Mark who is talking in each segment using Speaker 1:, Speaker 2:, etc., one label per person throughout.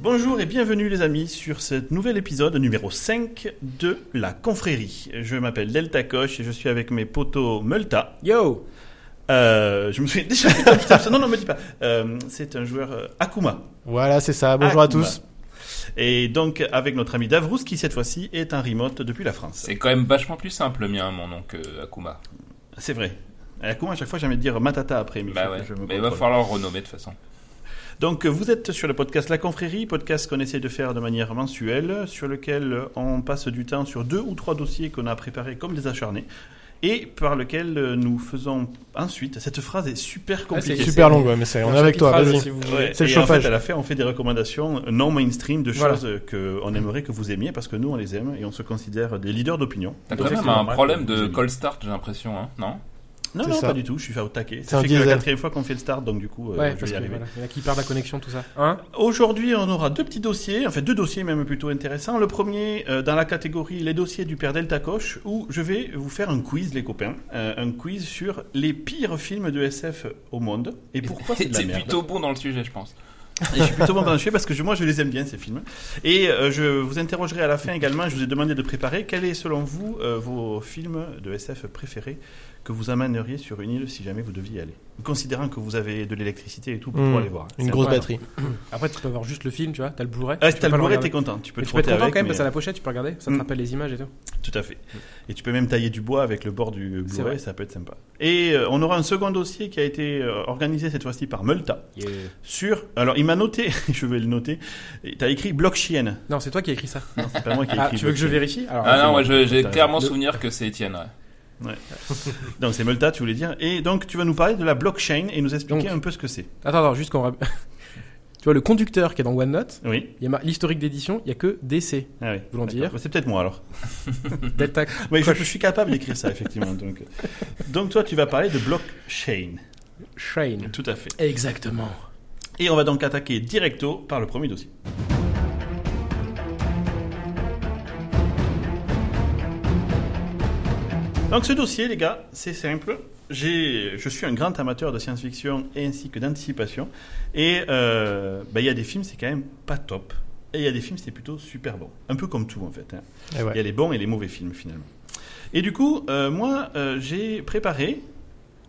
Speaker 1: Bonjour et bienvenue les amis sur ce nouvel épisode numéro 5 de La Confrérie. Je m'appelle Delta Coche et je suis avec mes potos Multa.
Speaker 2: Yo
Speaker 1: Euh, je me souviens déjà... Putain, putain, putain, non, non, me dis pas. Euh, c'est un joueur euh, Akuma.
Speaker 3: Voilà, c'est ça. Bonjour
Speaker 2: Ah,
Speaker 3: à
Speaker 1: Akuma.
Speaker 3: tous.
Speaker 2: bah,
Speaker 1: Et donc avec notre ami Davrous qui cette fois-ci est un remote depuis la France.
Speaker 4: C'est quand même vachement plus simple le mien, mon nom, que Akuma.
Speaker 1: C'est vrai. Et Akuma à chaque fois j'aimais dire Matata après. mais il
Speaker 4: Bah
Speaker 1: faut
Speaker 4: ouais,
Speaker 1: que je me
Speaker 4: mais il va
Speaker 1: contrôle.
Speaker 4: falloir renommer de toute façon.
Speaker 1: Donc vous êtes sur le podcast La Confrérie, podcast qu'on essaie de faire de manière mensuelle, sur lequel on passe du temps sur deux ou trois dossiers qu'on a préparés comme des acharnés, et par lequel nous faisons ensuite, cette phrase est super
Speaker 2: c'est
Speaker 1: compliquée.
Speaker 3: Super longue, ouais, mais Ah, c'est, on est avec toi, vas-y.
Speaker 1: Ouais,
Speaker 3: C'est le
Speaker 1: et en
Speaker 3: chauffage.
Speaker 1: fait, à la fin, on fait des recommandations non mainstream de
Speaker 2: Voilà.
Speaker 1: choses que qu'on aimerait que vous aimiez parce que nous, on les aime et on se considère des leaders d'opinion.
Speaker 4: T'as
Speaker 1: Donc,
Speaker 4: quand même
Speaker 1: c'est
Speaker 4: un
Speaker 1: normal
Speaker 4: problème
Speaker 1: que vous
Speaker 4: de
Speaker 1: aimiez.
Speaker 4: cold start, j'ai l'impression, hein, non
Speaker 1: Non,
Speaker 3: C'est
Speaker 1: non,
Speaker 3: ça.
Speaker 1: pas du tout, je suis fait au taquet.
Speaker 3: C'est
Speaker 1: Ça
Speaker 3: un
Speaker 1: fait que la
Speaker 3: diesel.
Speaker 1: quatrième fois qu'on fait le start, donc du coup, euh,
Speaker 2: Ouais,
Speaker 1: je
Speaker 2: parce
Speaker 1: vais y
Speaker 2: que
Speaker 1: arriver.
Speaker 2: voilà, il y en a qui perdent la connexion, tout ça. Hein
Speaker 1: Aujourd'hui, on aura deux petits dossiers, enfin deux dossiers même plutôt intéressants. Le premier, euh, dans la catégorie les dossiers du père Delta Coche, où je vais vous faire un quiz, les copains, Euh, un quiz sur les pires films de SF au monde et pourquoi c'est de la
Speaker 4: T'es
Speaker 1: merde.
Speaker 4: plutôt bon dans le sujet, je pense.
Speaker 1: Et je suis plutôt bon branché parce que je- moi je les aime bien ces films. Et euh, je vous interrogerai à la fin également. Je vous ai demandé de préparer quel est selon vous euh, vos films de SF préférés que vous amèneriez sur une île si jamais vous deviez y aller, considérant que vous avez de l'électricité et tout pour
Speaker 3: Mm.
Speaker 1: pouvoir les voir.
Speaker 3: Une
Speaker 2: C'est
Speaker 3: grosse
Speaker 2: incroyable.
Speaker 3: batterie.
Speaker 2: Après, tu peux voir juste le film, tu vois, t'as le Blu-ray.
Speaker 1: Ah,
Speaker 2: tu
Speaker 1: si
Speaker 2: peux
Speaker 1: t'as
Speaker 2: pas
Speaker 1: le Blu-ray, t'es
Speaker 2: regarder.
Speaker 1: content. Tu peux
Speaker 2: Mais
Speaker 1: te
Speaker 2: tu peux être
Speaker 1: frotter
Speaker 2: content
Speaker 1: avec,
Speaker 2: quand même,
Speaker 1: mais-
Speaker 2: parce que à la pochette, tu peux regarder, ça te
Speaker 1: Mm.
Speaker 2: rappelle les images et tout.
Speaker 1: Tout à fait. Et tu peux même tailler du bois avec le bord du
Speaker 2: C'est vrai.
Speaker 1: Blu-ray, ça peut être sympa. Et euh, on aura un second dossier qui a été euh, organisé cette fois-ci par Multa sur. Alors il m'a noté, je vais le noter. et T'as écrit bloc chienne.
Speaker 2: Non, c'est toi qui as écrit ça.
Speaker 1: Non, c'est pas moi qui ai écrit.
Speaker 2: Ah, tu veux
Speaker 1: bloc
Speaker 2: que je
Speaker 1: chienne.
Speaker 2: vérifie Alors,
Speaker 4: Ah
Speaker 1: c'est
Speaker 4: non, moi
Speaker 1: bon,
Speaker 4: je- j'ai
Speaker 1: t'as-
Speaker 4: clairement
Speaker 2: le-
Speaker 4: souvenir que c'est Étienne, ouais.
Speaker 1: Donc c'est Multa, tu voulais dire. Et donc tu vas nous parler de la blockchain et nous expliquer
Speaker 2: Donc.
Speaker 1: un peu ce que c'est.
Speaker 2: Attends, attends, juste qu'on. rap- tu vois, le conducteur qui est dans OneNote,
Speaker 1: Oui.
Speaker 2: il y a mar- l'historique d'édition, il y a que DC.
Speaker 1: Ah oui. D'accord.
Speaker 2: Voulant dire.
Speaker 1: C'est peut-être moi alors. Mhm.
Speaker 2: Delta.
Speaker 1: Oui, je, je suis capable d'écrire ça effectivement. Donc, donc toi tu vas parler de blockchain.
Speaker 2: Shane.
Speaker 1: Tout à fait.
Speaker 2: Exactement.
Speaker 1: Et on va donc attaquer directo par le premier dossier. Donc ce dossier, les gars, c'est simple. J'ai, je suis un grand amateur de science-fiction et ainsi que d'anticipation. Et euh, bah, il y a des films, c'est quand même pas top. Et il y a des films, c'est plutôt super bon. Un peu comme tout, en fait. hein.
Speaker 3: Eh ouais.
Speaker 1: Il y a les bons et les mauvais films finalement. Et du coup, euh, moi, euh, j'ai préparé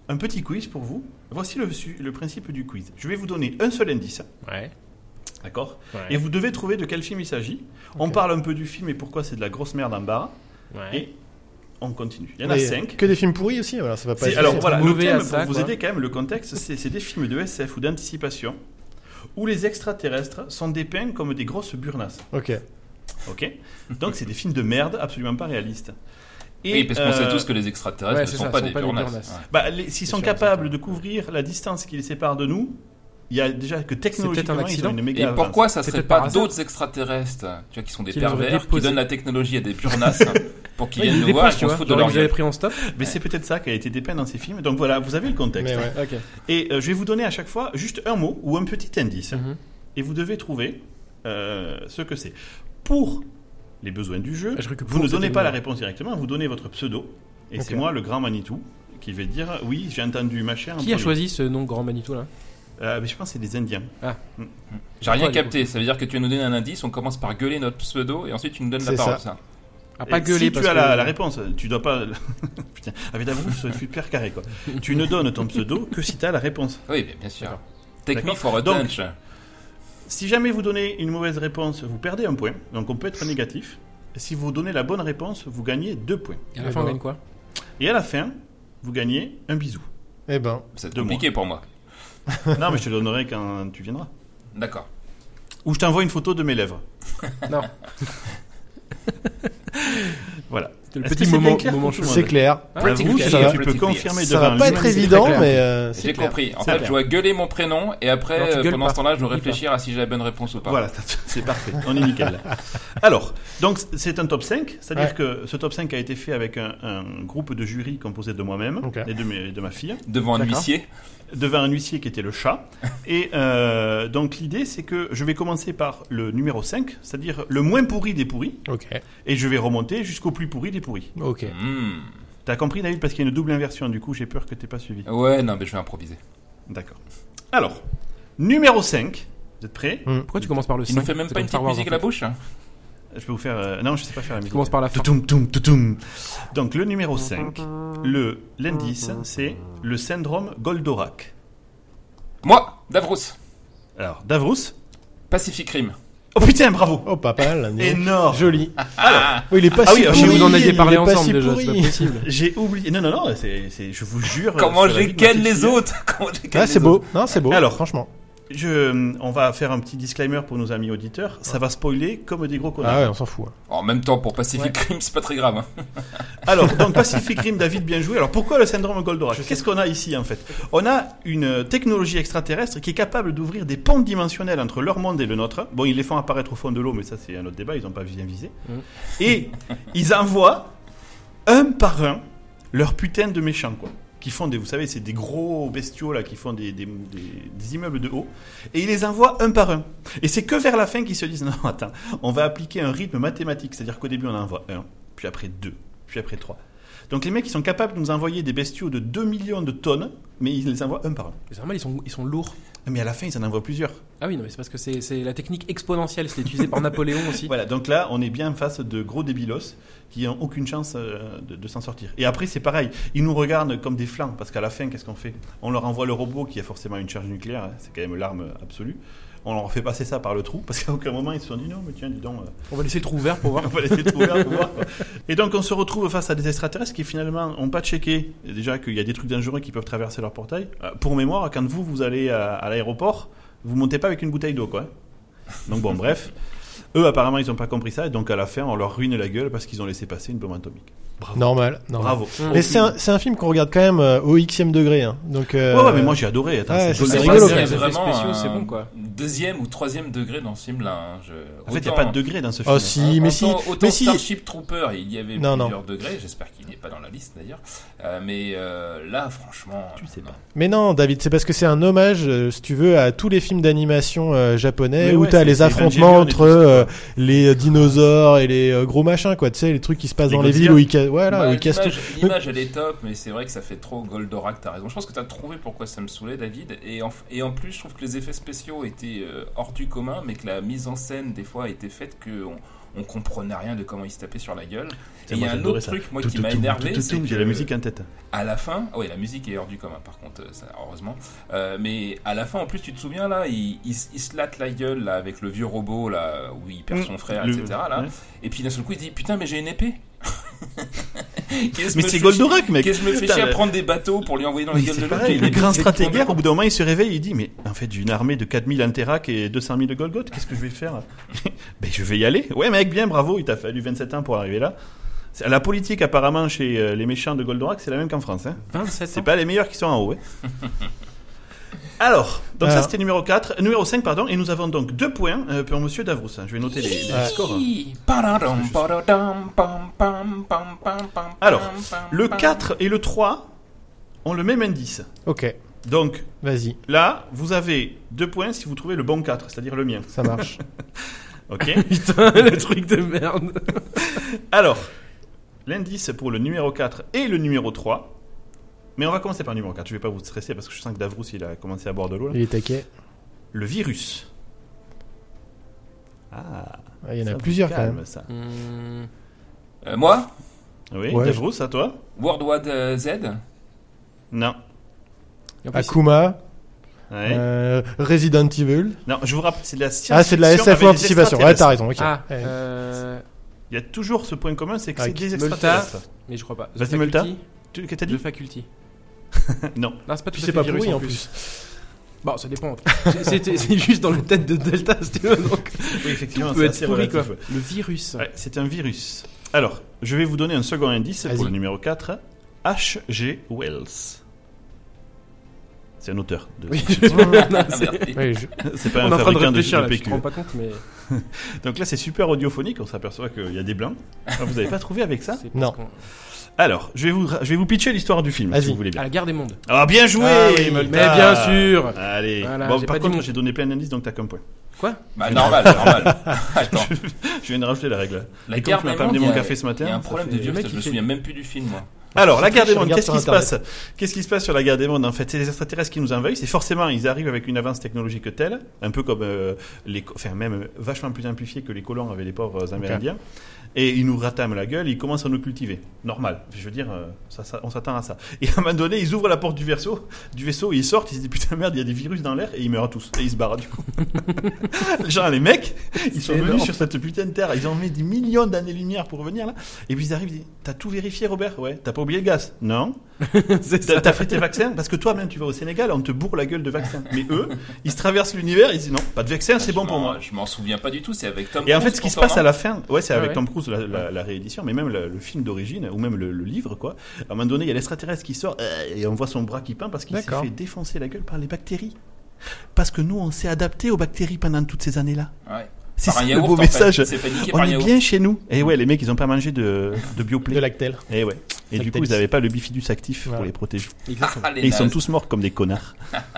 Speaker 1: un petit quiz pour vous. Voici le, su- le principe du quiz. Je vais vous donner un seul indice,
Speaker 2: Ouais.
Speaker 1: d'accord
Speaker 2: Ouais.
Speaker 1: Et vous devez trouver de quel film il s'agit. On parle un peu du film et pourquoi c'est de la grosse merde en barre. Et on continue. Il y en a
Speaker 3: Mais
Speaker 1: cinq.
Speaker 3: Que des films pourris aussi, voilà, ça va pas
Speaker 1: C'est-
Speaker 3: être-
Speaker 1: Alors
Speaker 2: c'est
Speaker 1: voilà, le
Speaker 2: mauvais
Speaker 1: thème
Speaker 2: à ça,
Speaker 1: pour vous
Speaker 2: quoi.
Speaker 1: aider quand même, le contexte, c'est c'est des films de SF ou d'anticipation où les extraterrestres sont dépeints comme des grosses burnasses.
Speaker 3: Ok.
Speaker 1: Ok Donc c'est des films de merde absolument pas réalistes. Et,
Speaker 4: Oui, parce qu'on sait
Speaker 1: euh,
Speaker 4: tous que les extraterrestres
Speaker 2: ouais,
Speaker 4: ne
Speaker 2: c'est
Speaker 4: sont
Speaker 2: ça,
Speaker 4: pas
Speaker 2: sont
Speaker 4: des
Speaker 2: pas des
Speaker 4: purnasses.
Speaker 2: purnasses.
Speaker 4: ouais.
Speaker 1: Bah, les- S'ils
Speaker 2: C'est
Speaker 1: sont
Speaker 2: sûr,
Speaker 1: capables
Speaker 2: c'est
Speaker 1: de couvrir la distance qui les sépare de nous, il y a déjà que
Speaker 2: C'est
Speaker 1: technologiquement,
Speaker 2: peut-être un
Speaker 1: ils ont une méga
Speaker 4: Et
Speaker 1: avance.
Speaker 4: pourquoi ça
Speaker 2: C'est
Speaker 4: serait
Speaker 2: peut-être par
Speaker 4: pas
Speaker 2: hasard.
Speaker 4: d'autres extraterrestres, tu vois, qui sont des
Speaker 2: Qui les auraient
Speaker 4: pervers, qui
Speaker 2: déposés.
Speaker 4: donnent la technologie à des purnasses hein, pour qu'ils
Speaker 2: Ouais,
Speaker 4: viennent
Speaker 2: il
Speaker 4: nous voir et
Speaker 2: dépose, tu
Speaker 4: qu'on se
Speaker 2: vois.
Speaker 4: foute de
Speaker 2: Genre,
Speaker 4: leur
Speaker 2: vous avez
Speaker 4: gueule.
Speaker 2: pris en stop.
Speaker 1: Mais c'est peut-être ça qui a été dépeint dans ces films. Donc voilà, vous avez le contexte.
Speaker 3: Mais ouais.
Speaker 2: Ok.
Speaker 1: Et euh, je vais vous donner à chaque fois juste un mot ou un petit indice.
Speaker 2: Mhm.
Speaker 1: Et vous devez trouver euh, ce que c'est. Pour les besoins du jeu,
Speaker 2: Ah, j'ai cru que
Speaker 1: vous
Speaker 2: pour,
Speaker 1: ne donnez
Speaker 2: c'était
Speaker 1: pas
Speaker 2: le-
Speaker 1: la réponse directement, vous donnez votre pseudo. Et c'est moi, le grand Manitou, qui vais dire Oui, j'ai entendu ma chère. en
Speaker 2: Qui a
Speaker 1: premier.
Speaker 2: choisi ce nom grand Manitou là
Speaker 1: Euh, mais Je pense que c'est des Indiens.
Speaker 4: J'ai rien
Speaker 2: Pourquoi, du
Speaker 4: capté, ça veut dire que tu vas nous donner un indice, on commence par gueuler notre pseudo et ensuite tu nous donnes la
Speaker 3: C'est
Speaker 4: parole.
Speaker 3: ça.
Speaker 4: ça.
Speaker 2: Ah, pas
Speaker 1: Et
Speaker 2: gueuler
Speaker 1: si
Speaker 2: parce
Speaker 1: tu as
Speaker 2: que-
Speaker 1: la, la réponse, tu dois pas. Putain, avec ta bouche, je suis super carré quoi. tu ne donnes ton pseudo que si tu as la réponse.
Speaker 4: Oui, bien, bien sûr.
Speaker 2: D'accord.
Speaker 4: Take me
Speaker 1: D'accord.
Speaker 4: for a
Speaker 1: Donc,
Speaker 4: punch.
Speaker 1: Si jamais vous donnez une mauvaise réponse, vous perdez un point. Donc on peut être négatif. Si vous donnez la bonne réponse, vous gagnez deux points.
Speaker 2: Et à la fin, on
Speaker 3: D'accord.
Speaker 2: gagne quoi
Speaker 1: Et à la fin, vous gagnez un bisou.
Speaker 3: Eh ben,
Speaker 4: C'est
Speaker 1: de
Speaker 4: compliqué pour moi.
Speaker 1: non, mais je te le donnerai quand tu viendras.
Speaker 4: D'accord.
Speaker 1: Ou je t'envoie une photo de mes lèvres.
Speaker 2: Non.
Speaker 1: Voilà.
Speaker 2: C'était le
Speaker 1: Est-ce
Speaker 2: petit
Speaker 1: que c'est bien
Speaker 2: moment,
Speaker 1: clair
Speaker 2: moment Ah,
Speaker 1: pour tout le
Speaker 2: chou-
Speaker 1: monde
Speaker 3: c'est clair.
Speaker 1: Bravo,
Speaker 4: Pretty
Speaker 3: ça
Speaker 1: si
Speaker 3: va.
Speaker 1: tu peux
Speaker 4: Pretty clear.
Speaker 1: confirmer
Speaker 3: Ça
Speaker 1: devant
Speaker 3: va pas
Speaker 1: un
Speaker 3: être
Speaker 1: humain, c'est
Speaker 3: évident,
Speaker 1: très clair.
Speaker 3: mais euh, c'est
Speaker 4: J'ai
Speaker 3: clair.
Speaker 4: compris. En
Speaker 1: C'est
Speaker 4: fait,
Speaker 1: clair.
Speaker 4: je dois gueuler mon prénom et après,
Speaker 2: Non, tu
Speaker 4: euh,
Speaker 2: gueules
Speaker 4: pendant
Speaker 2: pas.
Speaker 4: ce temps-là, je dois
Speaker 2: Gueule
Speaker 4: réfléchir à si j'ai la bonne réponse
Speaker 3: euh,
Speaker 4: ou pas.
Speaker 1: Voilà, ça- c'est parfait, on est nickel. Alors, donc c'est un top 5, c'est-à-dire
Speaker 3: Ouais.
Speaker 1: que ce top 5 a été fait avec un, un groupe de jury composé de moi-même
Speaker 3: Ok.
Speaker 1: et de, mes- de ma fille,
Speaker 4: Devant un
Speaker 2: D'accord.
Speaker 4: huissier.
Speaker 1: devant un huissier qui était le chat. Et euh, donc l'idée, c'est que je vais commencer par le numéro 5, c'est-à-dire le moins pourri des pourris,
Speaker 3: Ok.
Speaker 1: et je vais remonter jusqu'au plus pourri des pourris.
Speaker 3: Ok.
Speaker 4: Hmm.
Speaker 1: T'as compris David Parce qu'il y a une double inversion, du coup j'ai peur
Speaker 4: Ah.
Speaker 1: que t'aies pas suivi.
Speaker 4: Ouais, non, mais je vais improviser.
Speaker 1: D'accord. Alors, numéro 5, Vous êtes prêts
Speaker 2: Pourquoi tu commences par le
Speaker 4: Il
Speaker 2: 5
Speaker 4: nous fait même
Speaker 2: C'est
Speaker 4: pas
Speaker 2: comme
Speaker 4: une
Speaker 2: Star
Speaker 4: petite
Speaker 2: Wars,
Speaker 4: musique
Speaker 2: en
Speaker 4: à la bouche hein.
Speaker 1: Je vais vous faire. euh, Non, je sais pas faire la musique.
Speaker 2: commences par la fin.
Speaker 1: Toutoum, toutoum, toutoum. Donc, le numéro 5, le l'indice, c'est le syndrome Goldorak.
Speaker 4: Moi, Davros,
Speaker 1: Alors, Davros.
Speaker 4: Pacific Rim.
Speaker 1: Oh putain, bravo
Speaker 3: Oh, pas mal. dis donc.
Speaker 1: Énorme
Speaker 3: Joli. Oui, il est pas
Speaker 1: Ah
Speaker 3: si
Speaker 1: oui,
Speaker 3: pourri.
Speaker 1: je vous
Speaker 2: en aviez
Speaker 3: il est
Speaker 2: parlé
Speaker 3: pas
Speaker 2: ensemble
Speaker 3: si
Speaker 2: déjà,
Speaker 3: pourri. Ah,
Speaker 2: c'est pas possible.
Speaker 1: J'ai oublié. Non, non, non, c'est, c'est- je vous jure.
Speaker 4: Comment
Speaker 1: sur la vie de ma
Speaker 4: j'écale
Speaker 1: petite
Speaker 4: les
Speaker 1: fille.
Speaker 4: autres Comment j'écale
Speaker 3: Ah,
Speaker 4: les
Speaker 3: c'est
Speaker 4: autres
Speaker 3: beau. Non, c'est beau.
Speaker 1: Alors.
Speaker 3: franchement.
Speaker 1: Je, on va faire un petit disclaimer pour nos amis auditeurs. Ça va spoiler comme des gros connards.
Speaker 3: Ah ouais, on s'en fout.
Speaker 4: En même temps, pour Pacific Rim, c'est pas très grave. hein.
Speaker 1: Alors, donc Pacific Rim, David, bien joué. Alors, pourquoi le syndrome Goldorak Qu'est-ce qu'on a ici, en fait On a une technologie extraterrestre qui est capable d'ouvrir des ponts dimensionnels entre leur monde et le nôtre. Bon, ils les font apparaître au fond de l'eau, mais ça, c'est un autre débat, ils n'ont pas bien visé.
Speaker 2: Mm.
Speaker 1: Et ils envoient, un par un, leurs putains de méchants, quoi. Qui font des, vous savez, c'est des gros bestiaux là qui font des, des- des- des immeubles de haut et ils les envoient un par un. Et c'est que vers la fin qu'ils se disent non, attends, on va appliquer un rythme mathématique, c'est-à-dire qu'au début on en envoie un, puis après deux, puis après trois. Donc les mecs, ils sont capables de nous envoyer des bestiaux de 2 millions de tonnes, mais ils les envoient un par un.
Speaker 2: C'est normal, ils sont, ils sont lourds.
Speaker 1: Mais à la fin, ils en envoient plusieurs.
Speaker 2: Ah oui, non, mais c'est parce que c'est c'est la technique exponentielle, c'était utilisé par Napoléon aussi.
Speaker 1: Voilà, donc là, on est bien face de gros débilos qui n'ont aucune chance euh, de, de s'en sortir. Et après, c'est pareil, ils nous regardent comme des flancs, parce qu'à la fin, qu'est-ce qu'on fait On leur envoie le robot qui a forcément une charge nucléaire, hein, c'est quand même l'arme absolue. On leur fait passer ça par le trou, parce qu'à aucun moment, ils se sont dit non, mais tiens, dis donc. euh,
Speaker 2: On va laisser le trou ouvert pour voir.
Speaker 1: On va laisser tout ouvert pour voir, quoi. Et donc on se retrouve face à des extraterrestres qui finalement n'ont pas checké déjà qu'il y a des trucs dangereux qui peuvent traverser leur portail. Euh, Pour mémoire, quand vous vous allez à, à l'aéroport, vous montez pas avec une bouteille d'eau, quoi. hein. Donc bon, bref. Eux, apparemment, ils n'ont pas compris ça, et donc à la fin, on leur ruine la gueule parce qu'ils ont laissé passer une bombe atomique. Bravo.
Speaker 3: Normal. normal.
Speaker 1: Bravo.
Speaker 2: Oh,
Speaker 3: Mais c'est un, c'est un film qu'on regarde quand même euh, au xème degré. hein. Donc, euh,
Speaker 1: Ouais, ouais, mais moi j'ai adoré. Attends,
Speaker 3: ouais,
Speaker 1: c'est
Speaker 3: c'est
Speaker 1: Golden
Speaker 3: rigolo,
Speaker 4: pas-
Speaker 3: quand même.
Speaker 2: Les effets
Speaker 4: vraiment
Speaker 2: spéciaux, c'est
Speaker 4: un
Speaker 2: bon, quoi.
Speaker 4: Deuxième ou troisième degré dans ce film-là. hein. Je-
Speaker 1: En fait, il n'y a
Speaker 4: autant-
Speaker 1: pas de degré dans ce film.
Speaker 3: Oh, si, mais si.
Speaker 4: autant, autant
Speaker 3: Mais si.
Speaker 4: Starship Trooper, il y avait
Speaker 3: Non, non.
Speaker 4: plusieurs degrés. J'espère qu'il n'est pas dans la liste d'ailleurs. Euh, mais euh, là, franchement,
Speaker 1: Tu sais
Speaker 4: non.
Speaker 1: pas.
Speaker 3: Mais non, David, c'est parce que c'est un hommage, euh, si tu veux, à tous les films d'animation euh, japonais
Speaker 1: Mais
Speaker 3: où
Speaker 1: ouais,
Speaker 3: t'as
Speaker 1: c'est-
Speaker 3: les
Speaker 1: c'est
Speaker 3: affrontements
Speaker 1: Evangelion et tout
Speaker 3: entre
Speaker 1: ça,
Speaker 3: euh, les dinosaures et les euh, gros machins, quoi. Tu sais, les trucs qui se passent
Speaker 1: Les
Speaker 3: dans les
Speaker 1: Godzilla.
Speaker 3: villes où ils, ca-
Speaker 1: Ah,
Speaker 3: voilà,
Speaker 4: Bah,
Speaker 3: où ils cassent tout.
Speaker 4: l'image, l'image, elle est top, mais c'est vrai que ça fait trop Goldorak, t'as raison. Je pense que t'as trouvé pourquoi ça me saoulait, David. Et en, et en plus, je trouve que les effets spéciaux étaient euh, hors du commun, mais que la mise en scène, des fois, était faite qu'on on comprenait rien de comment ils se tapaient sur la gueule. Et il y
Speaker 1: Moi,
Speaker 4: a un
Speaker 1: j'adorais
Speaker 4: autre
Speaker 1: ça.
Speaker 4: truc, moi,
Speaker 1: Tout,
Speaker 4: qui
Speaker 1: tout,
Speaker 4: m'a
Speaker 1: tout,
Speaker 4: énervé.
Speaker 1: tout, tout,
Speaker 4: c'est
Speaker 1: J'ai
Speaker 4: que-
Speaker 1: la musique en tête.
Speaker 4: à la fin, ah oui, la musique est hors du commun par contre, euh, ça, heureusement. Euh, mais à la fin, en plus, tu te souviens là, il, il se- il se latte la gueule là, avec le vieux robot là, où il perd son frère,
Speaker 1: Mm. Le-
Speaker 4: etc. Là.
Speaker 1: ouais.
Speaker 4: Et puis d'un seul coup, il dit Putain, mais j'ai une épée
Speaker 1: Mais c'est Goldorak, mec.
Speaker 4: Qu'est-ce que je me fais
Speaker 1: Putain,
Speaker 4: chier à
Speaker 1: le-
Speaker 4: prendre des bateaux pour lui envoyer dans la
Speaker 1: Mais
Speaker 4: gueule de
Speaker 1: c'est
Speaker 4: l'autre
Speaker 1: pareil,
Speaker 4: J'ai
Speaker 1: le
Speaker 4: une
Speaker 1: grand
Speaker 4: épée, c'est trop
Speaker 1: stratégaire,
Speaker 4: bien.
Speaker 1: au bout d'un moment, il se réveille, il dit Mais en fait, j'ai une armée de 4000 Anterak et 200 000 Golgoth, qu'est-ce que je vais faire Ben, je vais y aller. Ouais, mec, bien, bravo, il t'a fallu 27 ans pour arriver là. C'est- La politique, apparemment, chez euh, les méchants de Goldorak, c'est la même qu'en France. Hein.
Speaker 2: 27
Speaker 1: C'est
Speaker 2: ans.
Speaker 1: pas les meilleurs qui sont en haut. hein. Alors, donc ça
Speaker 3: Alors.
Speaker 1: c'était numéro 4, numéro 5, pardon, et nous avons donc deux points euh, pour monsieur Davrous. hein. Je vais noter les, les
Speaker 3: Ouais.
Speaker 1: scores.
Speaker 4: Paradam,
Speaker 1: Parce que je-
Speaker 4: paradam, pam, pam, pam, pam, pam,
Speaker 1: Alors,
Speaker 4: pam,
Speaker 1: Le
Speaker 4: pam.
Speaker 1: 4 et le 3 ont le même indice.
Speaker 3: Ok,
Speaker 1: Donc
Speaker 3: vas-y,
Speaker 1: là, vous avez deux points si vous trouvez le bon 4, c'est-à-dire le mien.
Speaker 3: ça marche.
Speaker 1: Ok
Speaker 2: Putain, le truc de merde.
Speaker 1: Alors, l'indice pour le numéro 4 et le numéro 3. Mais on va commencer par le numéro 4. Je vais pas vous stresser parce que je sens que Davrous, il a commencé à boire de l'eau. là.
Speaker 3: Il est taquet.
Speaker 1: Le virus. Ah,
Speaker 3: Ouais, Il y en
Speaker 1: ça
Speaker 3: a
Speaker 1: vous
Speaker 3: plusieurs quand
Speaker 1: calme,
Speaker 3: même.
Speaker 1: Ça.
Speaker 2: Hum,
Speaker 4: Euh, moi,
Speaker 1: Oui,
Speaker 3: Ouais.
Speaker 1: Davrous, à toi
Speaker 4: World Wide euh, Z,
Speaker 1: Non.
Speaker 2: et en plus,
Speaker 3: Akuma,
Speaker 1: Ouais.
Speaker 3: euh, Resident Evil.
Speaker 1: Non, je vous rappelle, c'est de la science.
Speaker 3: Ah, c'est de la SF ou anticipation. Ouais, t'as raison, ok. Eh.
Speaker 2: Ah,
Speaker 3: Ouais.
Speaker 2: euh,
Speaker 1: Il y a toujours ce point commun, c'est que
Speaker 3: Ah,
Speaker 1: c'est des
Speaker 2: Multa.
Speaker 1: extraterrestres.
Speaker 2: mais je crois pas.
Speaker 1: Vas-y,
Speaker 2: The
Speaker 1: Multa.
Speaker 2: Faculty
Speaker 1: Tu- Qu'est-ce que t'as
Speaker 2: The
Speaker 1: dit
Speaker 2: Faculty.
Speaker 1: Non.
Speaker 2: Non, c'est pas tout
Speaker 3: Puis
Speaker 2: à
Speaker 3: c'est
Speaker 2: fait
Speaker 3: pas
Speaker 2: virus,
Speaker 3: pourri en plus.
Speaker 2: Bon, ça dépend. C'est- C'était c'est juste dans le tête de Delta, c'était donc.
Speaker 1: Oui, effectivement,
Speaker 2: Tout
Speaker 1: c'est
Speaker 2: peut être
Speaker 1: assez
Speaker 2: pourri,
Speaker 1: relatif,
Speaker 2: quoi.
Speaker 1: ouais.
Speaker 2: Le virus.
Speaker 1: Ouais, c'est un virus. Alors, je vais vous donner un second indice pour
Speaker 3: Vas-y.
Speaker 1: le numéro 4. H.G. Wells. C'est un auteur. De...
Speaker 2: Oui, je- non,
Speaker 4: Ah,
Speaker 2: c'est-
Speaker 4: merde.
Speaker 3: Ouais, je-
Speaker 1: C'est pas
Speaker 2: On
Speaker 1: un
Speaker 2: est en train de
Speaker 1: fabricant de,
Speaker 2: réfléchir,
Speaker 1: de
Speaker 2: là, je
Speaker 1: PQ.
Speaker 2: me rends pas compte, mais
Speaker 1: Donc là, c'est super audiophonique. On s'aperçoit qu'il y a des blancs. Ah, vous n'avez pas trouvé avec ça
Speaker 2: c'est parce
Speaker 3: Non.
Speaker 2: qu'on-
Speaker 1: Alors, je vais vous, je vais vous pitcher l'histoire du film, si
Speaker 3: Vas-y.
Speaker 1: vous voulez
Speaker 2: À
Speaker 1: bien.
Speaker 2: la guerre des mondes.
Speaker 1: Ah, bien joué,
Speaker 3: Ah oui,
Speaker 1: Multa.
Speaker 2: mais bien sûr.
Speaker 1: Allez.
Speaker 2: Voilà,
Speaker 1: bon,
Speaker 2: j'ai
Speaker 1: par
Speaker 2: pas dit
Speaker 1: contre,
Speaker 2: mon-
Speaker 1: j'ai donné plein d'indices, donc t'as qu'un point.
Speaker 4: Bah, normal, normal. Attends.
Speaker 1: Je viens de rajouter la règle.
Speaker 4: La
Speaker 1: Et comme tu m'as pas amené
Speaker 4: des mondes,
Speaker 1: mon
Speaker 4: il y a-
Speaker 1: café ce matin,
Speaker 4: Il y a un
Speaker 1: ça
Speaker 4: problème
Speaker 1: fait-
Speaker 4: de vieux,
Speaker 2: le mec,
Speaker 4: je
Speaker 2: il
Speaker 4: me
Speaker 2: fait-
Speaker 4: souviens même plus du film, moi.
Speaker 1: Alors, la
Speaker 3: C'est
Speaker 1: guerre
Speaker 3: triste,
Speaker 1: des
Speaker 3: je
Speaker 1: mondes,
Speaker 3: regarde
Speaker 1: qu'est-ce
Speaker 3: sur
Speaker 1: qui se
Speaker 3: Internet.
Speaker 1: passe Qu'est-ce qui se passe sur la guerre des mondes En fait, c'est les extraterrestres qui nous envahissent et forcément, ils arrivent avec une avance technologique telle, un peu comme euh, les, co- enfin même euh, vachement plus amplifiée que les colons avec les pauvres euh, Amérindiens. Et ils nous ratament la gueule, ils commencent à nous cultiver. Normal. Je veux dire, euh, ça, ça- on s'attend à ça. Et à un moment donné, ils ouvrent la porte du vaisseau, du vaisseau, ils sortent, ils se disent putain merde, il y a des virus dans l'air et ils meurent tous et ils se barrent du coup. Genre les mecs, ils sont venus sur cette putain de terre, ils ont mis des millions d'années-lumière pour venir là. Et puis ils arrivent, ils disent, t'as tout vérifié Robert Ouais. T'as pas oublié le gaz Non.
Speaker 2: C'est
Speaker 1: T'as
Speaker 2: ça.
Speaker 1: t'as fait tes vaccins Parce que toi-même, tu vas au Sénégal, on te bourre la gueule de vaccins. Mais eux, ils se traversent l'univers, ils disent non, pas de vaccin, c'est
Speaker 4: Je
Speaker 1: bon pour
Speaker 4: m'en-
Speaker 1: moi.
Speaker 4: Je m'en souviens pas du tout, c'est avec Tom
Speaker 1: Et en fait,
Speaker 4: Cruise
Speaker 1: ce qui se
Speaker 4: qu'on s'en
Speaker 1: passe à la fin, ouais, c'est
Speaker 2: Ah
Speaker 1: avec
Speaker 2: ouais.
Speaker 1: Tom Cruise, la, la- la réédition, mais même le, le film d'origine, ou même le, le livre, quoi. À un moment donné, il y a l'extraterrestre qui sort, euh, et on voit son bras qui peint parce qu'il s'est
Speaker 3: D'accord.
Speaker 1: fait défoncer la gueule par les bactéries. Parce que nous, on s'est adapté aux bactéries pendant toutes ces années-là.
Speaker 4: Ouais.
Speaker 1: C'est
Speaker 4: Par
Speaker 1: ça
Speaker 4: un
Speaker 1: le
Speaker 4: yaourt,
Speaker 1: beau
Speaker 4: en fait.
Speaker 1: message.
Speaker 4: C'est paniqué
Speaker 1: On
Speaker 4: par un
Speaker 1: est
Speaker 4: yaourt. Mm.
Speaker 1: bien chez nous. Et ouais, les mecs, ils ont pas mangé de, de
Speaker 3: de
Speaker 1: bioplay.
Speaker 3: l'actel.
Speaker 1: Et ouais. Et du coup,
Speaker 3: Lactalis.
Speaker 1: ils avaient pas le bifidus actif pour
Speaker 3: Voilà.
Speaker 1: les protéger.
Speaker 4: Ah, les Euh,
Speaker 1: Et ils sont
Speaker 4: nazes.
Speaker 1: tous morts comme des connards.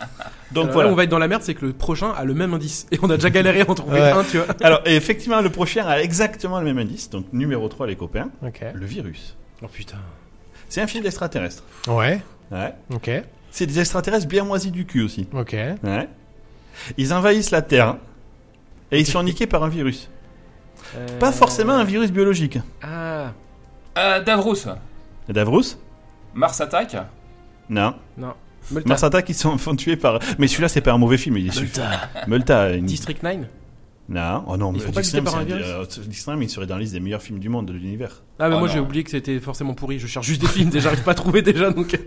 Speaker 1: Donc
Speaker 2: Alors Euh, là,
Speaker 1: voilà.
Speaker 2: on va être dans la merde, c'est que le prochain a le même indice. Et on a déjà galéré à en trouver
Speaker 3: Ouais.
Speaker 2: un, tu vois.
Speaker 1: Alors et effectivement, le prochain a exactement le même indice. Donc numéro 3, les copains,
Speaker 3: Ok.
Speaker 1: le virus.
Speaker 2: Oh putain.
Speaker 1: C'est un film d'extraterrestres.
Speaker 3: Ouais.
Speaker 1: Ouais.
Speaker 3: Ok.
Speaker 1: C'est des extraterrestres bien moisis du cul aussi.
Speaker 3: Ok.
Speaker 1: Ouais. Ils envahissent la Terre. hein. Et ils sont niqués par un virus.
Speaker 2: Euh,
Speaker 1: Pas forcément un virus biologique.
Speaker 2: Ah,
Speaker 4: Euh, Davros,
Speaker 1: Davrous
Speaker 4: Mars attaque.
Speaker 1: Non.
Speaker 2: non. Molta.
Speaker 1: Mars Attack, ils sont font tuer par. Mais celui-là, c'est pas un mauvais film. Il est super.
Speaker 2: Molta.
Speaker 1: Multa. une-
Speaker 2: District 9
Speaker 1: Non. Oh non,
Speaker 2: Ils
Speaker 1: mais
Speaker 2: sont pas
Speaker 1: Dixnam,
Speaker 2: niqués par un
Speaker 1: c'est
Speaker 2: virus
Speaker 1: euh, Dixnam, il serait dans la liste des meilleurs films du monde, de l'univers.
Speaker 2: Ah, mais
Speaker 4: Oh
Speaker 2: moi
Speaker 4: non.
Speaker 2: j'ai oublié que c'était forcément pourri. Je cherche juste des films, déjà, j'arrive pas à trouver déjà. Donc,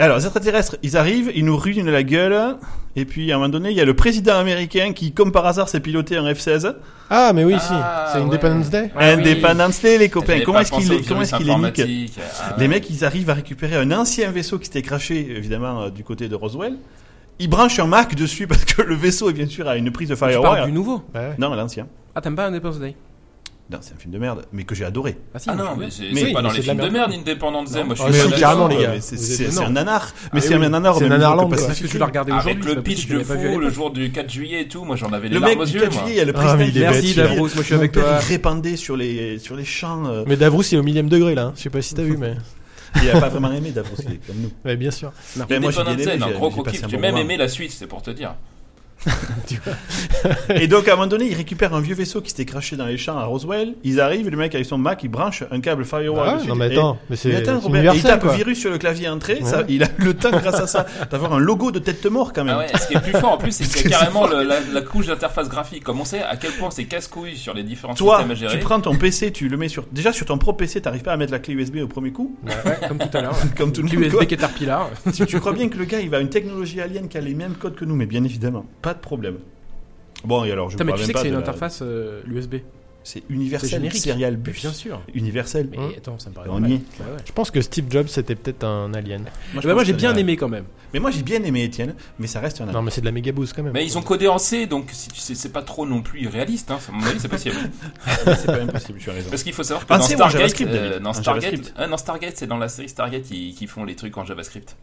Speaker 1: Alors, les extraterrestres, ils arrivent, ils nous ruinent la gueule. Et puis, à un moment donné, il y a le président américain qui, comme par hasard, s'est piloté un F-16.
Speaker 3: Ah, mais oui,
Speaker 4: Ah,
Speaker 3: si. C'est
Speaker 4: ouais.
Speaker 3: Independence Day.
Speaker 2: Ah
Speaker 4: Ouais, Ah oui.
Speaker 1: Indépendance Day, les copains.
Speaker 4: J'avais
Speaker 1: Comment
Speaker 4: pas
Speaker 1: est-ce qu'ils
Speaker 4: pensé
Speaker 1: les,
Speaker 4: aux
Speaker 1: comment est-ce
Speaker 4: virus
Speaker 1: qu'ils les niquent
Speaker 4: informatiques. Ah,
Speaker 1: Les
Speaker 4: ouais.
Speaker 1: mecs, ils arrivent à récupérer un ancien vaisseau qui s'était craché, évidemment, euh, du côté de Roswell. Ils branchent un Mac dessus parce que le vaisseau, bien sûr, a une prise de
Speaker 2: tu
Speaker 1: firewire.
Speaker 2: parles du nouveau.
Speaker 3: Bah ouais.
Speaker 1: Non, l'ancien.
Speaker 2: Ah, t'aimes pas Independence Day
Speaker 1: Non, c'est un film de merde, mais que j'ai adoré.
Speaker 2: Ah, si,
Speaker 4: Ah
Speaker 2: moi,
Speaker 4: non,
Speaker 2: je-
Speaker 4: mais c'est
Speaker 3: Mais
Speaker 4: c'est
Speaker 3: oui,
Speaker 4: pas dans
Speaker 3: mais c'est
Speaker 4: les films
Speaker 3: de
Speaker 4: de
Speaker 3: la
Speaker 4: merde, Independence Day. Moi, je
Speaker 3: Ah,
Speaker 4: suis
Speaker 1: mais
Speaker 3: si,
Speaker 4: pas
Speaker 1: oui,
Speaker 4: d'accord.
Speaker 3: carrément, les
Speaker 1: ouais,
Speaker 3: gars.
Speaker 1: mais C'est
Speaker 3: Vous êtes
Speaker 1: c'est- c'est
Speaker 3: énormes.
Speaker 1: un nanar. Mais
Speaker 3: Ah
Speaker 1: c'est
Speaker 3: oui,
Speaker 1: un nanar au
Speaker 3: c'est
Speaker 1: même
Speaker 3: un nanar
Speaker 1: niveau que
Speaker 3: long, quoi.
Speaker 2: Parce
Speaker 1: Pacific
Speaker 2: que tu
Speaker 1: Rim.
Speaker 2: l'as regardé aujourd'hui.
Speaker 4: Avec
Speaker 2: c'est
Speaker 4: le
Speaker 2: parce
Speaker 4: pitch
Speaker 2: que je
Speaker 4: de
Speaker 2: l'avais pas vu à
Speaker 4: fou, le
Speaker 2: l'époque.
Speaker 4: jour du 4 juillet et tout, moi j'en avais les
Speaker 1: Le
Speaker 4: larmes
Speaker 1: mec
Speaker 4: aux
Speaker 1: du
Speaker 4: yeux.
Speaker 1: 4
Speaker 4: moi.
Speaker 1: juillet, il y a le
Speaker 3: Ah, mais il
Speaker 1: président
Speaker 3: est bête,
Speaker 2: Merci
Speaker 3: celui-là.
Speaker 2: Davros, moi je suis
Speaker 1: Mon
Speaker 2: avec
Speaker 1: père,
Speaker 2: toi.
Speaker 1: Il répandait sur les, sur les champs. euh,
Speaker 3: Mais Davrous, il est au millième degré là. hein. Je sais pas si t'as vu, mais.
Speaker 1: il a pas vraiment aimé Davros, il est comme nous.
Speaker 3: Ouais, bien sûr.
Speaker 1: Mais moi, j'ai bien
Speaker 4: Independence
Speaker 1: aimé,
Speaker 4: Day, un
Speaker 1: j'ai-
Speaker 4: gros
Speaker 1: j'ai
Speaker 4: gros
Speaker 1: passé
Speaker 4: kiff.
Speaker 1: un
Speaker 4: J'ai
Speaker 1: bon
Speaker 4: même
Speaker 1: moment.
Speaker 4: aimé la suite, c'est pour te dire.
Speaker 1: Et donc, à un moment donné, ils récupèrent un vieux vaisseau qui s'était craché dans les champs à Roswell. Ils arrivent, le mec avec son Mac, il branche un câble Firewall.
Speaker 3: Ah ouais,
Speaker 1: dessus.
Speaker 3: non, mais
Speaker 1: Et-
Speaker 3: attends, mais c'est
Speaker 1: Mais attends,
Speaker 3: c'est
Speaker 1: Robert, il
Speaker 3: universel
Speaker 1: tape
Speaker 3: quoi.
Speaker 1: virus sur le clavier entrée, ça, il a le temps grâce à ça d'avoir un logo de tête de mort quand même.
Speaker 4: Ah ouais, ce qui est plus fort en plus, c'est qu'il y a carrément le- la, la couche d'interface graphique. Comme on sait à quel point c'est casse-couille sur les différents
Speaker 1: Toi,
Speaker 4: systèmes à
Speaker 1: tu
Speaker 4: gérer.
Speaker 1: prends ton PC, tu le mets sur. Déjà sur ton pro PC, t'arrives pas à mettre la clé USB au premier coup,
Speaker 2: Ouais, comme tout à l'heure.
Speaker 1: comme tout le monde. quoi.
Speaker 2: USB Caterpillar.
Speaker 1: tu, tu crois bien que le gars, il va à une technologie alien qui a les mêmes codes que nous, mais bien évidemment, pas de problème. Bon, et alors, je
Speaker 2: Putain,
Speaker 1: vous
Speaker 2: mais tu
Speaker 1: parle
Speaker 2: sais
Speaker 1: même
Speaker 2: que
Speaker 1: pas
Speaker 2: c'est
Speaker 1: de
Speaker 2: une
Speaker 1: la-
Speaker 2: interface euh, USB.
Speaker 1: C'est
Speaker 2: C'est
Speaker 1: universel,
Speaker 2: générique.
Speaker 1: serial
Speaker 2: Mais
Speaker 1: bus.
Speaker 2: bien sûr.
Speaker 1: Universel.
Speaker 2: Mais attends, ça me paraît
Speaker 1: On
Speaker 2: normal.
Speaker 1: y est.
Speaker 2: Bah ouais.
Speaker 3: Je pense que Steve Jobs c'était peut-être un alien.
Speaker 1: Moi, je
Speaker 2: Bah,
Speaker 1: pense
Speaker 2: moi j'ai
Speaker 1: que-
Speaker 2: bien aimé quand même.
Speaker 1: Mais moi, j'ai bien aimé Étienne, mais ça reste un
Speaker 3: Non, mais c'est de la méga boost quand même.
Speaker 4: Mais ils ont codé en C, donc si tu sais, c'est pas trop non plus irréaliste. Hein. À mon avis, c'est possible.
Speaker 1: c'est pas impossible, tu as raison.
Speaker 4: Parce qu'il faut savoir que
Speaker 1: Ah,
Speaker 4: dans,
Speaker 1: c'est en
Speaker 4: Stargate,
Speaker 1: JavaScript, David. En
Speaker 4: dans Stargate,
Speaker 1: JavaScript.
Speaker 4: ah, dans Stargate, c'est dans la série Stargate ils- qui font les trucs en JavaScript.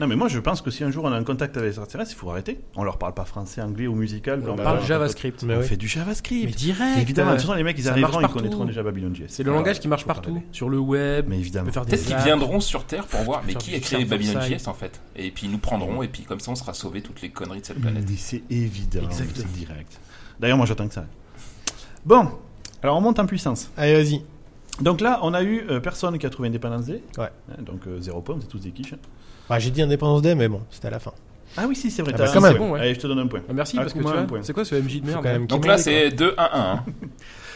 Speaker 1: Non, mais moi, je pense que si un jour on a un contact avec les extraterrestres, il faut arrêter. On leur parle pas français, anglais ou musical.
Speaker 3: On
Speaker 1: blanc,
Speaker 3: parle
Speaker 1: blanc,
Speaker 2: Parle
Speaker 1: blanc.
Speaker 2: JavaScript.
Speaker 3: Mais
Speaker 1: On
Speaker 3: ouais.
Speaker 1: fait du
Speaker 2: Mais
Speaker 1: JavaScript.
Speaker 2: direct.
Speaker 1: Évidemment,
Speaker 2: euh,
Speaker 1: de toute façon, les mecs, ils
Speaker 2: ça
Speaker 1: arriveront,
Speaker 2: marche
Speaker 1: ils
Speaker 2: partout.
Speaker 1: connaîtront déjà Babylon JS.
Speaker 2: C'est le langage qui marche
Speaker 1: faut pas
Speaker 2: partout.
Speaker 1: rêver.
Speaker 2: Sur le web.
Speaker 1: Mais
Speaker 2: on
Speaker 1: évidemment.
Speaker 2: peut faire des
Speaker 4: Peut-être qu'ils
Speaker 2: apps.
Speaker 4: viendront sur Terre pour voir mais
Speaker 2: Faire
Speaker 4: qui
Speaker 2: du
Speaker 4: a créé
Speaker 2: surf
Speaker 4: Babylon
Speaker 2: outside.
Speaker 4: JS en fait. Et puis ils nous prendront et puis comme ça on sera sauvé toutes les conneries de cette planète.
Speaker 1: Mais c'est évident.
Speaker 2: Exactement.
Speaker 1: C'est direct. D'ailleurs, moi, j'attends que ça. Bon. Alors, on monte en puissance.
Speaker 3: Allez, vas-y.
Speaker 1: Donc là, on a eu euh, personne qui a trouvé Independence Day.
Speaker 3: Ouais.
Speaker 1: Hein, Donc, euh, zéro pomme, c'est tous des quiches.
Speaker 3: Bah, j'ai dit Independence Day, mais bon, c'était à la fin.
Speaker 1: Ah oui, si, c'est vrai.
Speaker 3: Ah
Speaker 1: t'as
Speaker 3: bah,
Speaker 1: un
Speaker 3: quand
Speaker 1: point.
Speaker 3: même.
Speaker 2: C'est bon, ouais.
Speaker 1: Allez, je te donne un point.
Speaker 2: Ah, Merci
Speaker 1: Ah,
Speaker 2: parce que tu
Speaker 1: moi, un
Speaker 2: vois,
Speaker 1: point.
Speaker 2: c'est quoi ce MJ
Speaker 3: Faut
Speaker 2: de merde
Speaker 3: quand même
Speaker 4: Donc
Speaker 3: qu'il
Speaker 4: là
Speaker 3: m'aille, quoi.
Speaker 4: c'est 2-1-1. hein.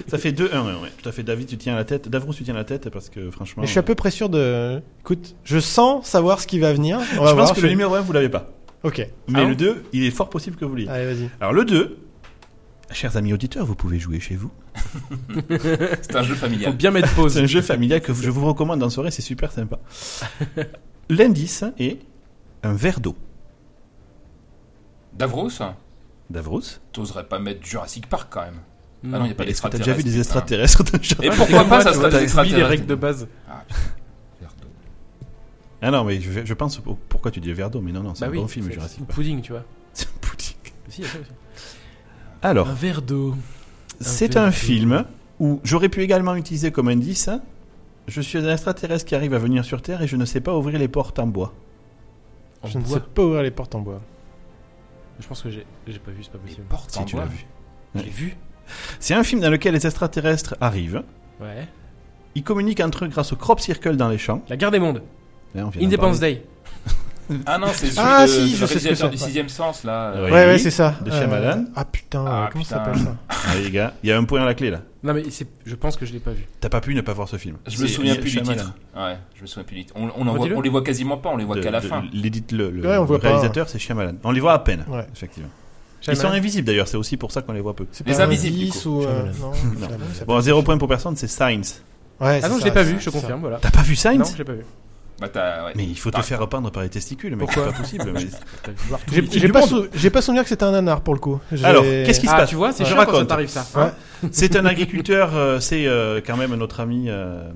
Speaker 1: Ça fait 2-1, ouais, ouais. Tout à fait. David, tu tiens la tête. Davrous, tu tiens la tête parce que franchement.
Speaker 3: Mais je suis à peu près sûr de. Écoute, je sens savoir ce qui va venir. On va
Speaker 1: je pense
Speaker 3: voir,
Speaker 1: que le numéro 1, vous l'avez pas.
Speaker 3: Ok,
Speaker 1: Mais
Speaker 2: Ah
Speaker 1: le
Speaker 2: bon
Speaker 1: 2, il est fort possible que vous l'ayez.
Speaker 3: allez, vas-y.
Speaker 1: Alors le 2, chers amis auditeurs, vous pouvez jouer chez vous.
Speaker 4: C'est un jeu
Speaker 2: Faut
Speaker 4: familial.
Speaker 2: bien mettre
Speaker 1: C'est
Speaker 2: pause.
Speaker 1: un jeu familial que je vous recommande en soirée, c'est super sympa. L'indice est un verre d'eau.
Speaker 4: Davros,
Speaker 1: Davros
Speaker 4: t'oserais pas mettre Jurassic Park quand même.
Speaker 2: Mm.
Speaker 4: Ah non, il y a pas
Speaker 1: Mmh. Est-ce que t'as déjà vu des
Speaker 4: putain.
Speaker 1: extraterrestres dans le jeu
Speaker 4: Et
Speaker 2: Ouais,
Speaker 4: pourquoi
Speaker 2: c'est
Speaker 4: pas
Speaker 2: comme
Speaker 4: ça
Speaker 2: tu
Speaker 4: serait
Speaker 2: vois,
Speaker 4: des
Speaker 2: t'as oublié les
Speaker 4: extraterrestres.
Speaker 2: règles de base.
Speaker 4: Ah, putain. Merde.
Speaker 1: Ah non, mais je, je pense au- pourquoi tu dis verre d'eau, mais non, non, c'est
Speaker 2: Bah
Speaker 1: un
Speaker 2: oui.
Speaker 1: bon film,
Speaker 2: c'est-
Speaker 1: Jurassic
Speaker 2: ou
Speaker 1: Park.
Speaker 2: Pudding, tu vois.
Speaker 1: C'est un pudding.
Speaker 2: Si, il y a ça aussi.
Speaker 1: Alors,
Speaker 2: Un verre d'eau.
Speaker 1: c'est
Speaker 2: verre
Speaker 1: un
Speaker 2: d'eau.
Speaker 1: film où j'aurais pu également utiliser comme indice Je suis un extraterrestre qui arrive à venir sur Terre et je ne sais pas ouvrir les portes en bois.
Speaker 2: En
Speaker 3: Je ne
Speaker 2: bois.
Speaker 3: sais pas ouvrir les portes en bois.
Speaker 2: Je pense que j'ai j'ai pas vu, c'est pas
Speaker 4: Les
Speaker 2: possible.
Speaker 4: portes
Speaker 1: Si,
Speaker 4: en
Speaker 1: Ah, tu l'as
Speaker 4: bois.
Speaker 1: vu.
Speaker 2: Je l'ai vu
Speaker 1: C'est un film dans lequel les extraterrestres arrivent.
Speaker 2: Ouais.
Speaker 1: Ils communiquent entre eux grâce au crop circle dans les champs.
Speaker 2: La guerre des mondes.
Speaker 1: Hein, on vient d'en
Speaker 2: Independence
Speaker 1: parler.
Speaker 2: Day.
Speaker 4: Ah non, c'est celui
Speaker 3: Ah,
Speaker 4: de,
Speaker 3: si,
Speaker 4: de
Speaker 3: je sais ce que
Speaker 4: réalisateur
Speaker 3: c'est.
Speaker 4: du sixième sens là.
Speaker 1: Ouais.
Speaker 4: Euh,
Speaker 3: Ouais, ouais,
Speaker 1: oui,
Speaker 3: c'est ça.
Speaker 1: de Shyamalan.
Speaker 3: Ah putain,
Speaker 4: Ah,
Speaker 3: comment ça
Speaker 4: putain.
Speaker 3: s'appelle ça
Speaker 1: Allez, les gars, il y a un point à la clé là.
Speaker 2: Non mais c'est- je pense que je l'ai pas vu.
Speaker 1: T'as pas pu ne pas voir ce film.
Speaker 4: Je me
Speaker 1: C'est
Speaker 4: souviens
Speaker 1: Nia
Speaker 4: plus du
Speaker 1: Shyamalan.
Speaker 4: titre. Ouais, je me souviens plus du titre. On, on en voit,
Speaker 2: Redis-le.
Speaker 4: on les voit quasiment pas, on les voit
Speaker 1: De-
Speaker 4: qu'à la
Speaker 1: de-
Speaker 4: fin.
Speaker 1: l'édite- le, le-
Speaker 3: Ouais, on
Speaker 1: le
Speaker 3: voit pas,
Speaker 1: réalisateur, c'est Shyamalan. On les voit à peine,
Speaker 3: Ouais.
Speaker 1: effectivement. Ils sont
Speaker 2: Shyamalan.
Speaker 1: invisibles d'ailleurs, c'est aussi pour ça qu'on les voit peu.
Speaker 3: C'est
Speaker 4: Les
Speaker 3: pas un
Speaker 4: Invisibles,
Speaker 3: indice
Speaker 4: du
Speaker 3: ou euh, Shyamalan. non,
Speaker 1: Non.
Speaker 3: Shyamalan, ça
Speaker 1: Bon,
Speaker 3: peut-
Speaker 1: zéro point pour personne, c'est Signs.
Speaker 3: Ouais,
Speaker 2: Ah
Speaker 3: c'est
Speaker 2: non, je
Speaker 3: ça,
Speaker 2: l'ai pas
Speaker 3: c'est
Speaker 2: vu,
Speaker 3: ça,
Speaker 2: je
Speaker 3: c'est ça.
Speaker 2: confirme, voilà.
Speaker 1: T'as pas vu Signs
Speaker 2: Non, je l'ai pas vu.
Speaker 4: Bah, t'as- ouais.
Speaker 1: Mais il faut te
Speaker 4: Par-
Speaker 1: faire repeindre par les testicules, mais c'est
Speaker 2: Pourquoi
Speaker 1: pas possible. mais-
Speaker 2: T'as dû voir tout
Speaker 3: J'ai
Speaker 2: le film
Speaker 3: j'ai
Speaker 2: du
Speaker 3: pas,
Speaker 2: monde.
Speaker 3: sou- j'ai pas souvenir que c'était un nanar pour le coup. J'ai-
Speaker 1: Alors, qu'est-ce qui se
Speaker 2: Ah,
Speaker 1: passe
Speaker 2: tu vois, c'est
Speaker 1: Je
Speaker 2: chiant quand ça
Speaker 1: raconte.
Speaker 2: t'arrive ça.
Speaker 3: Ouais.
Speaker 2: hein.
Speaker 1: C'est un agriculteur, euh, c'est euh, quand même notre ami. euh,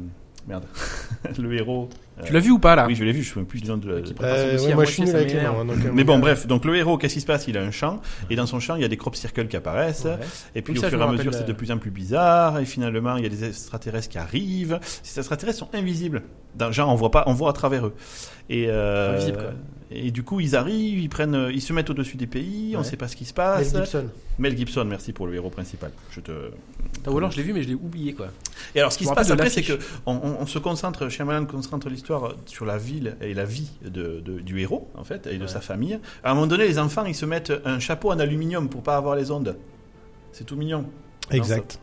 Speaker 1: Merde. le héros.
Speaker 2: Tu l'as vu ou pas là
Speaker 1: Oui, je l'ai vu, je me souviens plus du nom de.
Speaker 2: Qui
Speaker 3: Euh,
Speaker 2: Attends, c'est
Speaker 3: ouais,
Speaker 2: aussi à
Speaker 3: moi
Speaker 2: moitié,
Speaker 3: je suis nul
Speaker 2: ça
Speaker 3: avec les
Speaker 2: m'énerve.
Speaker 3: noms, hein, donc, euh,
Speaker 1: Mais bon, bref, donc le héros, qu'est-ce qui se passe Il a un champ, et dans son champ, il y a des crop circles qui apparaissent,
Speaker 2: Ouais.
Speaker 1: et puis
Speaker 2: Oui,
Speaker 1: au
Speaker 2: ça, je
Speaker 1: fur et
Speaker 2: me
Speaker 1: à
Speaker 2: rappelle euh,
Speaker 1: mesure,
Speaker 2: la-
Speaker 1: c'est de plus en plus bizarre, et finalement, il y a des extraterrestres qui arrivent. Ces extraterrestres sont invisibles. Dans- genre, on voit, pas, on voit à travers eux. Et, euh,
Speaker 2: Invisibles, quoi.
Speaker 1: et du coup, ils arrivent, ils, prennent, euh, ils se mettent au-dessus des pays, on
Speaker 2: Ouais.
Speaker 1: sait pas ce qui se
Speaker 2: Ah,
Speaker 3: Mel
Speaker 1: passe.
Speaker 3: Gibson.
Speaker 1: Mel Gibson, merci pour le héros principal. Je te...
Speaker 2: Ou alors je l'ai vu mais je l'ai oublié quoi.
Speaker 1: Et alors, ce qui
Speaker 2: Je
Speaker 1: se
Speaker 2: me
Speaker 1: passe
Speaker 2: rappelle de
Speaker 1: après, c'est que
Speaker 2: l'affiche.
Speaker 1: on, on- on se concentre, Shyamalan concentre l'histoire sur la ville et la vie de, de- du héros, en fait, et de sa famille. À un moment donné, les enfants, ils se mettent un chapeau en aluminium pour pas avoir les ondes. C'est tout mignon.
Speaker 3: Exact.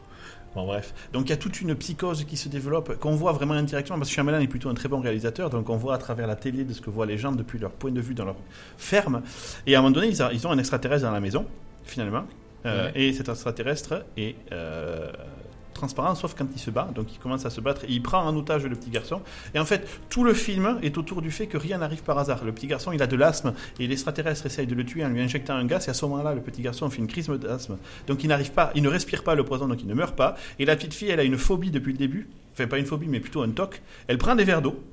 Speaker 1: Bon, bref. Donc, il y a toute une psychose qui se développe, qu'on voit vraiment indirectement, parce que Shyamalan est plutôt un très bon réalisateur, donc on voit à travers la télé de ce que voient les gens depuis leur point de vue dans leur ferme. Et à un moment donné, ils, a- ils ont un extraterrestre dans la maison, finalement. Euh,
Speaker 2: Ouais.
Speaker 1: Et cet extraterrestre est euh, transparent, sauf quand il se bat. Donc il commence à se battre et il prend en otage le petit garçon. Et en fait, tout le film est autour du fait que rien n'arrive par hasard. Le petit garçon, il a de l'asthme et l'extraterrestre essaye de le tuer en lui injectant un gaz. Et à ce moment-là, le petit garçon fait une crise d'asthme. Donc il n'arrive pas, il ne respire pas le poison, donc il ne meurt pas. Et la petite fille, elle a une phobie depuis le début. Enfin, pas une phobie, mais plutôt un toc. Elle prend des verres d'eau.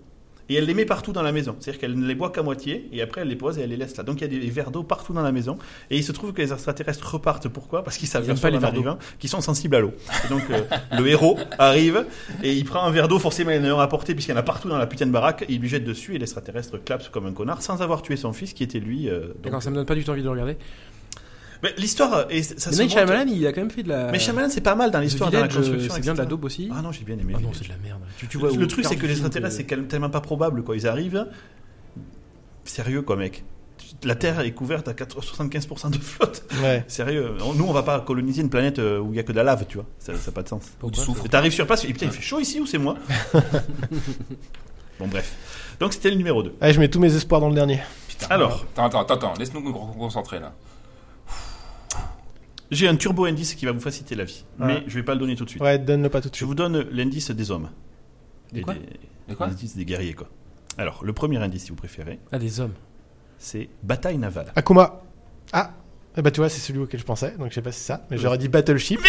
Speaker 1: Et elle les met partout dans la maison. C'est-à-dire qu'elle ne les boit qu'à moitié, et après elle les pose et elle les laisse là. Donc il y a des verres d'eau partout dans la maison. Et il se trouve que les extraterrestres repartent. Pourquoi Parce qu'ils savent
Speaker 2: Ils aiment pas les verres d'eau.
Speaker 1: qui sont sensibles à l'eau. Et donc euh, le héros arrive et il prend un verre d'eau, forcément il en a un à portée, puisqu'il y en a partout dans la putain de baraque. Il lui jette dessus et l'extraterrestre clapse comme un connard sans avoir tué son fils qui était lui. euh, donc-
Speaker 2: D'accord, ça me donne pas du tout envie de le regarder.
Speaker 1: Mais l'histoire, et ça
Speaker 2: Mais
Speaker 1: se
Speaker 2: Night
Speaker 1: monte-
Speaker 2: Shyamalan, il a quand même fait de la
Speaker 1: Mais Shyamalan, c'est pas mal dans
Speaker 2: The
Speaker 1: l'histoire, dans la
Speaker 2: Village, euh,
Speaker 1: construction.
Speaker 2: C'est bien de la
Speaker 1: etc.
Speaker 2: daube aussi.
Speaker 1: Ah non, j'ai bien aimé.
Speaker 2: Ah
Speaker 1: le
Speaker 2: non,
Speaker 1: Village.
Speaker 2: c'est de la merde. Tu, tu vois
Speaker 1: le
Speaker 2: au
Speaker 1: truc,
Speaker 2: quart
Speaker 1: c'est
Speaker 2: du
Speaker 1: que les
Speaker 2: film,
Speaker 1: extraterrestres, c'est quand même tellement pas probable, quoi. Ils arrivent. Sérieux, quoi, mec. La Terre est couverte à 4- 75% de flotte.
Speaker 3: Ouais.
Speaker 1: Sérieux. On- Nous, on va pas coloniser une planète euh, où il y a que de la lave, tu vois. Ça n'a pas de sens.
Speaker 4: Ou du
Speaker 2: Pourquoi
Speaker 4: soufre.
Speaker 1: Et T'arrives sur place, et putain, il fait chaud ici ou c'est moi Bon, bref. Donc, c'était le numéro 2.
Speaker 3: Ah, je mets tous mes espoirs dans le dernier.
Speaker 4: Putain.
Speaker 1: Alors.
Speaker 4: Attends, attends, attends, attends, laisse-nous nous concentrer là.
Speaker 1: J'ai un turbo indice qui va vous faciliter la vie,
Speaker 3: Ouais.
Speaker 1: mais je vais pas le donner tout de suite.
Speaker 3: Ah. Ouais, donne-le pas tout de
Speaker 1: Je
Speaker 3: suite.
Speaker 1: vous donne l'indice des hommes.
Speaker 2: Des
Speaker 1: Et
Speaker 2: quoi
Speaker 4: Des quoi
Speaker 1: L'indice des guerriers, quoi. Alors, le premier indice, si vous préférez,
Speaker 2: Ah, des hommes.
Speaker 1: c'est bataille navale.
Speaker 3: Akuma. Ah, Eh bah tu vois, c'est celui auquel je pensais, donc je sais pas si c'est ça, mais j'aurais dit Battleship.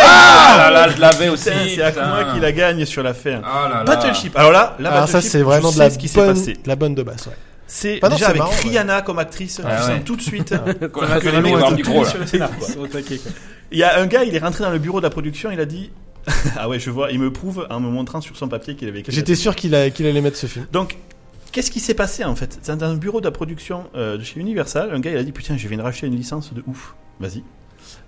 Speaker 4: Ah là là, je l'avais aussi.
Speaker 1: Putain, c'est Akuma
Speaker 4: putain.
Speaker 1: qui la gagne sur la fin.
Speaker 4: Ah là là.
Speaker 1: Battleship. Alors là, là
Speaker 3: Alors Ah, ça,
Speaker 1: Battleship,
Speaker 3: c'est vraiment
Speaker 1: je
Speaker 3: de la,
Speaker 1: sais ce qui s'est
Speaker 3: bonne,
Speaker 1: passé.
Speaker 3: de la bonne de basse, ouais.
Speaker 1: C'est
Speaker 3: Bah non,
Speaker 1: déjà
Speaker 3: c'est
Speaker 1: avec
Speaker 3: marrant, ouais.
Speaker 1: Rihanna comme actrice,
Speaker 4: Ah
Speaker 1: tu sens
Speaker 4: ouais.
Speaker 1: tout de suite
Speaker 4: Quoi, ça
Speaker 1: que
Speaker 4: va
Speaker 1: les mecs
Speaker 4: loin
Speaker 1: ont
Speaker 4: du
Speaker 1: tout
Speaker 4: micro,
Speaker 1: mis
Speaker 4: là.
Speaker 1: sur le scénar. quoi.
Speaker 2: Ils sont attaqués quoi.
Speaker 1: Il y a un gars, il est rentré dans le bureau de la production, il a dit Ah ouais, je vois, il me prouve en me montrant sur son papier qu'il avait écrit.
Speaker 3: J'étais sûr qu'il a- qu'il allait mettre ce film.
Speaker 1: Donc, qu'est-ce qui s'est passé en fait C'est dans un bureau de la production euh, de chez Universal, un gars, il a dit Putain, je viens de racheter une licence de ouf. Vas-y.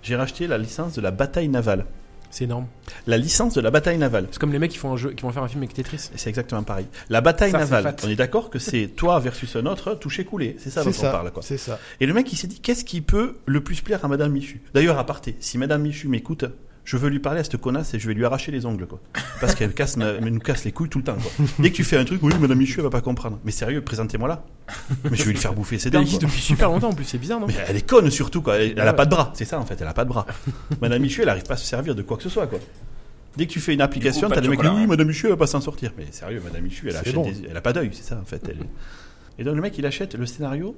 Speaker 1: J'ai racheté la licence de la bataille navale.
Speaker 2: C'est énorme.
Speaker 1: La licence de la bataille navale.
Speaker 2: C'est comme les mecs qui font un jeu, qui vont faire un film avec Tetris.
Speaker 1: Et C'est exactement pareil. La bataille
Speaker 2: Ça, c'est
Speaker 1: navale,
Speaker 2: fat.
Speaker 1: on est d'accord que c'est toi versus un autre, touché coulé. C'est ça dont
Speaker 3: C'est
Speaker 1: on
Speaker 3: ça,
Speaker 1: parle. Quoi.
Speaker 3: c'est ça.
Speaker 1: Et le mec, il s'est dit, qu'est-ce qui peut le plus plaire à Madame Michu D'ailleurs, à parté, si Madame Michu m'écoute, je veux lui parler à cette connasse et je vais lui arracher les ongles, quoi. Parce qu'elle casse, ma- elle nous casse les couilles tout le temps, quoi. Dès que tu fais un truc, oui, Madame Michu, elle va pas comprendre. Mais sérieux, présentez-moi là. Mais je vais lui faire bouffer ses
Speaker 2: Il
Speaker 1: dents.
Speaker 2: existe
Speaker 1: quoi.
Speaker 2: depuis super longtemps en plus, c'est bizarre non
Speaker 1: Mais elle est conne surtout, quoi. Elle, elle a
Speaker 4: Ah
Speaker 2: Ouais.
Speaker 1: pas de bras, c'est ça en fait, elle a pas de bras. Madame Michu, elle arrive pas à se servir de quoi que ce soit, quoi. Dès que tu fais une application,
Speaker 4: Du coup, pas
Speaker 1: t'as
Speaker 4: de
Speaker 1: des mecs qui disent
Speaker 4: chocolat,
Speaker 1: oui,
Speaker 4: hein.
Speaker 1: Madame Michu, elle va pas s'en sortir. Mais sérieux, Madame Michu, elle
Speaker 3: C'est
Speaker 1: achète
Speaker 3: bon.
Speaker 1: des- Elle a pas d'œil, c'est ça en fait. elle. Et donc le mec, il achète le scénario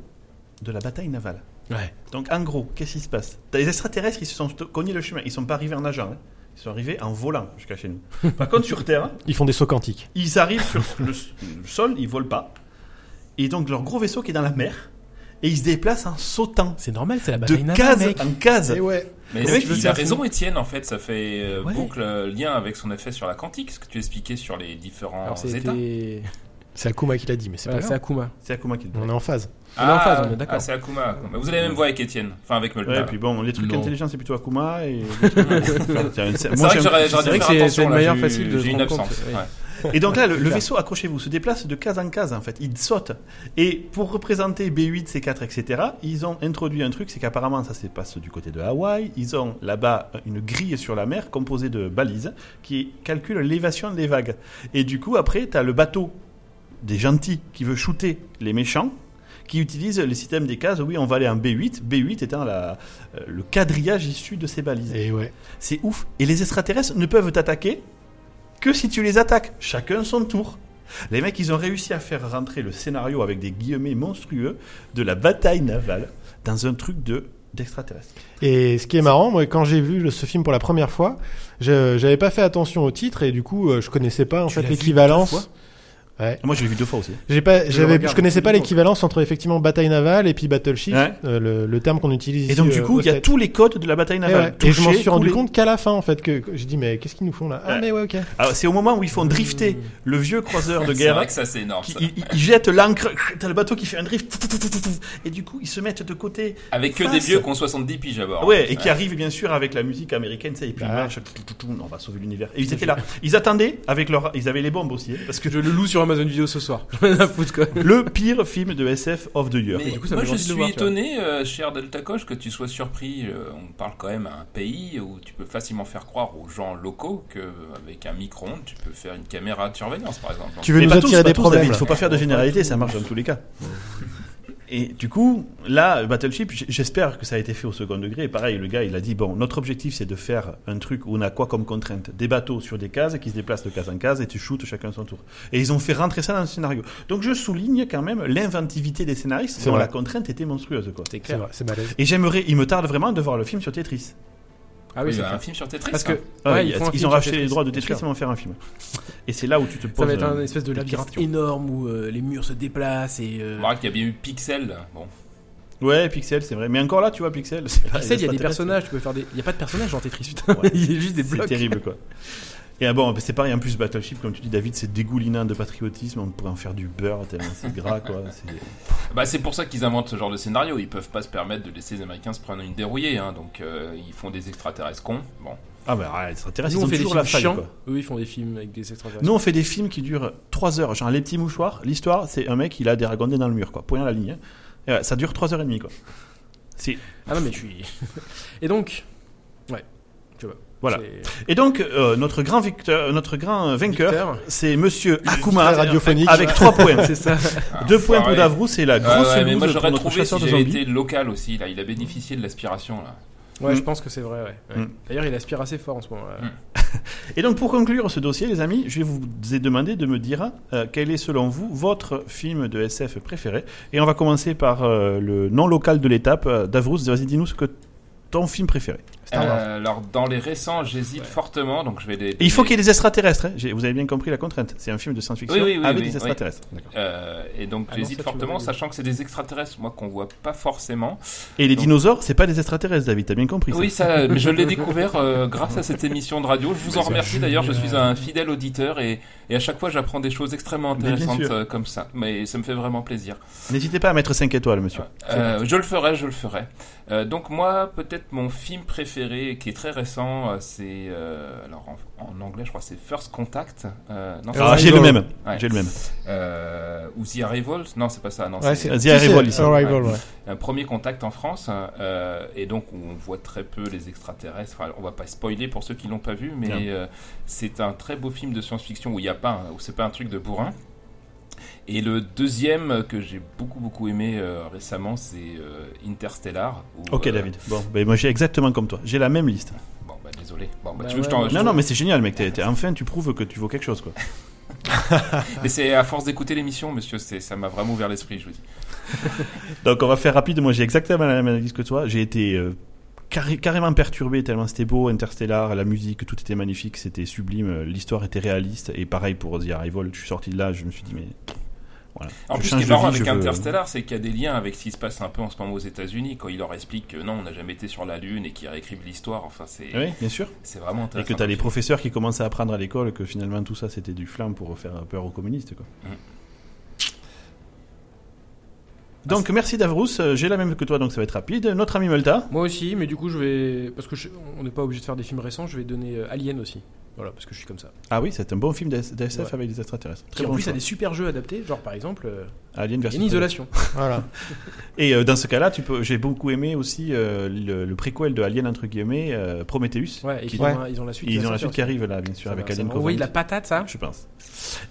Speaker 1: de la bataille navale.
Speaker 2: Ouais.
Speaker 1: Donc en gros, qu'est-ce qui se passe T'as les extraterrestres, ils se sont cognés le chemin. Ils sont pas arrivés en nageant. hein. Ils sont arrivés en volant jusqu'à chez nous. Par contre, sur Terre,
Speaker 3: Ils font des sauts quantiques.
Speaker 1: ils arrivent sur le, s- le sol, ils volent pas. Et donc leur gros vaisseau qui est dans la mer, et il se déplace en sautant.
Speaker 5: C'est normal, c'est la
Speaker 2: Bah,
Speaker 1: De
Speaker 5: bataille nana,
Speaker 1: case Ah
Speaker 5: mec.
Speaker 1: en case.
Speaker 3: Et ouais.
Speaker 4: Mais
Speaker 1: Comment
Speaker 4: si
Speaker 1: tu
Speaker 4: tu
Speaker 1: veux
Speaker 4: il
Speaker 1: faire
Speaker 4: a raison, Étienne, en fait, ça fait euh,
Speaker 5: Ouais.
Speaker 4: boucle euh, lien avec son effet sur la quantique, ce que tu expliquais sur les différents
Speaker 2: Alors
Speaker 4: états.
Speaker 2: c'était.
Speaker 3: C'est Akuma qui l'a dit, mais c'est
Speaker 2: Voilà,
Speaker 3: pas
Speaker 2: C'est
Speaker 3: grave.
Speaker 2: Akuma.
Speaker 1: C'est Akuma qui le dit.
Speaker 3: On est en phase.
Speaker 2: on est en phase, on est d'accord.
Speaker 4: ah, c'est Akuma. Akuma. Vous avez la même voix avec Étienne, enfin avec Mulder.
Speaker 1: Ouais, et puis bon, les trucs
Speaker 5: Non.
Speaker 1: intelligents, c'est plutôt Akuma. Et... c'est
Speaker 4: C'est vrai que j'aurais j'aurais dû
Speaker 2: vrai
Speaker 4: faire
Speaker 2: que c'est-
Speaker 4: attention,
Speaker 2: c'est une
Speaker 4: là,
Speaker 2: manière
Speaker 4: j'ai-
Speaker 2: facile de se
Speaker 4: J'ai une
Speaker 2: rendre compte,
Speaker 4: absence.
Speaker 2: ouais.
Speaker 4: ouais.
Speaker 1: Et donc là, le, le vaisseau, accrochez-vous, se déplace de case en case en fait. Il saute. Et pour représenter B8, C4, etc., ils ont introduit un truc, c'est qu'apparemment ça se passe du côté de Hawaï. Ils ont là-bas une grille sur la mer composée de balises qui calcule l'élévation des vagues. Et du coup, après, tu as le bateau des gentils qui veut shooter les méchants qui utilise les systèmes des cases. Oui, on va aller en B8, B8 étant la, euh, le quadrillage issu de ces balises.
Speaker 3: Et ouais.
Speaker 1: C'est ouf. Et les extraterrestres ne peuvent t'attaquer que si tu les attaques. Chacun son tour. Les mecs, ils ont réussi à faire rentrer le scénario avec des guillemets monstrueux de la bataille navale dans un truc de d'extraterrestres.
Speaker 3: Et ce qui est marrant, moi, quand j'ai vu le- ce film pour la première fois, je- j'avais pas fait attention au titre et du coup, euh, je connaissais pas en
Speaker 5: Tu
Speaker 3: fait
Speaker 5: l'as vu deux
Speaker 3: l'équivalence.
Speaker 5: fois
Speaker 3: Ouais.
Speaker 1: Moi, je l'ai vu deux fois aussi.
Speaker 3: J'ai pas,
Speaker 2: le
Speaker 3: j'avais,
Speaker 2: regarde
Speaker 3: je connaissais pas
Speaker 2: toujours.
Speaker 3: l'équivalence entre effectivement bataille navale et puis battleship,
Speaker 1: Ouais.
Speaker 3: euh, le, le terme qu'on utilise.
Speaker 1: Et donc, du coup, il y a
Speaker 3: tout.
Speaker 1: tous les codes de la bataille
Speaker 3: Et,
Speaker 1: navale.
Speaker 3: euh, Eh ouais. Et je m'en
Speaker 1: Toucher,
Speaker 3: suis rendu
Speaker 1: couler.
Speaker 3: compte qu'à la fin en fait que que j'ai dit mais qu'est-ce qu'ils nous font là Ah
Speaker 1: Ouais.
Speaker 3: mais ouais ok.
Speaker 1: Alors, c'est au moment où ils font
Speaker 3: Mmh.
Speaker 1: drifter le vieux croiseur de
Speaker 4: C'est
Speaker 1: guerre.
Speaker 4: vrai que ça, c'est énorme.
Speaker 1: Qui,
Speaker 4: ça.
Speaker 1: il, il- il jette l'ancre, t'as le bateau qui fait un drift, et du coup ils se mettent de côté,
Speaker 4: Avec que des
Speaker 1: face.
Speaker 4: vieux qui ont 70 piges à bord.
Speaker 1: Ah Ouais, et qui arrive bien sûr avec la musique américaine, ça, et puis
Speaker 3: Bah.
Speaker 1: ils marchent, tout, tout, tout, on va sauver l'univers. Et ils étaient là. Ils attendaient avec leur. Ils avaient les bombes aussi, hein, parce que
Speaker 2: Je le loue sur Amazon Vidéo ce soir. J'en ai rien à foutre quoi.
Speaker 1: le pire film de SF of the year.
Speaker 4: Mais
Speaker 2: du coup, ça
Speaker 4: moi,
Speaker 2: me
Speaker 4: je
Speaker 2: donne envie de
Speaker 4: suis
Speaker 2: le voir, tu vois.
Speaker 4: étonné, euh, cher Delta Coche, que tu sois surpris. Euh, on parle quand même à un pays où tu peux facilement faire croire aux gens locaux qu'avec un micro-ondes, tu peux faire une caméra de surveillance, par exemple.
Speaker 3: Tu veux
Speaker 1: Mais
Speaker 3: nous
Speaker 1: pas tous,
Speaker 3: attirer
Speaker 1: pas
Speaker 3: des
Speaker 1: tous,
Speaker 3: problèmes
Speaker 1: David,
Speaker 3: là.
Speaker 1: faut pas faire de généralité, ça marche dans tous les cas. Et du coup, là, Battleship, j- j'espère que ça a été fait au second degré. Et pareil, le gars, il a dit bon, notre objectif, c'est de faire un truc où on a quoi comme contrainte Des bateaux sur des cases qui se déplacent de case en case et tu shootes chacun son tour. Et ils ont fait rentrer ça dans le scénario. Donc je souligne quand même l'inventivité des scénaristes
Speaker 3: C'est
Speaker 1: dont
Speaker 3: vrai.
Speaker 1: la contrainte était monstrueuse. Quoi.
Speaker 2: C'est
Speaker 3: C'est vrai, c'est malaise.
Speaker 1: Et j'aimerais, il me tarde vraiment de voir le film sur Tetris.
Speaker 2: Ah
Speaker 4: Oui,
Speaker 2: oui, c'est
Speaker 4: un
Speaker 2: clair.
Speaker 4: film sur Tetris.
Speaker 2: Parce que.
Speaker 4: hein.
Speaker 1: Ah,
Speaker 2: ouais,
Speaker 1: ils,
Speaker 2: font un
Speaker 1: ils
Speaker 2: film
Speaker 1: ont
Speaker 2: sur
Speaker 1: racheté les droits de
Speaker 2: bien
Speaker 1: Tetris,
Speaker 2: sûr.
Speaker 1: ils vont en faire un film. Et c'est là où tu te poses.
Speaker 2: Ça va être
Speaker 1: euh,
Speaker 2: un espèce de
Speaker 1: des
Speaker 2: labyrinthe
Speaker 1: questions.
Speaker 2: énorme où euh, les murs se déplacent et. euh,
Speaker 4: On verra qu'il y a bien eu Pixel. là. Bon.
Speaker 1: Ouais, Pixel, c'est vrai. Mais encore là, tu vois, Pixel. c'est pas-
Speaker 2: Tu sais, il y a des
Speaker 1: ça t'intéresse.
Speaker 2: personnages, tu peux faire des. Il n'y a pas de personnages dans Tetris, putain.
Speaker 1: Ouais.
Speaker 2: Il y a juste des
Speaker 1: C'est
Speaker 2: blocs.
Speaker 1: terrible, quoi. Et ah bon, c'est pareil, en plus, Battleship, comme tu dis, David, c'est dégoulinant de patriotisme. On pourrait en faire du beurre tellement c'est gras, quoi. C'est-
Speaker 4: Bah, c'est pour ça qu'ils inventent ce genre de scénario. Ils peuvent pas se permettre de laisser les Américains se prendre une dérouillée. hein. Donc, euh, ils font des extraterrestres cons. Bon.
Speaker 1: Ah, bah, ouais, ça t'intéresse,
Speaker 2: Nous,
Speaker 1: ils
Speaker 2: on
Speaker 1: ont
Speaker 2: fait des
Speaker 1: toujours
Speaker 2: films
Speaker 1: la faille,
Speaker 2: chiants.
Speaker 1: quoi.
Speaker 2: Eux, ils font des films avec des extraterrestres.
Speaker 1: Nous, on fait des films qui durent 3 heures. Genre, Les Petits Mouchoirs, l'histoire, c'est un mec, il a des ragondés dans le mur, quoi. Point à la ligne. hein. Et ouais, ça dure 3 heures et demie, quoi. C'est.
Speaker 2: Ah non, mais je suis. et donc. Ouais. Tu vois.
Speaker 1: Voilà.
Speaker 2: c'est-
Speaker 1: Et donc, euh, notre grand, victeur, notre grand vainqueur,
Speaker 2: Victor,
Speaker 1: c'est monsieur
Speaker 3: Très
Speaker 1: Akuma,
Speaker 3: radiophonique.
Speaker 1: avec 3 points.
Speaker 2: C'est ça.
Speaker 4: Ah,
Speaker 1: Deux points pour
Speaker 4: enfoiré.
Speaker 1: Davrou, c'est la
Speaker 4: Ah
Speaker 1: grosse
Speaker 4: ouais, mais moi
Speaker 1: loose pour
Speaker 4: j'aurais
Speaker 1: notre
Speaker 4: trouvé si
Speaker 1: chasseur de
Speaker 4: j'avais
Speaker 1: zombies.
Speaker 4: été local aussi là, il a bénéficié de l'aspiration là.
Speaker 2: Ouais,
Speaker 1: Mm.
Speaker 2: je pense que c'est vrai, ouais. ouais.
Speaker 1: Mm.
Speaker 2: D'ailleurs, il aspire assez fort en ce moment. là.
Speaker 4: Mm.
Speaker 1: Et donc pour conclure ce dossier, les amis, je vous ai demandé de me dire euh, quel est selon vous votre film de SF préféré. Et on va commencer par euh, le non local de l'étape. Euh, Davrous, vas-y, dis-nous ce que ton film préféré.
Speaker 2: Star Wars.
Speaker 4: Euh, alors dans les récents, j'hésite fortement donc je vais les.
Speaker 1: Et il faut qu'il y ait des extraterrestres. hein. J'ai- Vous avez bien compris la contrainte. C'est un film de science-fiction
Speaker 4: Oui, oui, oui,
Speaker 1: avec
Speaker 4: oui,
Speaker 1: des
Speaker 4: oui.
Speaker 1: extraterrestres. D'accord.
Speaker 4: Euh, et donc
Speaker 2: Ah non,
Speaker 4: j'hésite
Speaker 2: ça, tu
Speaker 4: fortement,
Speaker 2: m'avais dit.
Speaker 4: sachant que c'est des extraterrestres, moi qu'on voit pas forcément.
Speaker 1: Et les
Speaker 4: Donc-
Speaker 1: dinosaures, c'est pas des extraterrestres, David. T'as bien compris. ça.
Speaker 4: Oui, ça, mais je l'ai découvert euh, grâce à cette émission de radio. Je vous en remercie d'ailleurs, je suis un fidèle auditeur et, et à chaque fois j'apprends des choses extrêmement
Speaker 1: Mais bien
Speaker 4: intéressantes
Speaker 1: sûr.
Speaker 4: euh, comme ça. Mais ça me fait vraiment plaisir.
Speaker 1: N'hésitez pas à mettre 5 étoiles, monsieur.
Speaker 4: Euh, je le ferai, je le ferai. Euh, donc moi, peut-être mon film préféré, qui est très récent, euh, c'est euh, alors en, en anglais, je crois, c'est First Contact. Euh, non, c'est
Speaker 1: Ah,
Speaker 4: pas-
Speaker 1: j'ai le même.
Speaker 4: Ouais.
Speaker 1: J'ai le même.
Speaker 4: Euh, ou The Arrival. Non, c'est pas ça. Non,
Speaker 3: Ouais,
Speaker 4: c'est
Speaker 1: The
Speaker 3: si,
Speaker 1: Arrival,
Speaker 3: c'est
Speaker 1: ici.
Speaker 3: Arrival, ouais.
Speaker 4: un premier contact en France, euh, et donc où on voit très peu les extraterrestres. Enfin, on va pas spoiler pour ceux qui l'ont pas vu, mais
Speaker 1: Non.
Speaker 4: euh, c'est un très beau film de science-fiction où il y a pas, un- où c'est pas un truc de bourrin. Et le deuxième euh, que j'ai beaucoup beaucoup aimé euh, récemment, c'est euh, Interstellar. où,
Speaker 1: Ok,
Speaker 4: euh,
Speaker 1: David. Bon, ben, moi j'ai exactement comme toi. J'ai la même liste.
Speaker 4: Bon bah désolé. Bon bah,
Speaker 2: Bah
Speaker 4: tu veux que je
Speaker 2: ouais,
Speaker 4: t'en-
Speaker 2: ouais.
Speaker 4: je-
Speaker 1: Non, non, mais c'est génial, mec. T'es- t'es- enfin, tu prouves que tu vaux quelque chose, quoi.
Speaker 4: Mais c'est à force d'écouter l'émission, monsieur, c'est ça m'a vraiment ouvert l'esprit, je vous dis.
Speaker 1: Donc on va faire rapide. Moi j'ai exactement la même analyse que toi. J'ai été euh, carré- carrément perturbé tellement c'était beau, Interstellar, la musique, tout était magnifique, c'était sublime, euh, l'histoire était réaliste. Et pareil pour The Arrival, je suis sorti de là, je me suis dit mais Voilà.
Speaker 4: En
Speaker 1: Je
Speaker 4: plus, ce
Speaker 1: change
Speaker 4: qui est
Speaker 1: de
Speaker 4: marrant
Speaker 1: vie,
Speaker 4: avec
Speaker 1: je veux-
Speaker 4: Interstellar, c'est qu'il y a des liens avec ce qui se passe un peu en ce moment aux États-Unis, quand il leur explique que non, on n'a jamais été sur la Lune et qu'ils réécrivent l'histoire. Enfin, c'est
Speaker 1: Oui, bien sûr.
Speaker 4: c'est
Speaker 1: Et
Speaker 4: vraiment intéressant.
Speaker 1: que tu as les professeurs qui commencent à apprendre à l'école que finalement tout ça c'était du flamme pour faire peur aux communistes. Quoi.
Speaker 4: Mm.
Speaker 1: Donc merci Davrous, Euh, j'ai la même que toi donc ça va être rapide. Notre ami Multa,
Speaker 2: Moi aussi, mais du coup, je vais. Parce que je- on n'est pas obligé de faire des films récents, je vais donner euh, Alien aussi. Voilà, parce que je suis comme ça.
Speaker 1: ah oui c'est un bon film d'S- d'SF
Speaker 2: Ouais.
Speaker 1: avec des extraterrestres. Très
Speaker 2: Qui en
Speaker 1: bon
Speaker 2: plus
Speaker 1: choix.
Speaker 2: a des super jeux adaptés, genre par exemple, euh,
Speaker 1: Alien versus
Speaker 2: Alien Isolation.
Speaker 3: Voilà.
Speaker 1: Et euh, dans ce cas là tu peux... j'ai beaucoup aimé aussi euh, le, le préquel de Alien entre guillemets, euh, Prometheus.
Speaker 2: Ouais, et
Speaker 1: Qui-
Speaker 2: ils, ont, ils ont la suite.
Speaker 1: Ils ont la
Speaker 2: sortir
Speaker 1: suite qui arrive là bien sûr
Speaker 2: Ça
Speaker 1: avec
Speaker 2: va- ça
Speaker 1: Alien
Speaker 2: va envoyer de la
Speaker 1: Covenant,
Speaker 2: patate, ça
Speaker 1: je pense.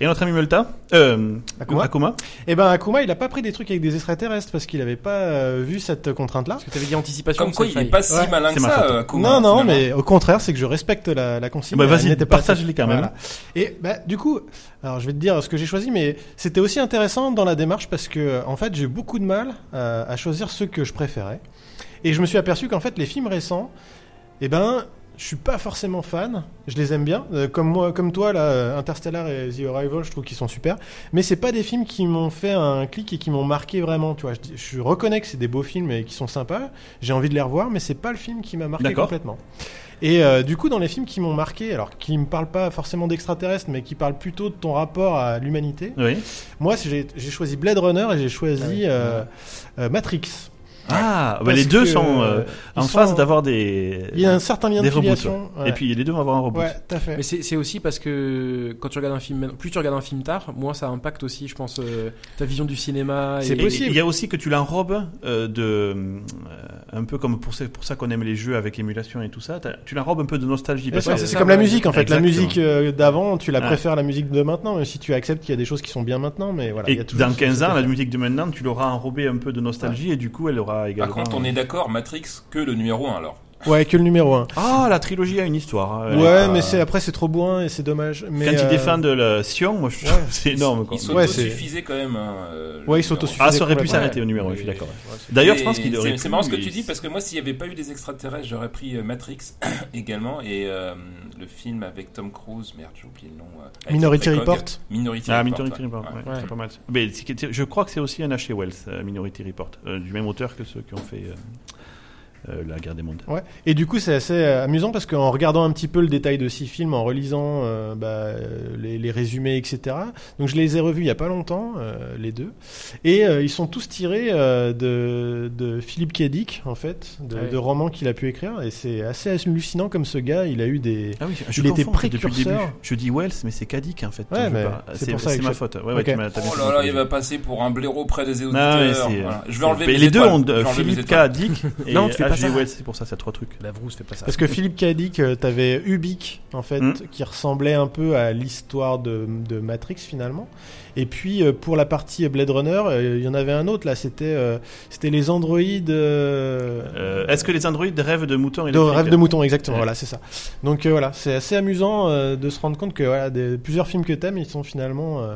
Speaker 1: Et notre ami Multa, euh,
Speaker 3: Akuma.
Speaker 1: Akuma
Speaker 3: Et ben Akuma, il a pas pris des trucs avec des extraterrestres parce qu'il avait pas euh, vu cette contrainte là.
Speaker 2: Parce que t'avais dit anticipation.
Speaker 4: Comme quoi,
Speaker 2: ça
Speaker 4: il est
Speaker 2: faille.
Speaker 4: pas si
Speaker 3: Ouais.
Speaker 4: malin
Speaker 1: C'est
Speaker 4: que
Speaker 1: ma
Speaker 4: ça,
Speaker 1: faute.
Speaker 4: euh, Kuma,
Speaker 3: Non, non,
Speaker 4: finalement.
Speaker 3: mais au contraire, c'est que je respecte la, la consigne.
Speaker 1: Bah, vas-y,
Speaker 3: Elle n'était pas-
Speaker 1: partage-les quand même.
Speaker 3: Voilà. Et bah, du coup, alors je vais te dire ce que j'ai choisi, mais c'était aussi intéressant dans la démarche parce que, en fait, j'ai eu beaucoup de mal euh, à choisir ceux que je préférais. Et je me suis aperçu qu'en fait, les films récents, eh ben, je suis pas forcément fan. Je les aime bien, Euh, comme moi, comme toi, là, euh, Interstellar et The Arrival, je trouve qu'ils sont super. Mais c'est pas des films qui m'ont fait un clic et qui m'ont marqué vraiment. Tu vois, je, dis- je reconnais que c'est des beaux films et qui sont sympas. J'ai envie de les revoir, mais c'est pas le film qui m'a marqué
Speaker 1: D'accord.
Speaker 3: complètement. Et euh, du coup, dans les films qui m'ont marqué, alors qui me parlent pas forcément d'extraterrestres, mais qui parlent plutôt de ton rapport à l'humanité.
Speaker 1: Oui.
Speaker 3: Moi, c'est- j'ai j'ai choisi Blade Runner et j'ai choisi
Speaker 2: Ah oui.
Speaker 3: euh, euh, Matrix.
Speaker 1: Ah, bah,
Speaker 3: Parce
Speaker 1: les deux
Speaker 3: que,
Speaker 1: sont euh,
Speaker 3: euh, ils
Speaker 1: en
Speaker 3: sont-
Speaker 1: phase d'avoir des.
Speaker 3: Il y a un certain lien
Speaker 1: des
Speaker 3: de
Speaker 1: reboots,
Speaker 3: filiation. ouais.
Speaker 1: Et puis les deux vont avoir un reboot.
Speaker 3: ouais, tout à fait.
Speaker 2: Mais c'est c'est aussi parce que quand tu regardes un film, maintenant- plus tu regardes un film tard, moins ça impacte aussi, je pense, euh, ta vision du cinéma.
Speaker 3: C'est
Speaker 1: Et-
Speaker 2: et-
Speaker 3: possible.
Speaker 1: et Il y a aussi que tu l'enrobes euh, de. euh, un peu comme pour, c'est pour ça qu'on aime les jeux avec émulation et tout ça. t'as- Tu l'enrobes un peu de nostalgie.
Speaker 3: Bien
Speaker 1: Parce
Speaker 3: sûr,
Speaker 1: que
Speaker 3: c'est
Speaker 2: ça,
Speaker 3: comme la
Speaker 2: ouais,
Speaker 3: musique en fait.
Speaker 1: exactement.
Speaker 3: La musique euh, d'avant, tu la
Speaker 1: Ouais.
Speaker 3: préfères à la musique de maintenant, même si tu acceptes qu'il y a des choses qui sont bien maintenant. Mais voilà. Bah, il y
Speaker 1: et
Speaker 3: a toujours
Speaker 1: dans
Speaker 3: ce-
Speaker 1: 15
Speaker 3: ce
Speaker 1: ans, la
Speaker 3: côté.
Speaker 1: musique de maintenant, tu l'auras enrobée un peu de nostalgie et du coup, elle aura
Speaker 4: Par
Speaker 1: également.
Speaker 4: contre, on est d'accord, Matrix que le numéro 1 alors.
Speaker 3: Ouais, que le numéro 1.
Speaker 1: Ah, la trilogie a une histoire. hein, elle
Speaker 3: ouais,
Speaker 1: est pas-
Speaker 3: mais c'est après c'est trop bourrin et c'est dommage. Mais
Speaker 1: Quand ils
Speaker 3: euh,
Speaker 1: défendent le Sion, moi, je trouve
Speaker 3: Ouais.
Speaker 1: c'est énorme. quoi.
Speaker 4: Ils
Speaker 3: Ouais,
Speaker 4: s'autosuffisaient quand même. hein, euh,
Speaker 3: Ouais,
Speaker 4: le
Speaker 3: ils
Speaker 4: numéro un.
Speaker 3: s'autosuffisaient.
Speaker 1: Ah, ça aurait pu
Speaker 3: Ouais.
Speaker 1: s'arrêter au numéro, un, je suis d'accord. D'ailleurs, je pense qu'il
Speaker 4: Et
Speaker 1: aurait
Speaker 4: c'est- C'est
Speaker 1: pu,
Speaker 4: marrant ce que
Speaker 1: il-
Speaker 4: tu dis parce que moi, s'il n'y avait pas eu des extraterrestres, j'aurais pris euh, Matrix également et euh, le film avec Tom Cruise. Merde, j'ai oublié le nom. euh, avec
Speaker 3: Minority
Speaker 4: Humphrey Bogart.
Speaker 3: Report.
Speaker 4: Minority
Speaker 1: Ah,
Speaker 4: Report.
Speaker 1: Minority
Speaker 4: ouais.
Speaker 1: Report,
Speaker 4: Ouais.
Speaker 1: ouais,
Speaker 2: Ouais.
Speaker 1: c'est pas mal. Mais c'est que- je crois que c'est aussi un H.G. Wells, euh, Minority Report, euh, du même auteur que ceux qui ont fait euh, euh, La Guerre des Mondes.
Speaker 3: Ouais. Et du coup, c'est assez euh, amusant parce qu'en regardant un petit peu le détail de six films, en relisant euh, bah, euh, les, les résumés, etc. Donc, je les ai revus il y a pas longtemps, euh, les deux, et euh, ils sont tous tirés euh, de, de Philippe Kedic, en fait, de,
Speaker 2: Ah oui.
Speaker 3: de romans qu'il a pu écrire. Et c'est assez hallucinant comme ce gars, il a eu des
Speaker 1: Ah oui,
Speaker 3: Il était
Speaker 1: confonds depuis le
Speaker 3: précurseur.
Speaker 1: début. Je dis Wells, mais c'est Kadik en fait.
Speaker 3: Ouais,
Speaker 1: Je
Speaker 3: mais
Speaker 1: parle.
Speaker 3: c'est
Speaker 1: c'est
Speaker 3: pour ça
Speaker 1: c'est
Speaker 3: que
Speaker 1: ma
Speaker 3: je-
Speaker 1: faute. Ouais, ouais,
Speaker 3: Ok.
Speaker 1: tu m'as- t'as bien
Speaker 4: Oh
Speaker 1: compris.
Speaker 4: là là, il va passer pour un blaireau près des
Speaker 1: Non, mais
Speaker 4: auditeurs.
Speaker 1: Ah c'est-
Speaker 4: voilà. Je
Speaker 1: c'est-
Speaker 4: vais enlever
Speaker 1: mais
Speaker 4: mes
Speaker 1: les deux
Speaker 4: étoiles.
Speaker 1: ont
Speaker 4: Je vais
Speaker 1: euh,
Speaker 4: enlever mes
Speaker 1: Philippe
Speaker 4: étoiles.
Speaker 1: Kadik et
Speaker 2: Non, tu fais pas
Speaker 1: H.G.
Speaker 2: ça.
Speaker 1: Wells, c'est pour ça, c'est trois trucs.
Speaker 2: La brousse fait Bah, pas ça.
Speaker 3: Parce que Philippe Kadik, euh, t'avais Ubik, en fait,
Speaker 1: Mm.
Speaker 3: qui ressemblait un peu à l'histoire de, de Matrix, finalement. Et puis, euh, pour la partie Blade Runner, euh, il y en avait un autre, là, c'était euh, c'était les androïdes... euh,
Speaker 1: Euh, Est-ce que les androïdes rêvent de moutons
Speaker 3: de
Speaker 1: électriques
Speaker 3: rêve de mouton, exactement,
Speaker 1: Ouais.
Speaker 3: voilà, c'est ça. Donc euh, voilà, c'est assez amusant euh, de se rendre compte que voilà, des, plusieurs films que t'aimes, ils sont finalement euh,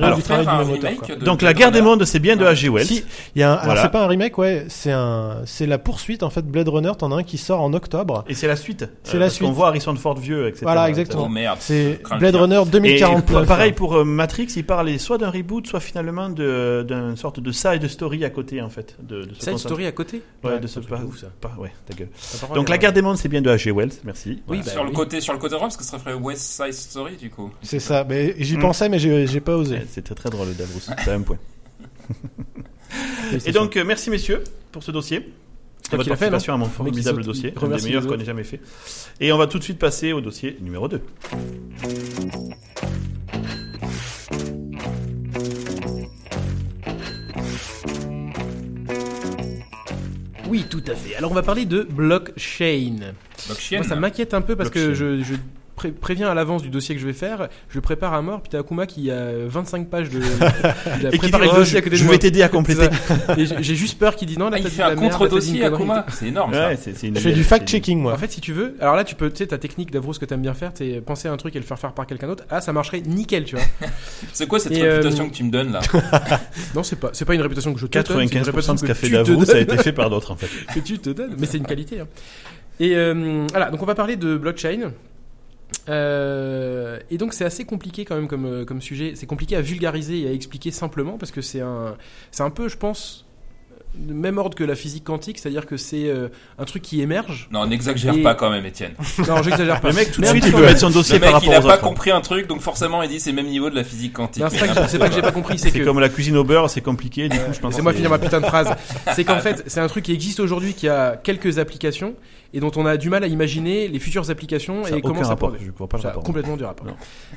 Speaker 3: tirés
Speaker 4: vont pas
Speaker 3: du
Speaker 4: leur
Speaker 3: travail
Speaker 4: faire
Speaker 3: du
Speaker 4: un
Speaker 3: même auteur.
Speaker 4: remake euh,
Speaker 3: quoi.
Speaker 4: de-
Speaker 1: Donc
Speaker 4: de
Speaker 1: La Guerre des
Speaker 4: Blade Runner.
Speaker 1: Mondes, c'est bien de H.G. Wells.
Speaker 3: Si, il y a un- alors,
Speaker 1: Voilà.
Speaker 3: c'est pas un remake, ouais, c'est un, c'est la poursuite, en fait, Blade Runner, t'en as un qui sort en octobre.
Speaker 1: Et c'est la suite. Euh,
Speaker 3: C'est la
Speaker 1: parce qu'on
Speaker 3: suite.
Speaker 1: voit Harrison Ford vieux, etc.
Speaker 3: Voilà, exactement.
Speaker 4: Oh merde.
Speaker 3: C'est
Speaker 4: Crains le
Speaker 3: Blade
Speaker 4: pire.
Speaker 3: Runner
Speaker 1: Et
Speaker 3: 2049.
Speaker 1: pareil pour euh, Matrix, il parlait soit d'un reboot, soit finalement de- d'une sorte de side story à côté en fait. De, de ce
Speaker 2: Side
Speaker 1: concept.
Speaker 2: Story à côté
Speaker 1: Ouais, de ce
Speaker 2: c'est
Speaker 1: pas-
Speaker 2: ouf, ça. Oh
Speaker 1: pas- ouais, ta gueule.
Speaker 2: T'as pas le droit
Speaker 1: Donc
Speaker 2: de
Speaker 1: la
Speaker 2: dire.
Speaker 1: guerre des mondes, c'est bien de H.G. Wells, merci.
Speaker 2: Oui, bah
Speaker 4: sur, le
Speaker 2: oui.
Speaker 4: côté, sur le côté droit, parce que ce serait West Side Story du coup.
Speaker 3: C'est ça, mais j'y
Speaker 1: Mm.
Speaker 3: pensais, mais j'ai j'ai pas osé.
Speaker 1: Ouais, C'est très très drôle, Davros. T'as un point.
Speaker 2: Oui,
Speaker 1: Et
Speaker 2: c'est
Speaker 1: donc euh, merci messieurs pour ce dossier.
Speaker 2: toi
Speaker 1: Votre
Speaker 2: qui l'as fait,
Speaker 1: participation à mon
Speaker 2: mec qui
Speaker 1: formidable
Speaker 2: saute,
Speaker 1: dossier,
Speaker 2: il
Speaker 1: un des
Speaker 2: remercie
Speaker 1: meilleurs
Speaker 2: les
Speaker 1: qu'on
Speaker 2: autres.
Speaker 1: ait jamais fait. Et on va tout de suite passer au dossier numéro 2.
Speaker 2: ça. Oui, tout à fait. Alors on va parler de blockchain.
Speaker 4: Donc, chienne.
Speaker 2: Moi, ça m'inquiète un peu parce que
Speaker 1: Blockchain.
Speaker 2: je, je pré- préviens à l'avance du dossier que je vais faire. Je le prépare à mort. Puis t'as Akuma qui a 25 pages de. il a
Speaker 1: Et qui dit,
Speaker 2: préparé le
Speaker 1: oh,
Speaker 2: dossier
Speaker 1: je,
Speaker 2: à côté de
Speaker 1: je
Speaker 2: moi.
Speaker 1: vais t'aider à compléter.
Speaker 2: C'est ça. Et j'ai- J'ai juste peur qu'il dise non.
Speaker 4: Ah,
Speaker 2: Là,
Speaker 4: il
Speaker 2: t'as dit
Speaker 4: fait
Speaker 2: de
Speaker 4: un
Speaker 2: la merde, t'as dit
Speaker 4: contre-dossier
Speaker 2: une
Speaker 4: à
Speaker 2: connerie.
Speaker 4: Kuma. C'est énorme ça.
Speaker 1: Ouais, c'est- c'est une
Speaker 3: Je fais du
Speaker 1: c'est une-
Speaker 3: fact-checking, moi.
Speaker 2: En fait, si tu veux, alors là, tu peux, tu sais, ta technique d'Avros que t'aimes bien faire, c'est penser à un truc et le faire faire par quelqu'un d'autre. Ah, ça marcherait nickel, tu vois.
Speaker 4: C'est quoi cette
Speaker 2: Et, euh,
Speaker 4: réputation que tu me donnes là
Speaker 2: non, c'est pas, c'est pas une réputation que je te donne. c'est une
Speaker 1: 95% de ce qu'a
Speaker 2: réputation que
Speaker 1: fait
Speaker 2: tu te
Speaker 1: Davros, ça a
Speaker 2: donnes.
Speaker 1: été fait par d'autres en fait.
Speaker 2: que tu te donnes, mais c'est une qualité. hein. Et euh, voilà, donc on va parler de blockchain. Euh, et donc c'est assez compliqué quand même comme, euh, comme sujet. C'est compliqué à vulgariser et à expliquer simplement parce que c'est un, c'est un peu, je pense, le même ordre que la physique quantique, c'est-à-dire que c'est euh, un truc qui émerge.
Speaker 4: Non, n'exagère
Speaker 2: Et-
Speaker 4: pas quand même, Étienne.
Speaker 2: Non, j'exagère pas.
Speaker 1: Le mec, tout de
Speaker 2: Mais un
Speaker 1: suite,
Speaker 2: petit
Speaker 1: il veut
Speaker 2: peu.
Speaker 1: mettre son dossier
Speaker 4: Le mec,
Speaker 1: par
Speaker 4: il
Speaker 1: rapport
Speaker 4: a
Speaker 1: aux
Speaker 4: pas
Speaker 1: autres.
Speaker 4: compris un truc, donc forcément, il dit c'est même niveau de la physique quantique.
Speaker 2: Non, c'est pas que- c'est pas que j'ai pas compris, c'est
Speaker 1: C'est
Speaker 2: que
Speaker 1: comme la cuisine au beurre, c'est compliqué, du coup, je pense.
Speaker 2: C'est moi
Speaker 1: que-
Speaker 2: finir ma putain de phrase. C'est qu'en fait, c'est un truc qui existe aujourd'hui, qui a quelques applications et dont on a du mal à imaginer les futures applications
Speaker 1: Ça a
Speaker 2: et comment
Speaker 1: aucun
Speaker 2: ça
Speaker 1: rapport.
Speaker 2: pourrait-
Speaker 1: Je vois pas le
Speaker 2: Ça a
Speaker 1: rapport.
Speaker 2: complètement du rapport.
Speaker 1: Non.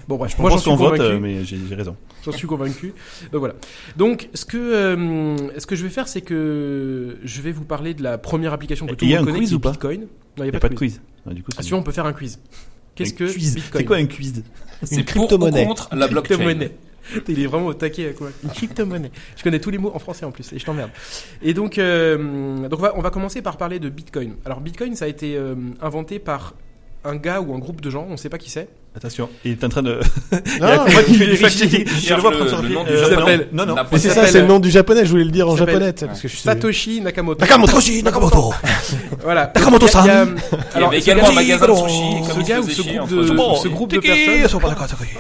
Speaker 2: Bon bref,
Speaker 1: Je
Speaker 2: moi j'en
Speaker 1: pense
Speaker 2: suis
Speaker 1: qu'on vote,
Speaker 2: convaincu.
Speaker 1: euh, mais j'ai j'ai raison.
Speaker 2: J'en suis convaincu. Donc voilà. Donc ce que euh, ce que je vais faire, c'est que je vais vous parler de la première application que
Speaker 1: Et
Speaker 2: tout le
Speaker 1: il y a
Speaker 2: monde
Speaker 1: un
Speaker 2: connaît,
Speaker 1: quiz
Speaker 2: qui est
Speaker 1: ou pas
Speaker 2: Bitcoin. Non, il
Speaker 1: Il
Speaker 2: n'y
Speaker 1: n'y a pas de quiz. Ah, Du coup,
Speaker 2: Ah,
Speaker 1: c'est
Speaker 2: si on peut faire un quiz. Qu'est-ce
Speaker 1: Un
Speaker 2: que
Speaker 1: quiz.
Speaker 2: Bitcoin
Speaker 1: C'est quoi un quiz
Speaker 4: C'est
Speaker 3: Une
Speaker 4: pour ou
Speaker 3: crypto-monnaie.
Speaker 4: contre la blockchain.
Speaker 2: Crypto-monnaie. Il est vraiment au taquet, quoi. Une crypto-monnaie. Je connais tous les mots en français en plus, et je t'emmerde. Et donc, euh, donc on, va, on va commencer par parler de Bitcoin. Alors, Bitcoin, ça a été euh, inventé par un gars ou un groupe de gens, on ne sait pas qui c'est.
Speaker 1: Attention, il est en train de.
Speaker 3: Non,
Speaker 1: il y a
Speaker 3: non,
Speaker 1: que moi qui fais du
Speaker 4: cherche
Speaker 1: fact-checking. Je le vois
Speaker 4: le-
Speaker 1: prendre son
Speaker 4: le nom
Speaker 1: pied.
Speaker 4: du
Speaker 1: Euh,
Speaker 4: japonais.
Speaker 1: Non, non, non.
Speaker 4: N'a pas-
Speaker 3: Mais c'est ça,
Speaker 2: s'appelle-
Speaker 3: c'est le nom du japonais, je voulais le dire en
Speaker 2: il s'appelle-
Speaker 3: japonais, tu sais, parce que je suis.
Speaker 2: Satoshi Nakamoto.
Speaker 3: Nakamoto Nakamoto
Speaker 2: Voilà.
Speaker 3: Nakamoto-san.
Speaker 2: Il y a- il y a-
Speaker 4: Il y
Speaker 2: alors,
Speaker 4: avait
Speaker 2: ce gars-
Speaker 4: également un magasin de
Speaker 3: ce
Speaker 4: sushi.
Speaker 2: ce
Speaker 4: comme il
Speaker 2: gars
Speaker 4: se
Speaker 2: ou ce
Speaker 4: faisait chier
Speaker 2: groupe
Speaker 4: entre
Speaker 2: de-
Speaker 4: eux.
Speaker 2: ce groupe de personnes.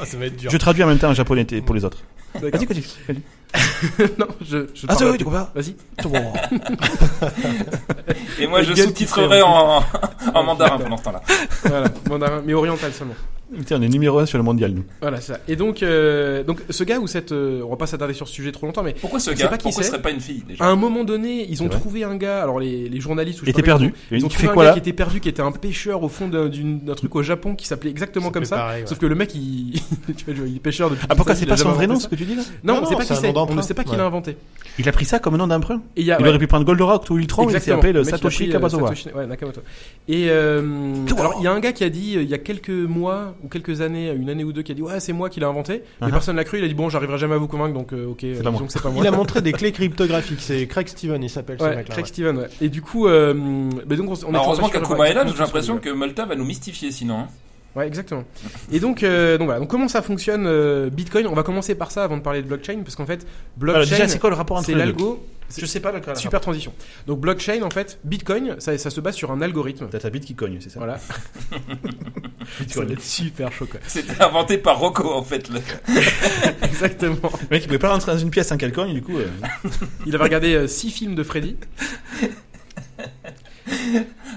Speaker 3: Ça va être dur.
Speaker 1: Je traduis en même temps en japonais t- pour les autres.
Speaker 2: D'accord.
Speaker 1: Vas-y, continue.
Speaker 2: non,
Speaker 4: Ah,
Speaker 2: je. je parle pas. Vas-y.
Speaker 4: Et moi,
Speaker 2: Le
Speaker 4: je
Speaker 2: gars qui
Speaker 4: sous-titrerai
Speaker 2: fait
Speaker 4: en en mandarin pendant ce temps-là.
Speaker 2: Voilà. Mandarin, mais oriental seulement.
Speaker 1: Putain, on est numéro 1 sur le mondial, nous.
Speaker 2: Voilà, c'est ça. Et donc, euh, donc ce gars ou cette. euh, on va pas s'attarder sur ce sujet trop longtemps, mais
Speaker 4: Pourquoi ce
Speaker 2: Je sais
Speaker 4: gars
Speaker 2: pas qui
Speaker 4: Pourquoi ce
Speaker 2: c'est.
Speaker 4: serait pas une fille
Speaker 2: à
Speaker 4: déjà
Speaker 2: un moment donné, ils ont
Speaker 1: C'est vrai.
Speaker 2: trouvé un gars. Alors, les, les journalistes. ou je
Speaker 1: Et t'es
Speaker 2: sais pas, ils ont-
Speaker 1: perdu.
Speaker 2: Ils ont
Speaker 1: Tu
Speaker 2: trouvé
Speaker 1: fais
Speaker 2: un
Speaker 1: quoi
Speaker 2: gars
Speaker 1: là
Speaker 2: qui était perdu, qui était un pêcheur au fond d'un d'une- d'un truc au Japon qui s'appelait exactement
Speaker 3: Ça
Speaker 2: comme
Speaker 3: fait
Speaker 2: ça.
Speaker 3: pareil, ouais.
Speaker 2: Sauf que le mec, il, tu vois, il est pêcheur depuis.
Speaker 1: Ah,
Speaker 2: toute
Speaker 1: pourquoi
Speaker 2: sa
Speaker 1: c'est
Speaker 2: vie, il a
Speaker 1: pas son
Speaker 2: jamais
Speaker 1: vrai nom,
Speaker 2: inventé
Speaker 1: ce que tu dis là
Speaker 2: ça. Non,
Speaker 3: Non,
Speaker 2: on sait
Speaker 3: non,
Speaker 2: pas
Speaker 3: c'est
Speaker 2: qui
Speaker 3: un
Speaker 2: c'est.
Speaker 3: nom
Speaker 2: On ne
Speaker 3: d'emprunt.
Speaker 2: sait pas qui
Speaker 3: Ouais.
Speaker 2: l'a inventé.
Speaker 1: Il a pris ça comme nom d'emprunt.
Speaker 2: Et il y a-
Speaker 1: Il
Speaker 2: ouais.
Speaker 1: aurait pu prendre Goldorak ou Ultron, il s'est
Speaker 2: Exactement.
Speaker 1: appelé le
Speaker 2: mec, il a
Speaker 1: Satoshi
Speaker 2: pris, euh,
Speaker 1: Kabazawa.
Speaker 2: Satoshi- ouais, Nakamoto. Et euh, alors, il y a un gars qui a dit, euh, il y a quelques mois ou quelques années, une année ou deux, qui a dit Ouais, c'est moi qui l'ai inventé. Mais
Speaker 1: Uh-huh.
Speaker 2: personne l'a cru. Il a dit Bon, j'arriverai jamais à vous convaincre, donc euh, ok, euh,
Speaker 1: pas
Speaker 2: disons
Speaker 1: moi.
Speaker 2: que c'est pas moi.
Speaker 3: Il a montré des clés cryptographiques, c'est Craig Steven, il s'appelle ce
Speaker 2: Ouais,
Speaker 3: mec-là.
Speaker 2: Craig
Speaker 3: ouais.
Speaker 2: Steven, ouais. Et du coup, euh, bah donc on, on
Speaker 4: Alors,
Speaker 2: est toujours
Speaker 4: Heureusement
Speaker 2: pas sûr
Speaker 4: qu'Akuma est là,
Speaker 2: d'avoir
Speaker 4: j'ai l'impression
Speaker 2: exactement
Speaker 4: que Malta va nous mystifier sinon. hein.
Speaker 2: ce que- Ouais, exactement. Et donc, euh, donc voilà. Donc comment ça fonctionne euh, Bitcoin On va commencer par ça avant de parler de blockchain, parce qu'en fait,
Speaker 1: Alors,
Speaker 2: blockchain,
Speaker 1: déjà, c'est quoi le rapport entre
Speaker 2: c'est
Speaker 1: les deux
Speaker 2: l'algo.
Speaker 1: Je sais pas le rapport.
Speaker 2: Super transition. Donc blockchain, en fait, Bitcoin, ça, ça se base sur un algorithme.
Speaker 1: T'as ta bite qui cogne, c'est ça
Speaker 2: Voilà. Ça va être super chaud, quoi.
Speaker 4: C'était inventé par Rocco en fait. le-
Speaker 2: Exactement.
Speaker 1: Le mec, il pouvait pas rentrer dans une pièce sans qu'elle cogne, du coup. euh,
Speaker 2: Il avait regardé euh, six films de Freddy.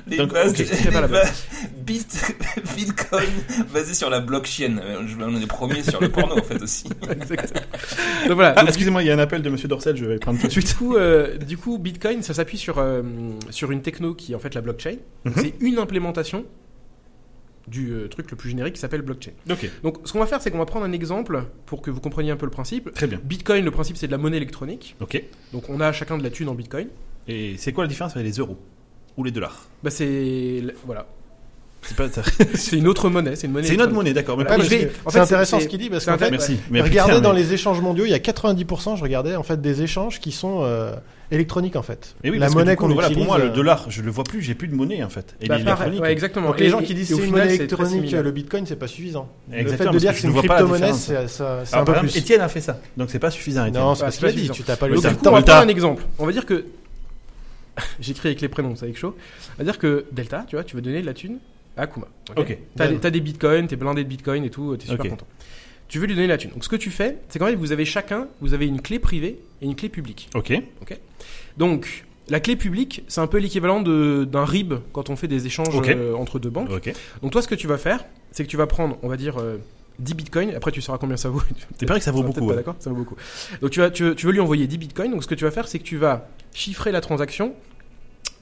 Speaker 4: Les
Speaker 1: Donc,
Speaker 4: bases
Speaker 1: ok,
Speaker 4: des-
Speaker 2: c'était pas la
Speaker 4: les
Speaker 2: bonne.
Speaker 4: bases- Bit- Bitcoin basé sur la blockchain. Euh, je- On est les premiers sur le porno en fait aussi.
Speaker 2: Exactement. Donc voilà.
Speaker 1: Ah,
Speaker 2: Donc,
Speaker 1: excusez-moi, il y a un appel de monsieur Dorcel, je vais prendre tout de
Speaker 2: du
Speaker 1: suite.
Speaker 2: coup, euh, du coup, Bitcoin, ça s'appuie sur euh, sur une techno qui est en fait la blockchain.
Speaker 1: Mhm.
Speaker 2: C'est une implémentation du euh, truc le plus générique qui s'appelle blockchain.
Speaker 1: Ok,
Speaker 2: Donc, ce qu'on va faire, c'est qu'on va prendre un exemple pour que vous compreniez un peu le principe.
Speaker 1: très bien.
Speaker 2: Bitcoin, le principe, c'est de la monnaie électronique.
Speaker 1: Ok.
Speaker 2: Donc, on a chacun de la thune en Bitcoin.
Speaker 1: Et c'est quoi la différence avec les euros ou les dollars
Speaker 2: Bah, c'est voilà,
Speaker 1: C'est pas ça.
Speaker 2: c'est une autre monnaie, c'est une monnaie.
Speaker 1: C'est une autre monnaie,
Speaker 2: électronique.
Speaker 1: d'accord. Mais
Speaker 3: Ouais,
Speaker 2: Voilà. Mais
Speaker 1: pas
Speaker 3: parce
Speaker 2: je vais-
Speaker 3: que
Speaker 2: en
Speaker 3: C'est
Speaker 2: fait,
Speaker 3: intéressant
Speaker 2: c'est-
Speaker 3: ce qu'il dit parce
Speaker 2: c'est
Speaker 3: qu'en fait,
Speaker 2: intéressant.
Speaker 1: Merci. Mais
Speaker 3: regardez
Speaker 1: putain,
Speaker 3: dans
Speaker 1: mais-
Speaker 3: les échanges mondiaux, il y a 90%, je regardais, en fait, des échanges qui sont euh, électroniques en fait.
Speaker 1: Eh oui,
Speaker 3: La
Speaker 1: parce que
Speaker 3: monnaie
Speaker 1: du coup,
Speaker 3: qu'on
Speaker 1: voilà,
Speaker 3: utilise.
Speaker 1: pour moi,
Speaker 3: euh,
Speaker 1: le dollar, je le vois plus, j'ai plus de monnaie en fait. Et
Speaker 2: Bah,
Speaker 1: les
Speaker 2: pareil,
Speaker 1: électroniques.
Speaker 2: ouais, exactement.
Speaker 3: Donc les
Speaker 2: Et-
Speaker 3: gens qui disent
Speaker 2: et au
Speaker 3: c'est une
Speaker 2: final,
Speaker 3: monnaie
Speaker 2: c'est très
Speaker 3: électronique, euh,
Speaker 2: similaire.
Speaker 3: le bitcoin c'est pas suffisant. le fait
Speaker 1: Exactement,
Speaker 3: de dire
Speaker 1: parce que
Speaker 3: que c'est
Speaker 1: je
Speaker 3: une
Speaker 1: ne vois pas la
Speaker 3: crypto-monnaie,
Speaker 1: différence.
Speaker 3: c'est ça- c'est
Speaker 1: Alors,
Speaker 3: un peu
Speaker 1: par exemple,
Speaker 3: plus.
Speaker 1: Étienne a fait ça, donc c'est pas suffisant. Étienne.
Speaker 3: Non, c'est
Speaker 2: Bah,
Speaker 3: pas
Speaker 2: c'est
Speaker 3: ce
Speaker 2: pas
Speaker 3: qu'il a dit,
Speaker 2: suffisant.
Speaker 3: tu t'as pas
Speaker 1: Oui,
Speaker 3: lu
Speaker 2: Donc,
Speaker 1: ça
Speaker 2: du
Speaker 1: me
Speaker 2: coup, on va
Speaker 1: tente.
Speaker 2: prendre un exemple. On va dire que. J'écris avec les prénoms, c'est avec chaud. On va dire que Delta, tu vois, tu veux donner de la thune à Akuma.
Speaker 1: Ok.
Speaker 2: T'as
Speaker 3: Bien.
Speaker 2: des, t'as des bitcoins, t'es blindé de bitcoins et tout, t'es super
Speaker 1: Ok.
Speaker 2: content. Tu veux lui donner la thune. Donc ce que tu fais, c'est qu'en fait, vous avez chacun, vous avez une clé privée et une clé publique.
Speaker 1: Ok.
Speaker 2: Donc la clé publique, c'est un peu l'équivalent de- d'un RIB quand on fait des échanges
Speaker 1: Ok.
Speaker 2: euh, entre deux banques.
Speaker 1: Ok.
Speaker 2: Donc toi, ce que tu vas faire, c'est que tu vas prendre, on va dire, euh, 10 bitcoins. Après, tu sauras combien ça vaut.
Speaker 1: C'est pareil que ça vaut
Speaker 2: Ça va peut-être
Speaker 1: beaucoup.
Speaker 2: pas,
Speaker 1: ouais.
Speaker 2: d'accord Ça vaut beaucoup. Donc tu, vas, tu, veux- tu veux lui envoyer 10 bitcoins. Donc ce que tu vas faire, c'est que tu vas chiffrer la transaction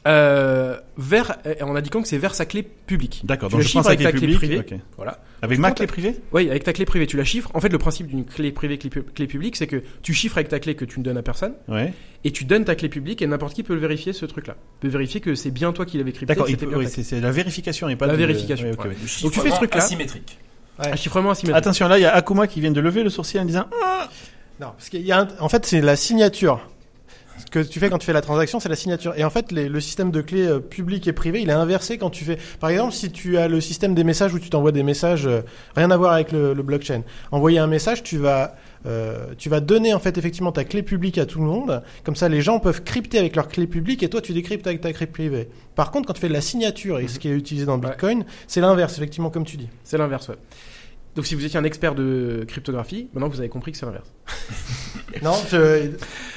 Speaker 2: euh, vers, euh, en indiquant que c'est vers sa clé publique.
Speaker 1: D'accord.
Speaker 2: Tu
Speaker 1: Donc
Speaker 2: le
Speaker 1: je pense
Speaker 2: chiffres
Speaker 1: avec
Speaker 2: avec
Speaker 1: les
Speaker 2: ta clé
Speaker 1: publics.
Speaker 2: privée.
Speaker 1: ok.
Speaker 2: Voilà.
Speaker 1: Avec ma clé privée
Speaker 2: Oui, avec ta clé privée, tu la chiffres. En fait, le principe d'une clé privée, clé, pu- clé publique, c'est que tu chiffres avec ta clé que tu ne donnes à personne
Speaker 1: Ouais.
Speaker 2: et tu donnes ta clé publique et n'importe qui peut le vérifier ce truc-là. Peut vérifier que c'est bien toi qui l'avais crypté.
Speaker 1: D'accord.
Speaker 2: que
Speaker 1: il
Speaker 2: c'était
Speaker 1: peut-
Speaker 2: bien
Speaker 1: oui,
Speaker 2: ta clé.
Speaker 1: C'est c'est la vérification et pas
Speaker 2: La
Speaker 1: de-
Speaker 2: vérification,
Speaker 1: ouais, ok,
Speaker 2: ouais.
Speaker 1: ouais.
Speaker 4: Du
Speaker 2: Donc, tu fais ce
Speaker 4: chiffrement
Speaker 2: truc-là.
Speaker 4: asymétrique.
Speaker 2: Un chiffrement asymétrique.
Speaker 1: Attention, là, il y a Akuma qui vient de lever le sourcil en disant
Speaker 3: Non, parce qu'il y a un- en fait c'est la signature. ce que tu fais quand tu fais la transaction, c'est la signature. Et en fait, les- le système de clés euh, public et privé, il est inversé quand tu fais. Par exemple, si tu as le système des messages où tu t'envoies des messages, euh, rien à voir avec le, le blockchain. Envoyer un message, tu vas, euh, tu vas donner en fait effectivement ta clé publique à tout le monde. Comme ça, les gens peuvent crypter avec leur clé publique et toi, tu décryptes avec ta clé privée. Par contre, quand tu fais de la signature et ce qui est utilisé dans le
Speaker 2: Ouais.
Speaker 3: Bitcoin, c'est l'inverse, effectivement, comme tu dis.
Speaker 2: C'est l'inverse, ouais. Donc si vous étiez un expert de cryptographie, maintenant vous avez compris que c'est l'inverse.
Speaker 3: Non, je...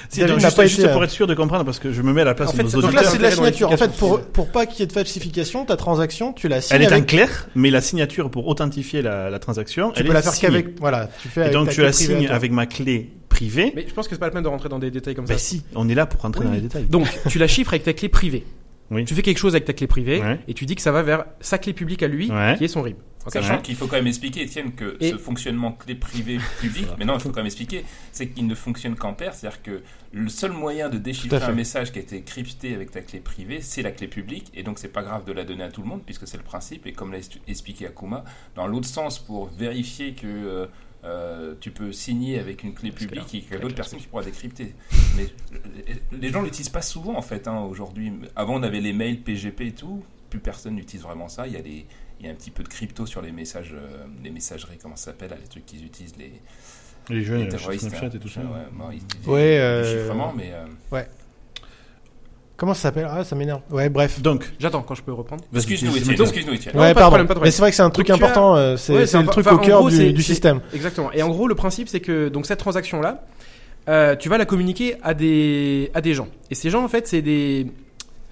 Speaker 1: C'est
Speaker 3: David
Speaker 1: donc,
Speaker 3: n'a
Speaker 1: juste,
Speaker 3: pas
Speaker 1: juste
Speaker 3: été,
Speaker 1: pour
Speaker 3: euh,
Speaker 1: être sûr de comprendre, parce que je me mets à la place
Speaker 2: En fait,
Speaker 1: de nos
Speaker 2: c'est-
Speaker 3: Donc
Speaker 1: auditeurs.
Speaker 3: là, c'est de la
Speaker 2: Intérêt dans
Speaker 3: signature. En fait,
Speaker 2: l'efficacité.
Speaker 3: pour, pour pas qu'il y ait de falsification, ta transaction, tu la signes
Speaker 1: elle est
Speaker 3: avec
Speaker 1: en clair, mais la signature pour authentifier la, la transaction,
Speaker 3: Tu
Speaker 1: elle
Speaker 3: peux
Speaker 1: est
Speaker 3: la faire
Speaker 1: signée.
Speaker 3: qu'avec. Voilà, tu fais
Speaker 1: Et
Speaker 3: avec
Speaker 1: donc
Speaker 3: ta
Speaker 1: tu la
Speaker 3: clé privée à
Speaker 1: signes
Speaker 3: toi.
Speaker 1: avec ma clé privée.
Speaker 2: Mais je pense que c'est pas la peine de rentrer dans des détails comme
Speaker 1: Bah
Speaker 2: ça.
Speaker 1: si, on est là pour rentrer
Speaker 2: Oui,
Speaker 1: dans les
Speaker 2: oui.
Speaker 1: détails.
Speaker 2: Donc tu la chiffres avec ta clé privée.
Speaker 1: Oui.
Speaker 2: Tu fais quelque chose avec ta clé privée
Speaker 1: Ouais.
Speaker 2: et tu dis que ça va vers sa clé publique à lui,
Speaker 1: Ouais.
Speaker 2: qui est son RIB. Ok.
Speaker 4: Sachant
Speaker 1: Ouais.
Speaker 4: qu'il faut quand même expliquer, Étienne, que
Speaker 2: Et-
Speaker 4: ce fonctionnement clé privée publique, mais non, il faut quand même expliquer, c'est qu'il ne fonctionne qu'en paire, c'est-à-dire que le seul moyen de déchiffrer
Speaker 3: fait.
Speaker 4: un message qui a été crypté avec ta clé privée, c'est la clé publique, et donc c'est pas grave de la donner à tout le monde, puisque c'est le principe, et comme l'a estu- expliqué Akuma, dans l'autre sens, pour vérifier que euh, euh, tu peux signer avec une clé publique et qu'il y a d'autres personnes qui pourra décrypter. Mais euh, les gens l'utilisent pas souvent, en fait, hein, aujourd'hui. Avant, on avait les mails PGP et tout, plus personne n'utilise vraiment ça, il y a les il y a un petit peu de crypto sur les messages, euh, les messageries, comment ça s'appelle, là, les trucs qu'ils utilisent, les,
Speaker 1: Les
Speaker 4: les
Speaker 1: jeunes, euh,
Speaker 4: terroristes.
Speaker 1: Snapchat
Speaker 4: hein.
Speaker 1: et tout ça.
Speaker 4: Ouais, ouais, bon, ils utilisent
Speaker 3: Ouais,
Speaker 4: du
Speaker 3: euh,
Speaker 4: chiffrement, mais euh,
Speaker 3: Comment ça s'appelle Ah, ça m'énerve. Ouais, bref.
Speaker 1: Donc,
Speaker 2: J'attends quand je peux reprendre.
Speaker 4: excuse-nous, Étienne,
Speaker 2: donc-
Speaker 4: excuse-nous, Étienne.
Speaker 2: Non,
Speaker 3: ouais,
Speaker 2: pas de
Speaker 3: pardon.
Speaker 2: problème, pas de problème.
Speaker 3: Mais c'est vrai que c'est un truc
Speaker 2: Donc, tu as-
Speaker 3: important. euh, C'est
Speaker 2: Ouais,
Speaker 3: c'est
Speaker 2: un-
Speaker 3: le truc
Speaker 2: enfin,
Speaker 3: au
Speaker 2: en
Speaker 3: cœur
Speaker 2: gros, c'est-
Speaker 3: du, du
Speaker 2: c'est-
Speaker 3: système.
Speaker 2: Exactement. Et en gros, le principe, c'est que donc cette transaction-là, euh, tu vas la communiquer à des, à des gens. Et ces gens, en fait, c'est des,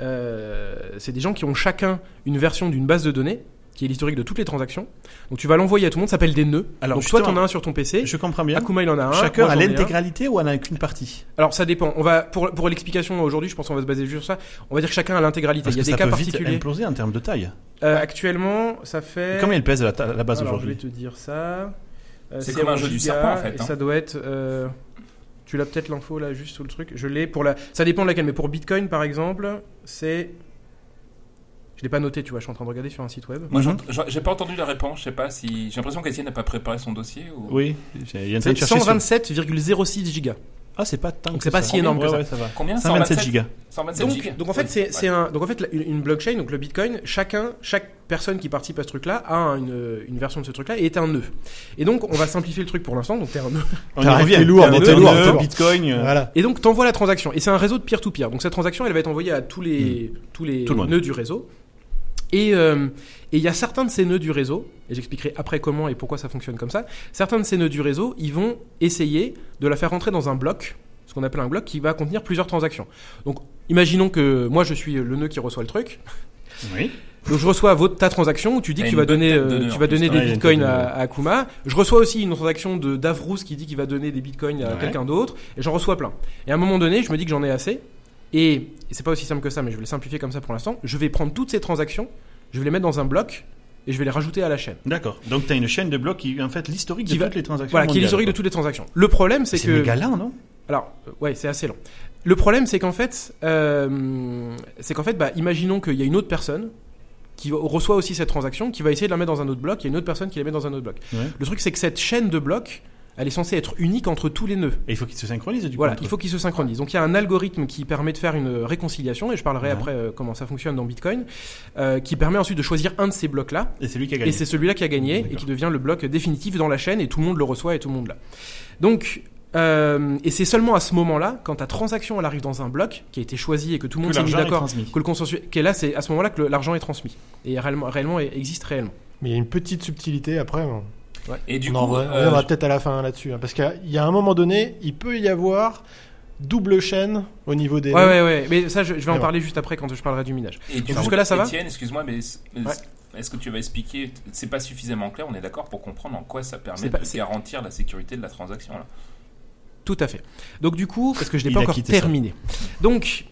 Speaker 2: euh, c'est des gens qui ont chacun une version d'une base de données, qui est l'historique de toutes les transactions. Donc tu vas l'envoyer à tout le monde, ça s'appelle des nœuds.
Speaker 1: Alors,
Speaker 2: donc toi,
Speaker 1: justement,
Speaker 2: t'en as un sur ton PC.
Speaker 1: je comprends bien.
Speaker 2: Akuma, il en a un.
Speaker 1: Chacun
Speaker 2: moi,
Speaker 1: a
Speaker 2: j'en ai un.
Speaker 1: l'intégralité ou en a qu'une partie
Speaker 2: Alors ça dépend. On va pour pour l'explication aujourd'hui, je pense qu'on va se baser juste sur ça. On va dire que chacun a l'intégralité.
Speaker 1: Parce
Speaker 2: Il y
Speaker 1: que
Speaker 2: a des
Speaker 1: ça
Speaker 2: cas
Speaker 1: peut vite
Speaker 2: particuliers.
Speaker 1: imploser en termes de taille.
Speaker 2: Euh, actuellement, ça fait.
Speaker 1: Combien elle pèse la, ta- la base
Speaker 2: Alors, Je vais
Speaker 1: aujourd'hui
Speaker 2: te dire ça. Euh,
Speaker 4: C'est comme un jeu du
Speaker 2: giga,
Speaker 4: serpent, en fait,
Speaker 2: et
Speaker 4: hein.
Speaker 2: Ça doit être. euh, Tu l'as peut-être l'info là juste sous le truc. Je l'ai pour la. Ça dépend de laquelle, mais pour Bitcoin par exemple, c'est. Je l'ai pas noté, tu vois. Je suis en train de regarder sur un site web.
Speaker 4: Moi,
Speaker 3: Hein
Speaker 1: Mhm.
Speaker 4: j'ent- j'ai pas entendu la réponse, je sais pas si. J'ai l'impression qu'Étienne n'a pas préparé son dossier. Ou...
Speaker 1: Oui, il y a une
Speaker 2: C'est
Speaker 1: de chercher sur-
Speaker 2: 127,06 gigas.
Speaker 1: Ah, c'est pas tant
Speaker 2: Donc
Speaker 1: que
Speaker 2: c'est pas
Speaker 1: ça.
Speaker 2: si énorme que
Speaker 1: Ouais,
Speaker 2: ça.
Speaker 1: ouais, ça va.
Speaker 4: Combien
Speaker 1: 127 gigas.
Speaker 4: 127 gigas.
Speaker 2: Donc, donc en fait,
Speaker 4: Ouais.
Speaker 2: c'est
Speaker 4: Ouais.
Speaker 2: c'est un. Donc en fait, la- une, une blockchain, donc le Bitcoin, chacun, chaque personne qui participe à ce truc-là a une, une version de ce truc-là et est un nœud. Et donc, on va simplifier le truc pour l'instant. Donc t'es un nœud.
Speaker 1: On
Speaker 3: T'as
Speaker 1: y
Speaker 3: arrêté
Speaker 1: revient.
Speaker 3: lourd,
Speaker 1: T'es un
Speaker 3: t'es
Speaker 1: nœud,
Speaker 3: lourd, t'es lourd.
Speaker 1: Bitcoin. euh,
Speaker 3: Voilà.
Speaker 2: Et donc, t'envoies la transaction. Et c'est un réseau de peer-to-peer. Donc, cette transaction, elle va être envoyée à tous les, tous les
Speaker 1: Hmm. Tout le monde.
Speaker 2: nœuds du réseau. Et euh, et il y a certains de ces nœuds du réseau, et j'expliquerai après comment et pourquoi ça fonctionne comme ça. Certains de ces nœuds du réseau, ils vont essayer de la faire rentrer dans un bloc, ce qu'on appelle un bloc qui va contenir plusieurs transactions. Donc, imaginons que moi, je suis le nœud qui reçoit le truc.
Speaker 1: Oui.
Speaker 2: Donc, je reçois votre, ta transaction où tu dis
Speaker 4: Il y
Speaker 2: que
Speaker 4: a
Speaker 2: tu
Speaker 4: une bonne
Speaker 2: vas donner,
Speaker 4: tête de
Speaker 2: euh,
Speaker 4: nœud,
Speaker 2: tu
Speaker 4: en
Speaker 2: vas
Speaker 4: plus.
Speaker 2: donner
Speaker 1: Ouais, il y
Speaker 2: des
Speaker 1: a une
Speaker 2: bitcoins
Speaker 1: tête de
Speaker 2: à,
Speaker 1: nœud.
Speaker 2: à Akuma. Je reçois aussi une transaction de d'Avrous qui dit qu'il va donner des bitcoins à
Speaker 1: Ouais.
Speaker 2: quelqu'un d'autre, et j'en reçois plein. Et à un moment donné, je me dis que j'en ai assez, et, et c'est pas aussi simple que ça, mais je vais le simplifier comme ça pour l'instant. Je vais prendre toutes ces transactions, je vais les mettre dans un bloc, et je vais les rajouter à la chaîne.
Speaker 1: D'accord. Donc tu as une chaîne de blocs qui en fait l'historique de
Speaker 2: Qui va-
Speaker 1: toutes les transactions.
Speaker 2: Voilà, qui est
Speaker 1: mondiales,
Speaker 2: l'historique de
Speaker 1: quoi.
Speaker 2: toutes les transactions. Le problème, c'est
Speaker 1: C'est
Speaker 2: que.
Speaker 1: méga lent, non
Speaker 2: Alors, euh, ouais, c'est assez long. Le problème, c'est qu'en fait, euh, c'est qu'en fait, bah, imaginons qu'il y a une autre personne qui reçoit aussi cette transaction, qui va essayer de la mettre dans un autre bloc, et une autre personne qui la met dans un autre bloc.
Speaker 1: Ouais.
Speaker 2: Le truc, c'est que cette chaîne de blocs, elle est censée être unique entre tous les nœuds.
Speaker 1: Et il faut qu'ils se synchronisent du coup.
Speaker 2: Voilà,
Speaker 1: entre
Speaker 2: il faut qu'ils se synchronisent. Donc il y a un algorithme qui permet de faire une réconciliation, et je parlerai
Speaker 1: Ouais.
Speaker 2: après euh, comment ça fonctionne dans Bitcoin, euh, qui permet ensuite de choisir un de ces blocs-là,
Speaker 1: eux. Et c'est lui qui a
Speaker 2: et
Speaker 1: gagné.
Speaker 2: c'est celui-là qui a gagné et
Speaker 1: D'accord.
Speaker 2: qui devient le bloc définitif dans la chaîne et tout le monde le reçoit et tout le monde l'a. Donc, euh, et c'est seulement à ce moment-là, quand ta transaction elle arrive dans un bloc qui a été choisi et que tout le
Speaker 1: que
Speaker 2: monde s'est mis
Speaker 1: l'argent est
Speaker 2: d'accord,
Speaker 1: transmis.
Speaker 2: que le consensus, qui est là, c'est à ce moment-là que le- l'argent est transmis et réellement, réellement existe réellement.
Speaker 3: Mais il y a une petite subtilité après. bon.
Speaker 4: Et du
Speaker 3: on en
Speaker 4: coup,
Speaker 3: reviendra
Speaker 4: euh,
Speaker 3: peut-être à la fin hein, là-dessus. hein, parce qu'il y a un moment donné, il peut y avoir double chaîne au niveau des.
Speaker 2: Ouais, ouais, ouais. Mais ça, je, je vais en
Speaker 3: Ouais.
Speaker 2: parler juste après quand je parlerai du minage.
Speaker 4: Et du
Speaker 2: Donc
Speaker 4: coup,
Speaker 2: jusque-là, ça va
Speaker 4: Étienne, excuse-moi, mais est-ce
Speaker 2: Ouais.
Speaker 4: est-ce que tu vas expliquer C'est pas suffisamment clair, on est d'accord pour comprendre en quoi ça permet
Speaker 2: C'est pas-
Speaker 4: de
Speaker 2: c'est-
Speaker 4: garantir la sécurité de la transaction. Là.
Speaker 2: Tout à fait. Donc du coup, parce que je l'ai
Speaker 1: Il
Speaker 2: pas
Speaker 1: a
Speaker 2: encore
Speaker 1: quitté ça.
Speaker 2: terminé. Donc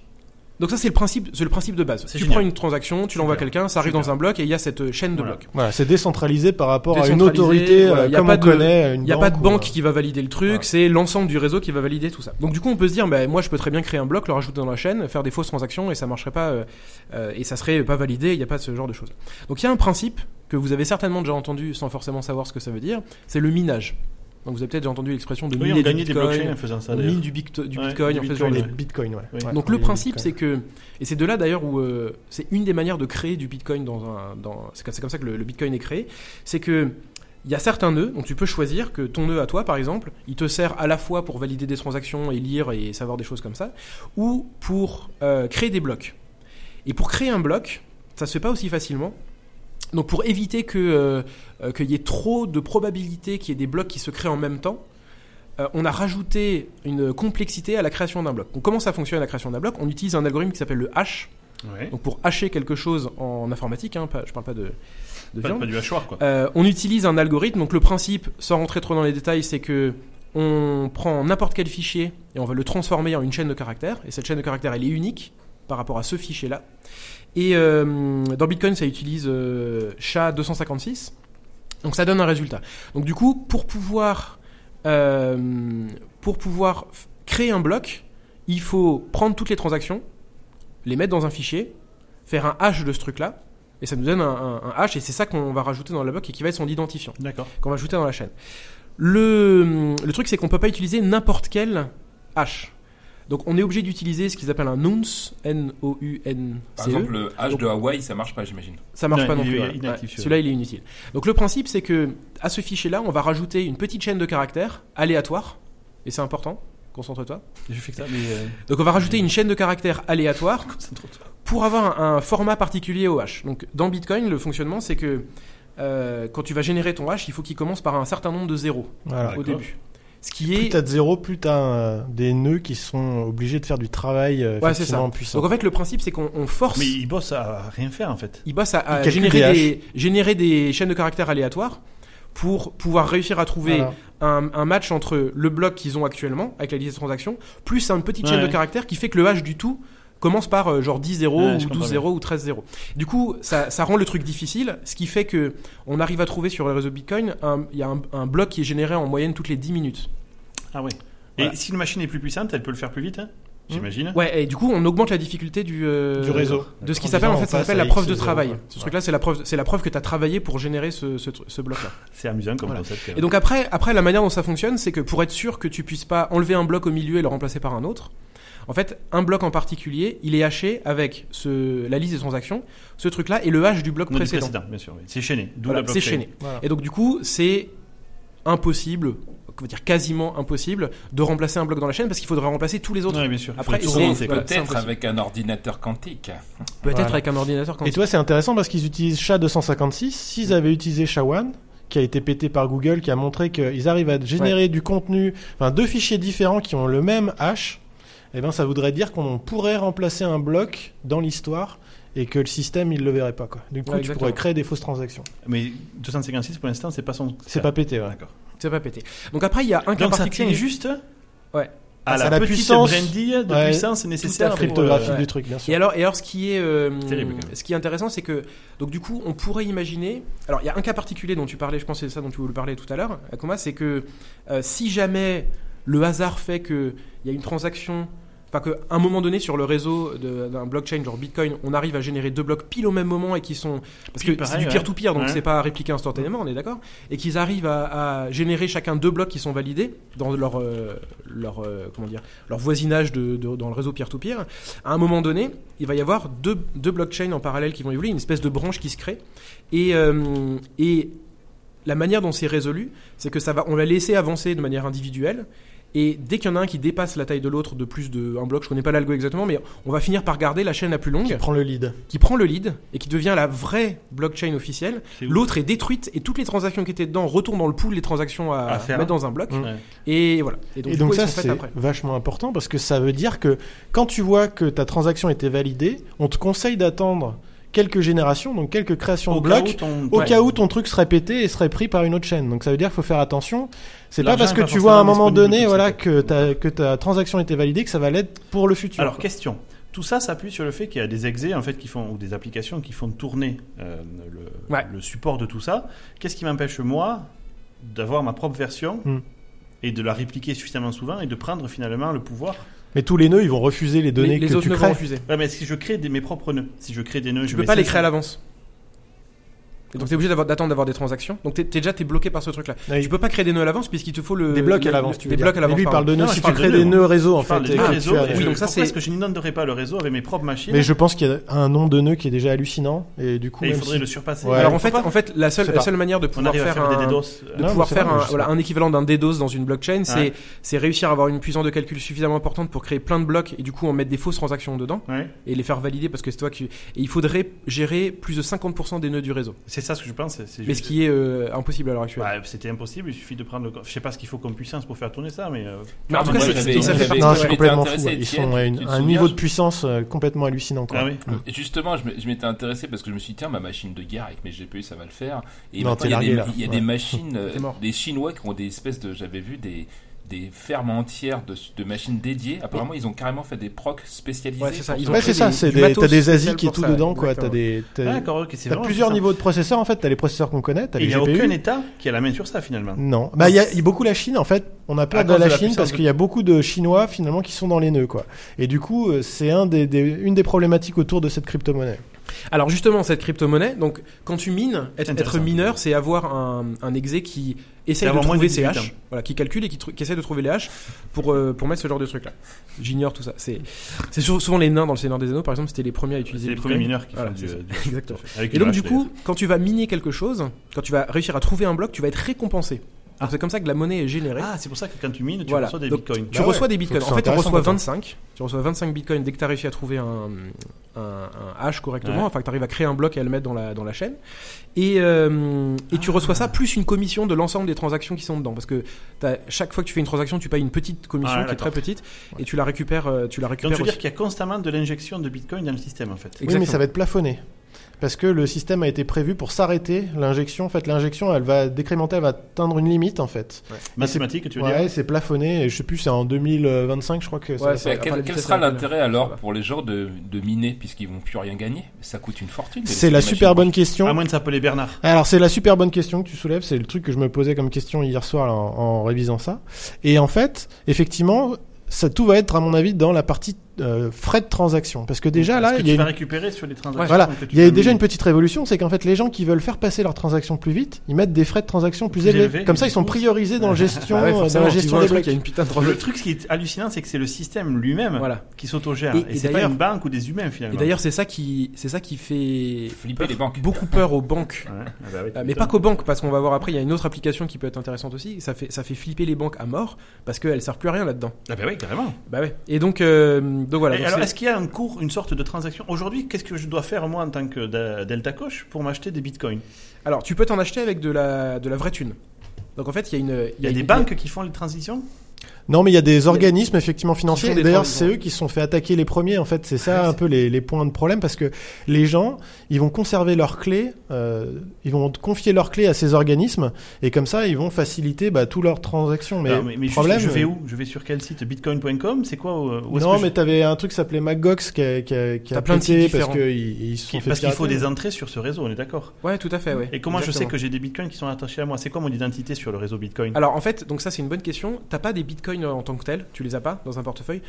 Speaker 2: donc ça c'est le principe, c'est le principe de base. Tu
Speaker 1: génial.
Speaker 2: prends une transaction, tu l'envoies à
Speaker 1: Super.
Speaker 2: quelqu'un, ça arrive
Speaker 1: Super.
Speaker 2: dans un bloc et il y a cette euh, chaîne de
Speaker 1: Voilà.
Speaker 2: blocs.
Speaker 3: Voilà, c'est décentralisé par rapport à une
Speaker 2: Décentralisé,
Speaker 3: autorité
Speaker 2: voilà,
Speaker 3: euh,
Speaker 2: y a
Speaker 3: comme
Speaker 2: pas
Speaker 3: on
Speaker 2: de-
Speaker 3: connaît.
Speaker 2: Il
Speaker 3: une
Speaker 2: n'y a pas de
Speaker 3: ou,
Speaker 2: banque
Speaker 3: euh,
Speaker 2: qui va valider le truc,
Speaker 4: voilà.
Speaker 2: c'est l'ensemble du réseau qui va valider tout ça. Donc du coup, on peut se dire, bah, moi, je peux très bien créer un bloc, le rajouter dans la chaîne, faire des fausses transactions et ça marcherait pas, euh, euh, et ça serait pas validé. Il n'y a pas ce genre de choses. Donc il y a un principe que vous avez certainement déjà entendu sans forcément savoir ce que ça veut dire, c'est le minage. Donc vous avez peut-être déjà entendu l'expression de
Speaker 1: Oui,
Speaker 2: miner
Speaker 1: on
Speaker 2: du
Speaker 1: gagnait des
Speaker 2: Bitcoin,
Speaker 1: blockchains en faisant ça.
Speaker 2: on
Speaker 1: d'ailleurs.
Speaker 2: mine du, bict- du
Speaker 1: Ouais,
Speaker 2: Bitcoin,
Speaker 1: du
Speaker 2: on fait ce
Speaker 1: Bitcoin,
Speaker 2: genre de
Speaker 3: Les
Speaker 1: ouais.
Speaker 3: bitcoins, ouais.
Speaker 1: Oui.
Speaker 3: Ouais,
Speaker 2: donc
Speaker 3: on
Speaker 2: le
Speaker 3: est
Speaker 2: principe, c'est
Speaker 3: Bitcoin.
Speaker 2: que et c'est de là d'ailleurs où euh, c'est une des manières de créer du Bitcoin dans un dans c'est comme, c'est comme ça que le, le Bitcoin est créé, c'est que il y a certains nœuds, donc tu peux choisir que ton nœud à toi, par exemple, il te sert à la fois pour valider des transactions et lire et savoir des choses comme ça, ou pour euh, créer des blocs. Et pour créer un bloc, ça se fait pas aussi facilement. Donc pour éviter que euh, euh, qu'il y ait trop de probabilités qu'il y ait des blocs qui se créent en même temps, euh, on a rajouté une complexité à la création d'un bloc. Donc, comment ça fonctionne la création d'un bloc On utilise un algorithme qui s'appelle le hash.
Speaker 1: Ouais.
Speaker 2: Donc pour hacher quelque chose en informatique, hein, pas- je parle pas de, de
Speaker 1: Pas,
Speaker 2: viande.
Speaker 1: pas du hachoir, quoi.
Speaker 2: Euh, on utilise un algorithme. Donc le principe, sans rentrer trop dans les détails, c'est que on prend n'importe quel fichier et on va le transformer en une chaîne de caractères. Et cette chaîne de caractères, elle est unique par rapport à ce fichier-là. Et euh, dans Bitcoin, ça utilise euh, SHA-256. Donc ça donne un résultat. Donc du coup, pour pouvoir, euh, pour pouvoir f- créer un bloc, il faut prendre toutes les transactions, les mettre dans un fichier, faire un hash de ce truc-là, et ça nous donne un, un- un hash, et c'est ça qu'on va rajouter dans le bloc et qui va être son identifiant,
Speaker 1: D'accord.
Speaker 2: qu'on va ajouter dans la chaîne. Le, le truc, c'est qu'on peut pas utiliser n'importe quel hash. Donc on est obligé d'utiliser ce qu'ils appellent un nonce,
Speaker 4: Par
Speaker 2: N-O-U-N-C-E.
Speaker 4: exemple, le H
Speaker 2: Donc-
Speaker 4: de Hawaii, ça marche pas, j'imagine.
Speaker 2: Ça marche
Speaker 1: Non,
Speaker 2: pas
Speaker 1: il
Speaker 2: non
Speaker 1: est
Speaker 2: plus.
Speaker 1: inactif,
Speaker 2: voilà. Ouais,
Speaker 1: celui-là.
Speaker 2: Celui-là, il est inutile. Donc le principe, c'est que à ce fichier-là, on va rajouter une petite chaîne de caractères aléatoire, et c'est important. Concentre-toi.
Speaker 1: Je fais que ça, mais. euh,
Speaker 2: Donc on va rajouter une chaîne de caractères aléatoire
Speaker 1: concentre-toi.
Speaker 2: pour avoir un, un format particulier au hash. Donc dans Bitcoin, le fonctionnement, c'est que euh, quand tu vas générer ton hash, il faut qu'il commence par un certain nombre de zéros
Speaker 3: Voilà.
Speaker 1: D'accord.
Speaker 2: au début. Ce qui
Speaker 3: Plus
Speaker 2: est
Speaker 3: t'as de zéro, plus t'as euh, des nœuds qui sont obligés de faire du travail euh,
Speaker 2: Ouais, c'est
Speaker 3: effectivement puissant.
Speaker 2: donc en fait le principe, c'est qu'on on force.
Speaker 1: Mais il bosse à rien faire, en fait.
Speaker 2: Il bosse à, à
Speaker 3: Il calcule
Speaker 2: générer,
Speaker 3: des
Speaker 2: des, générer des chaînes de caractères aléatoires pour pouvoir réussir à trouver
Speaker 3: Voilà.
Speaker 2: un, un match entre le bloc qu'ils ont actuellement avec la liste de transactions, plus une petite chaîne
Speaker 1: Ouais.
Speaker 2: de caractères qui fait que le hash du tout commence par euh, genre 10-0
Speaker 1: Ouais, je
Speaker 2: ou
Speaker 1: comprends
Speaker 2: 12-0 ou 13-0. Du coup, ça, ça rend le truc difficile, ce qui fait que on arrive à trouver sur le réseau Bitcoin, un- il y a un, un bloc qui est généré en moyenne toutes les 10 minutes.
Speaker 1: Ah ouais.
Speaker 2: Voilà. Mmh.
Speaker 1: Et si une machine est plus puissante, elle peut le faire plus vite, hein, j'imagine.
Speaker 2: Ouais, et du coup, on augmente la difficulté du, euh,
Speaker 3: Du réseau.
Speaker 2: De ce qui
Speaker 3: En
Speaker 2: s'appelle en
Speaker 3: disant,
Speaker 2: fait,
Speaker 3: on
Speaker 2: ça
Speaker 3: passe
Speaker 2: s'appelle
Speaker 3: à
Speaker 2: la preuve
Speaker 3: X0,
Speaker 2: de travail.
Speaker 3: ouais.
Speaker 2: Ce truc-là, c'est la preuve, c'est la preuve que tu as travaillé pour générer ce, ce, tru- ce bloc-là.
Speaker 1: C'est amusant comme
Speaker 2: Voilà.
Speaker 1: concept.
Speaker 2: Et donc après, après la manière dont ça fonctionne, c'est que pour être sûr que tu puisses pas enlever un bloc au milieu et le remplacer par un autre, en fait, un bloc en particulier, il est haché avec ce, la liste des transactions, ce truc-là et le hash du bloc
Speaker 1: Non, du
Speaker 2: précédent.
Speaker 1: précédent, bien sûr. oui. C'est chaîné. D'où
Speaker 2: Voilà,
Speaker 1: la
Speaker 2: c'est
Speaker 1: blockchain.
Speaker 2: chaîné.
Speaker 3: Voilà.
Speaker 2: Et donc du coup, c'est impossible, on va dire quasiment impossible, de remplacer un bloc dans la chaîne parce qu'il faudrait remplacer tous les autres.
Speaker 1: Ouais, bien sûr.
Speaker 2: Après,
Speaker 1: Faut tout
Speaker 2: c'est-
Speaker 1: remonter, quoi.
Speaker 2: Ah, voilà. c'est
Speaker 4: Peut-être
Speaker 2: impossible.
Speaker 4: avec un ordinateur quantique.
Speaker 2: Peut-être
Speaker 3: Voilà.
Speaker 2: avec un ordinateur quand
Speaker 3: Et tu vois, c'est intéressant parce qu'ils utilisent SHA-256.
Speaker 2: Mm.
Speaker 3: S'ils avaient utilisé SHA-1, qui a été pété par Google, qui a montré qu'ils arrivent à générer du contenu, enfin deux fichiers différents qui ont le même hash, eh ben ça voudrait dire qu'on pourrait remplacer un bloc dans l'histoire et que le système il le verrait pas quoi. Du coup,
Speaker 2: Ouais,
Speaker 3: tu
Speaker 2: exactement.
Speaker 3: pourrais créer des fausses transactions.
Speaker 1: Mais 256 pour l'instant, c'est pas son.
Speaker 3: C'est pas pété. Ouais.
Speaker 1: D'accord.
Speaker 2: c'est pas pété. Donc après, il y a un cas
Speaker 1: Donc ça
Speaker 2: particulier.
Speaker 1: tient juste
Speaker 2: Ouais.
Speaker 1: à la,
Speaker 3: À Ah, la
Speaker 1: petite
Speaker 3: puissance.
Speaker 1: brindille de
Speaker 3: Ouais.
Speaker 1: puissance nécessaire
Speaker 3: la
Speaker 1: pour, euh,
Speaker 3: cryptographie
Speaker 2: ouais.
Speaker 3: du truc, bien sûr.
Speaker 2: Et alors, et alors, ce qui est, euh,
Speaker 1: Terrible, quand même.
Speaker 2: ce qui est intéressant, c'est que donc du coup, on pourrait imaginer. Alors, il y a un cas particulier dont tu parlais, je pense, que c'est ça dont tu voulais parler tout à l'heure, Akoma, c'est que euh, si jamais le hasard fait que il y a une transaction, enfin qu'à un moment donné sur le réseau de- d'un blockchain genre Bitcoin, on arrive à générer deux blocs pile au même moment et qui sont parce que
Speaker 1: Pile
Speaker 2: c'est
Speaker 1: pareil,
Speaker 2: du
Speaker 1: ouais.
Speaker 2: peer to peer, donc
Speaker 1: Ouais.
Speaker 2: c'est pas répliqué instantanément, on est d'accord, et qu'ils arrivent à, à générer chacun deux blocs qui sont validés dans leur euh, leur euh, comment dire leur voisinage de, de- dans le réseau peer to peer à un moment donné, il va y avoir deux, deux blockchains en parallèle qui vont évoluer, une espèce de branche qui se crée. Et, euh, et la manière dont c'est résolu, c'est que ça va, on va laisser avancer de manière individuelle. Et dès qu'il y en a un qui dépasse la taille de l'autre de plus d'un bloc, je connais pas l'algo exactement, mais on va finir par garder la chaîne la plus
Speaker 3: Qui
Speaker 2: longue,
Speaker 3: prend le lead.
Speaker 2: qui prend le lead et qui devient la vraie blockchain officielle.
Speaker 1: C'est ouf.
Speaker 2: L'autre est détruite et toutes les transactions qui étaient dedans retournent dans le pool des transactions à,
Speaker 1: À faire.
Speaker 2: mettre dans un bloc.
Speaker 1: Ouais.
Speaker 2: Et voilà.
Speaker 3: et
Speaker 2: du
Speaker 3: donc
Speaker 2: coup, elles
Speaker 3: ça
Speaker 2: sont
Speaker 3: c'est
Speaker 2: faites après.
Speaker 3: vachement important parce que ça veut dire que quand tu vois que ta transaction était validée, on te conseille d'attendre quelques générations, donc quelques créations
Speaker 1: Au
Speaker 3: de
Speaker 1: cas
Speaker 3: blocs,
Speaker 1: où ton-
Speaker 3: au
Speaker 1: Ouais.
Speaker 3: cas où ton truc serait pété et serait pris par une autre chaîne. Donc ça veut dire qu'il faut faire attention. C'est pas
Speaker 1: L'argent
Speaker 3: parce
Speaker 1: est
Speaker 3: que
Speaker 1: pas
Speaker 3: tu vois à un
Speaker 1: forcément
Speaker 3: moment
Speaker 1: disponible
Speaker 3: donné
Speaker 1: tout de
Speaker 3: voilà
Speaker 1: suite.
Speaker 3: que ta que ta transaction était validée que ça va l'être pour le futur.
Speaker 1: Alors
Speaker 3: quoi.
Speaker 1: question. Tout ça s'appuie sur le fait qu'il y a des exés en fait qui font ou des applications qui font tourner euh, le,
Speaker 2: Ouais.
Speaker 1: le support de tout ça. Qu'est-ce qui m'empêche moi d'avoir ma propre version
Speaker 3: Hmm.
Speaker 1: et de la répliquer suffisamment souvent et de prendre finalement le pouvoir
Speaker 3: Mais tous les nœuds ils vont refuser les données
Speaker 2: les les
Speaker 3: que
Speaker 2: autres
Speaker 3: tu
Speaker 2: ne vont
Speaker 3: crées.
Speaker 2: refuser.
Speaker 1: Ouais, mais si je crée des, mes propres nœuds, si je crée des nœuds,
Speaker 2: Tu
Speaker 1: je
Speaker 2: peux
Speaker 1: mets
Speaker 2: pas les
Speaker 1: 500
Speaker 2: créer à l'avance. Et donc t'es obligé d'avoir- d'attendre d'avoir des transactions. Donc t'es t'es déjà t'es bloqué par ce truc-là.
Speaker 3: Ouais.
Speaker 2: Tu peux pas créer des nœuds à l'avance puisqu'il te faut le
Speaker 3: Des blocs
Speaker 2: le-
Speaker 3: à l'avance, tu
Speaker 2: Des
Speaker 3: veux
Speaker 2: blocs
Speaker 3: dire.
Speaker 2: à l'avance.
Speaker 3: Mais lui, il parle
Speaker 2: pardon.
Speaker 3: de
Speaker 1: Non,
Speaker 3: nœuds.
Speaker 1: je
Speaker 3: Si tu
Speaker 1: parle de
Speaker 3: crées
Speaker 1: nœuds,
Speaker 3: des
Speaker 1: moi.
Speaker 3: nœuds réseau, en
Speaker 1: Je parle
Speaker 3: fait.
Speaker 1: des
Speaker 3: et que tu
Speaker 1: réseaux.
Speaker 3: fais-
Speaker 2: oui,
Speaker 1: je-
Speaker 2: donc ça,
Speaker 1: pourquoi
Speaker 2: c'est-
Speaker 1: est-ce que je n'ignorerais pas le réseau avec mes propres machines
Speaker 3: Mais je pense qu'il y a un nombre de nœuds qui est déjà hallucinant. Et du coup,
Speaker 1: Et il
Speaker 3: même
Speaker 1: faudrait
Speaker 3: si-
Speaker 1: le surpasser.
Speaker 3: Ouais.
Speaker 2: Alors en
Speaker 1: Faut
Speaker 2: fait,
Speaker 1: pas
Speaker 2: en fait, la seule
Speaker 3: Je sais
Speaker 2: la
Speaker 3: pas.
Speaker 2: seule manière de
Speaker 1: on
Speaker 2: pouvoir
Speaker 1: arrive à
Speaker 2: faire,
Speaker 1: faire des
Speaker 2: un,
Speaker 1: DDoS. euh,
Speaker 2: de
Speaker 3: Non,
Speaker 2: pouvoir
Speaker 3: mais c'est
Speaker 2: faire
Speaker 3: vrai,
Speaker 2: un,
Speaker 3: je sais
Speaker 2: voilà,
Speaker 3: pas.
Speaker 2: un équivalent d'un DDoS dans une blockchain,
Speaker 1: Ouais.
Speaker 2: c'est c'est réussir à avoir une puissance de calcul suffisamment importante pour créer plein de blocs et du coup en mettre des fausses transactions dedans
Speaker 1: ouais.
Speaker 2: et les faire valider parce que c'est toi qui. Et il faudrait gérer plus de 50% des nœuds du réseau.
Speaker 1: C'est ça ce que je pense. c'est- c'est
Speaker 2: Mais ce
Speaker 1: juste-
Speaker 2: qui est euh, impossible à l'heure actuelle.
Speaker 1: Bah, C'était impossible, il suffit de prendre le. Je sais pas ce qu'il faut comme puissance pour faire tourner ça, mais. euh,
Speaker 2: Mais en tout
Speaker 4: Ah, moi,
Speaker 2: cas, c'est-
Speaker 4: j'avais-
Speaker 2: c'est- ça fait
Speaker 4: j'avais-
Speaker 2: partie-
Speaker 3: Non,
Speaker 4: j'avais
Speaker 3: c'est
Speaker 4: été
Speaker 3: complètement fou.
Speaker 4: intéressé,
Speaker 3: Ils
Speaker 4: Étienne,
Speaker 3: sont à une-
Speaker 4: tu te
Speaker 3: un
Speaker 4: souviens,
Speaker 3: niveau
Speaker 4: je-
Speaker 3: de puissance euh, complètement hallucinant. quoi.
Speaker 1: Ah oui.
Speaker 4: Et Justement, je m- je m'étais intéressé parce que je me suis dit, tiens, ma machine de guerre avec mes GPU, ça va le faire. Et
Speaker 3: Non,
Speaker 4: maintenant,
Speaker 3: t'es
Speaker 4: il y a,
Speaker 3: largué,
Speaker 4: des,
Speaker 3: là.
Speaker 4: il y a
Speaker 3: Ouais.
Speaker 4: des machines, euh,
Speaker 2: T'es mort.
Speaker 4: des Chinois qui ont des espèces de, j'avais vu des des fermes entières de, de machines dédiées. Apparemment, ils ont carrément fait des procs spécialisés.
Speaker 2: Ouais, c'est ça,
Speaker 4: pour
Speaker 2: ils ont
Speaker 3: Ouais,
Speaker 2: pris
Speaker 3: c'est ça.
Speaker 2: des-
Speaker 3: c'est
Speaker 2: du
Speaker 3: des-
Speaker 2: matos
Speaker 3: T'as des
Speaker 2: spécial
Speaker 3: ASIC et
Speaker 2: pour
Speaker 3: tout
Speaker 2: ça,
Speaker 3: dedans, quoi.
Speaker 2: exactement.
Speaker 3: T'as des.
Speaker 1: ah,
Speaker 3: t'as-
Speaker 1: D'accord, ok, c'est
Speaker 3: T'as
Speaker 1: vraiment
Speaker 3: plusieurs
Speaker 1: ça.
Speaker 3: niveaux de processeurs en fait, t'as les processeurs qu'on connaît, t'as
Speaker 1: Et il
Speaker 3: les
Speaker 1: n'y a
Speaker 3: GPU.
Speaker 1: aucun État qui a la main sur ça finalement.
Speaker 3: Non, bah il y, a- il y a beaucoup la Chine en fait. On a
Speaker 1: À
Speaker 3: peur de
Speaker 1: cause
Speaker 3: la,
Speaker 1: de la
Speaker 3: Chine
Speaker 1: puissance
Speaker 3: parce
Speaker 1: de-
Speaker 3: qu'il y a beaucoup de Chinois finalement qui sont dans les nœuds quoi. Et du coup, euh, c'est un des, des- une des problématiques autour de cette crypto-monnaie.
Speaker 2: Alors justement, cette crypto-monnaie, donc quand tu mines, être, être
Speaker 1: Intéressant.
Speaker 2: mineur, c'est avoir un, un exé qui essaye de
Speaker 1: avoir moins
Speaker 2: trouver
Speaker 1: de
Speaker 2: ses
Speaker 1: 18 ans.
Speaker 2: haches, voilà, qui calcule et qui, tru- qui essaye de trouver les haches pour, euh, pour mettre ce genre de truc-là. J'ignore tout ça. C'est c'est sou- souvent les nains dans le Seigneur des Anneaux, par exemple, c'était les premiers à utiliser
Speaker 1: C'est les
Speaker 2: Bitcoin.
Speaker 1: premiers mineurs qui
Speaker 2: Voilà,
Speaker 1: font du.
Speaker 2: c'est ça.
Speaker 1: du-
Speaker 2: Exactement.
Speaker 1: avec
Speaker 2: Et
Speaker 1: une
Speaker 2: donc du
Speaker 1: hache,
Speaker 2: coup, quand tu vas miner quelque chose, quand tu vas réussir à trouver un bloc, tu vas être récompensé.
Speaker 1: Ah.
Speaker 2: Donc, C'est comme ça que la monnaie est générée.
Speaker 1: d'ailleurs. Ah, c'est pour ça que quand tu mines, tu
Speaker 2: Voilà.
Speaker 1: reçois des
Speaker 2: Donc,
Speaker 1: bitcoins.
Speaker 2: Tu
Speaker 3: Bah ouais,
Speaker 2: reçois des
Speaker 3: faut que
Speaker 2: bitcoins.
Speaker 3: ce
Speaker 2: En
Speaker 3: soit
Speaker 2: fait, tu reçois
Speaker 3: intéressant,
Speaker 2: 25. Tu reçois 25 bitcoins dès que tu as réussi à trouver un, un, un hash correctement.
Speaker 1: Ouais.
Speaker 2: Enfin, que tu arrives à créer un bloc et à le mettre dans la, dans la chaîne. Et, euh, et tu reçois ça plus une commission de l'ensemble des transactions qui sont dedans. Parce que t'as- chaque fois que tu fais une transaction, tu payes une petite commission
Speaker 1: Ah,
Speaker 2: qui est très
Speaker 1: d'accord.
Speaker 2: petite. Et tu la récupères. euh, Tu la
Speaker 1: Donc
Speaker 2: récupères
Speaker 1: tu veux dire
Speaker 2: aussi.
Speaker 1: qu'il y a constamment de l'injection de bitcoin dans le système en fait.
Speaker 2: Et-
Speaker 3: Oui, mais
Speaker 2: Exactement.
Speaker 3: ça va être plafonné. Parce que le système a été prévu pour s'arrêter. L'injection, en fait, l'injection, elle va décrémenter, elle va atteindre une limite en fait.
Speaker 1: Mathématiques, tu veux dire
Speaker 3: Ouais, c'est plafonné. Et je sais plus, c'est en 2025, je crois que. ça
Speaker 2: Ouais,
Speaker 3: va
Speaker 2: c'est-
Speaker 4: Mais quel,
Speaker 2: Enfin, la
Speaker 4: quel
Speaker 2: vitesse
Speaker 4: sera
Speaker 2: à laquelle-
Speaker 4: l'intérêt alors
Speaker 2: Voilà.
Speaker 4: pour les gens de, de miner puisqu'ils vont plus rien gagner Ça coûte une fortune. les-
Speaker 3: C'est
Speaker 4: ces
Speaker 3: la
Speaker 4: machines.
Speaker 3: super bonne question.
Speaker 1: À moins de s'appeler Bernard.
Speaker 3: Alors c'est la super bonne question que tu soulèves, c'est le truc que je me posais comme question hier soir là, en, en révisant ça. Et en fait, effectivement, ça tout va être à mon avis dans la partie euh, frais de transaction, parce que déjà
Speaker 1: Parce
Speaker 3: là,
Speaker 1: que
Speaker 3: il y a
Speaker 1: tu vas
Speaker 3: une...
Speaker 1: récupérer sur les transactions.
Speaker 3: Voilà,
Speaker 1: que tu
Speaker 3: il y a
Speaker 1: vas
Speaker 3: déjà une
Speaker 1: miner.
Speaker 3: petite révolution, c'est qu'en fait les gens qui veulent faire passer leurs transactions plus vite, ils mettent des frais de transaction plus,
Speaker 1: Plus
Speaker 3: élevés.
Speaker 1: élevés,
Speaker 3: Comme ça,
Speaker 1: du
Speaker 3: ils sont
Speaker 1: coup,
Speaker 3: priorisés dans, le gestion,
Speaker 2: Bah ouais,
Speaker 3: euh, dans
Speaker 2: forcément,
Speaker 3: la
Speaker 2: tu
Speaker 3: gestion
Speaker 2: vois un
Speaker 3: des
Speaker 2: truc,
Speaker 3: blocs.
Speaker 2: il y a une putain de
Speaker 1: Le
Speaker 2: drogue.
Speaker 1: truc, ce qui est hallucinant, c'est que c'est le système lui-même
Speaker 2: Voilà.
Speaker 1: qui s'autogère.
Speaker 2: Et-
Speaker 1: Et,
Speaker 2: et
Speaker 1: c'est pas
Speaker 2: d'ailleurs-
Speaker 1: une banque ou des humains finalement.
Speaker 2: Et d'ailleurs, c'est ça qui, c'est ça qui fait
Speaker 4: Flipper
Speaker 2: peur-
Speaker 4: les banques.
Speaker 2: beaucoup peur aux banques.
Speaker 1: Ouais, ah bah oui, tu
Speaker 2: Euh, Mais
Speaker 1: m'étonnes.
Speaker 2: pas qu'aux banques, parce qu'on va voir après, il y a une autre application qui peut être intéressante aussi. Ça fait, ça fait flipper les banques à mort parce qu'elles servent plus à rien là-dedans.
Speaker 1: Ah bah oui, carrément.
Speaker 2: Bah ouais. Et donc, euh, donc voilà.
Speaker 1: Et
Speaker 2: donc
Speaker 1: alors,
Speaker 2: c'est-
Speaker 1: est-ce qu'il y a un cours, une sorte de transaction Aujourd'hui, qu'est-ce que je dois faire moi en tant que da- Delta Coach pour m'acheter des bitcoins
Speaker 2: alors, tu peux t'en acheter avec de la, de la vraie thune. Donc en fait, il y a une.
Speaker 1: Il y a des
Speaker 2: une-
Speaker 1: banques qui font les transitions
Speaker 3: Non, mais il y a des organismes effectivement financiers.
Speaker 2: font des
Speaker 3: D'ailleurs,
Speaker 2: transitions.
Speaker 3: c'est eux qui se sont fait attaquer les premiers. En fait, c'est ça un peu les, les points de problème parce que les gens, ils vont conserver leurs clés, euh, ils vont confier leurs clés à ces organismes et comme ça, ils vont faciliter bah, toutes leurs transactions. Mais,
Speaker 1: Alors, mais, mais juste,
Speaker 3: problème,
Speaker 1: je vais où Je vais sur quel site Bitcoin.com C'est quoi où- où est-ce
Speaker 3: non,
Speaker 1: que
Speaker 3: mais
Speaker 1: je-
Speaker 3: t'avais un truc qui s'appelait MacGox qui a, qui a, qui a
Speaker 2: T'as plein de
Speaker 3: pété
Speaker 2: sites
Speaker 3: parce
Speaker 2: différents.
Speaker 3: qu'ils ils se sont
Speaker 1: qui-
Speaker 3: fait
Speaker 1: parce qu'il faut
Speaker 3: pirater.
Speaker 1: des entrées sur ce réseau, on est d'accord.
Speaker 2: Ouais, tout à fait, ouais.
Speaker 1: Et comment je sais
Speaker 2: Exactement.
Speaker 1: que j'ai des bitcoins qui sont attachés à moi C'est quoi mon identité sur le réseau Bitcoin
Speaker 2: Alors en fait, donc ça c'est une bonne question. T'as pas des bitcoins en tant que tels, tu les as pas dans un portefeuille.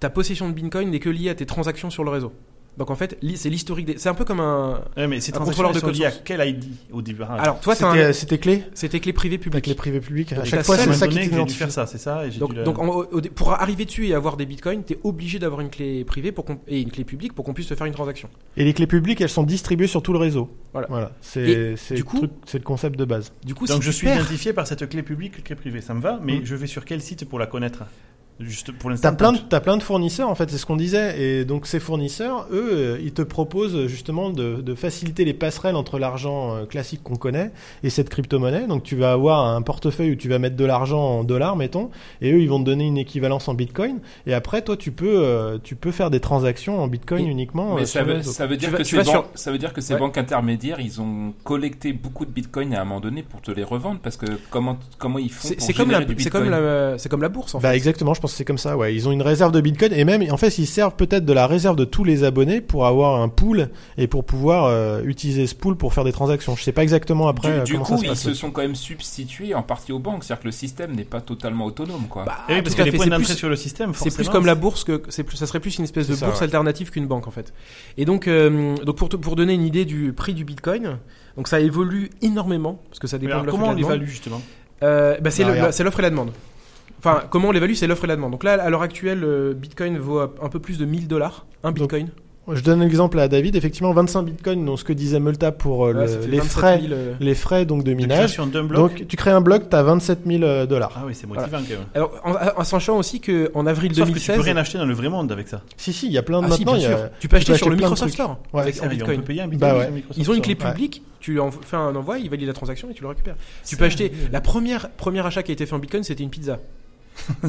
Speaker 2: Ta possession de bitcoin n'est que liée à tes transactions sur le réseau. Donc en fait, li- c'est l'historique des. C'est un peu comme un.
Speaker 1: Ouais, mais ces
Speaker 2: un contrôleur
Speaker 1: transactions
Speaker 2: de
Speaker 1: elles sont liées à
Speaker 2: code
Speaker 1: quel ID au Ah, départ
Speaker 2: Alors toi, t'as
Speaker 3: C'était,
Speaker 2: un-
Speaker 3: euh, C'était clé
Speaker 2: c'est tes clés privées
Speaker 3: avec
Speaker 2: publiques.
Speaker 3: les privés publics. À
Speaker 2: Donc,
Speaker 3: chaque
Speaker 2: ta
Speaker 3: fois,
Speaker 1: À un
Speaker 3: c'est
Speaker 2: seule
Speaker 1: moment
Speaker 3: ça qui
Speaker 1: donné, j'ai dû
Speaker 3: t'identifie.
Speaker 1: faire ça, c'est ça. et j'ai
Speaker 2: Donc,
Speaker 1: dû la-
Speaker 2: donc en- au- au dé- pour arriver dessus et avoir des bitcoins, t'es obligé d'avoir une clé privée pour qu'on- et une clé publique pour qu'on puisse te faire une transaction.
Speaker 3: Et les clés publiques, elles sont distribuées sur tout le réseau.
Speaker 2: Voilà.
Speaker 3: C'est
Speaker 2: Et,
Speaker 3: c'est
Speaker 2: du
Speaker 3: le
Speaker 2: coup-
Speaker 3: truc- c'est le concept de base.
Speaker 2: Du coup,
Speaker 1: Donc
Speaker 2: si
Speaker 1: je
Speaker 2: tu
Speaker 1: suis
Speaker 2: perds-
Speaker 1: identifié par cette clé publique, clé privée, ça me va, mais
Speaker 3: Mm.
Speaker 1: je vais sur quel site pour la connaître Juste pour l'instant. Eh
Speaker 3: T'as plein, de, t'as plein de fournisseurs, en fait, c'est ce qu'on disait. Et donc, ces fournisseurs, eux, euh, ils te proposent justement de, de faciliter les passerelles entre l'argent euh, classique qu'on connaît et cette crypto-monnaie. Donc, tu vas avoir un portefeuille où tu vas mettre de l'argent en dollars, mettons, et eux, ils vont te donner une équivalence en bitcoin. Et après, toi, tu peux, euh, tu peux faire des transactions en bitcoin
Speaker 2: Et-
Speaker 3: uniquement. euh,
Speaker 4: Mais
Speaker 3: sur le
Speaker 4: ça veut,
Speaker 3: réseau.
Speaker 4: ça veut dire
Speaker 2: Tu vas-
Speaker 4: que
Speaker 2: tu
Speaker 4: ces
Speaker 2: vas
Speaker 4: ban-
Speaker 2: sur-
Speaker 4: ça veut dire que ces
Speaker 2: Ouais.
Speaker 4: banques intermédiaires, ils ont collecté beaucoup de bitcoins à un moment donné pour te les revendre parce que comment comment ils font
Speaker 2: C'est
Speaker 4: pour
Speaker 2: c'est comme la,
Speaker 4: générer du
Speaker 2: c'est comme
Speaker 4: bitcoin
Speaker 2: la, c'est comme la bourse en
Speaker 3: Bah,
Speaker 2: fait.
Speaker 3: exactement, je pense pense que c'est comme ça, ouais. Ils ont une réserve de Bitcoin et même, en fait, ils servent peut-être de la réserve de tous les abonnés pour avoir un pool et pour pouvoir euh, utiliser ce pool pour faire des transactions. Je sais pas exactement après
Speaker 4: Du-
Speaker 3: euh,
Speaker 4: du
Speaker 3: comment
Speaker 4: coup,
Speaker 3: ça se
Speaker 4: ils
Speaker 3: passe.
Speaker 4: se sont quand même substitués en partie aux banques. C'est-à-dire que le système n'est pas totalement autonome, quoi.
Speaker 2: Bah,
Speaker 1: Eh oui, parce
Speaker 2: tout
Speaker 1: que
Speaker 2: à
Speaker 1: les
Speaker 2: fait,
Speaker 1: points
Speaker 2: c'est
Speaker 1: d'entrée
Speaker 2: plus-
Speaker 1: sur le système,
Speaker 2: C'est
Speaker 1: forcément.
Speaker 2: plus comme la bourse que que c'est plus, ça serait plus une espèce de
Speaker 3: C'est ça,
Speaker 2: bourse
Speaker 3: ouais.
Speaker 2: alternative qu'une banque en fait. Et donc, euh, donc pour te- pour donner une idée du prix du Bitcoin, donc ça évolue énormément parce que ça
Speaker 1: Mais
Speaker 2: dépend
Speaker 1: alors,
Speaker 2: de l'offre.
Speaker 1: comment
Speaker 2: et
Speaker 1: on
Speaker 2: de la demande.
Speaker 1: l'évalue justement
Speaker 2: Euh, bah, c'est
Speaker 3: Bah,
Speaker 2: le-
Speaker 3: regarde.
Speaker 2: c'est l'offre et la demande. Enfin, comment on l'évalue, c'est l'offre et la demande. Donc là, à l'heure actuelle, euh, Bitcoin vaut à- un peu plus de 1000 dollars un
Speaker 3: Donc,
Speaker 2: Bitcoin.
Speaker 3: Je donne l'exemple à David. Effectivement, 25 Bitcoins, donc ce que disait Multa pour euh,
Speaker 2: Voilà,
Speaker 3: le-
Speaker 2: ça fait
Speaker 3: les
Speaker 2: 27
Speaker 3: frais,
Speaker 2: 000, euh.
Speaker 3: les frais donc de
Speaker 1: La
Speaker 3: minage.
Speaker 1: création d'un bloc.
Speaker 3: Donc, tu crées un bloc, t'as 27 000 dollars.
Speaker 1: Ah oui, c'est motivant quand même.
Speaker 2: Alors, en, en sachant aussi que en avril
Speaker 1: Sauf que tu
Speaker 2: 2016,
Speaker 1: peux rien acheter dans le vrai monde avec ça.
Speaker 3: Si, si, il y a plein de
Speaker 2: Ah si,
Speaker 3: maintenant.
Speaker 2: bien
Speaker 3: il y a-
Speaker 2: sûr. tu peux acheter sur le
Speaker 3: plein de
Speaker 2: Microsoft
Speaker 3: trucs.
Speaker 2: Store
Speaker 3: Ouais,
Speaker 2: avec
Speaker 1: C'est
Speaker 2: en
Speaker 1: vrai,
Speaker 2: Bitcoin.
Speaker 1: On peut payer un bitcoin.
Speaker 3: Bah
Speaker 1: sur
Speaker 3: ouais.
Speaker 1: Microsoft
Speaker 2: Ils ont une clé
Speaker 1: Store.
Speaker 3: Ouais.
Speaker 2: publique, tu en fais un envoi, ils valident la transaction et tu le récupères. Tu
Speaker 1: C'est
Speaker 2: peux acheter.
Speaker 1: vrai.
Speaker 2: La première premier achat qui a été fait en Bitcoin, c'était une pizza.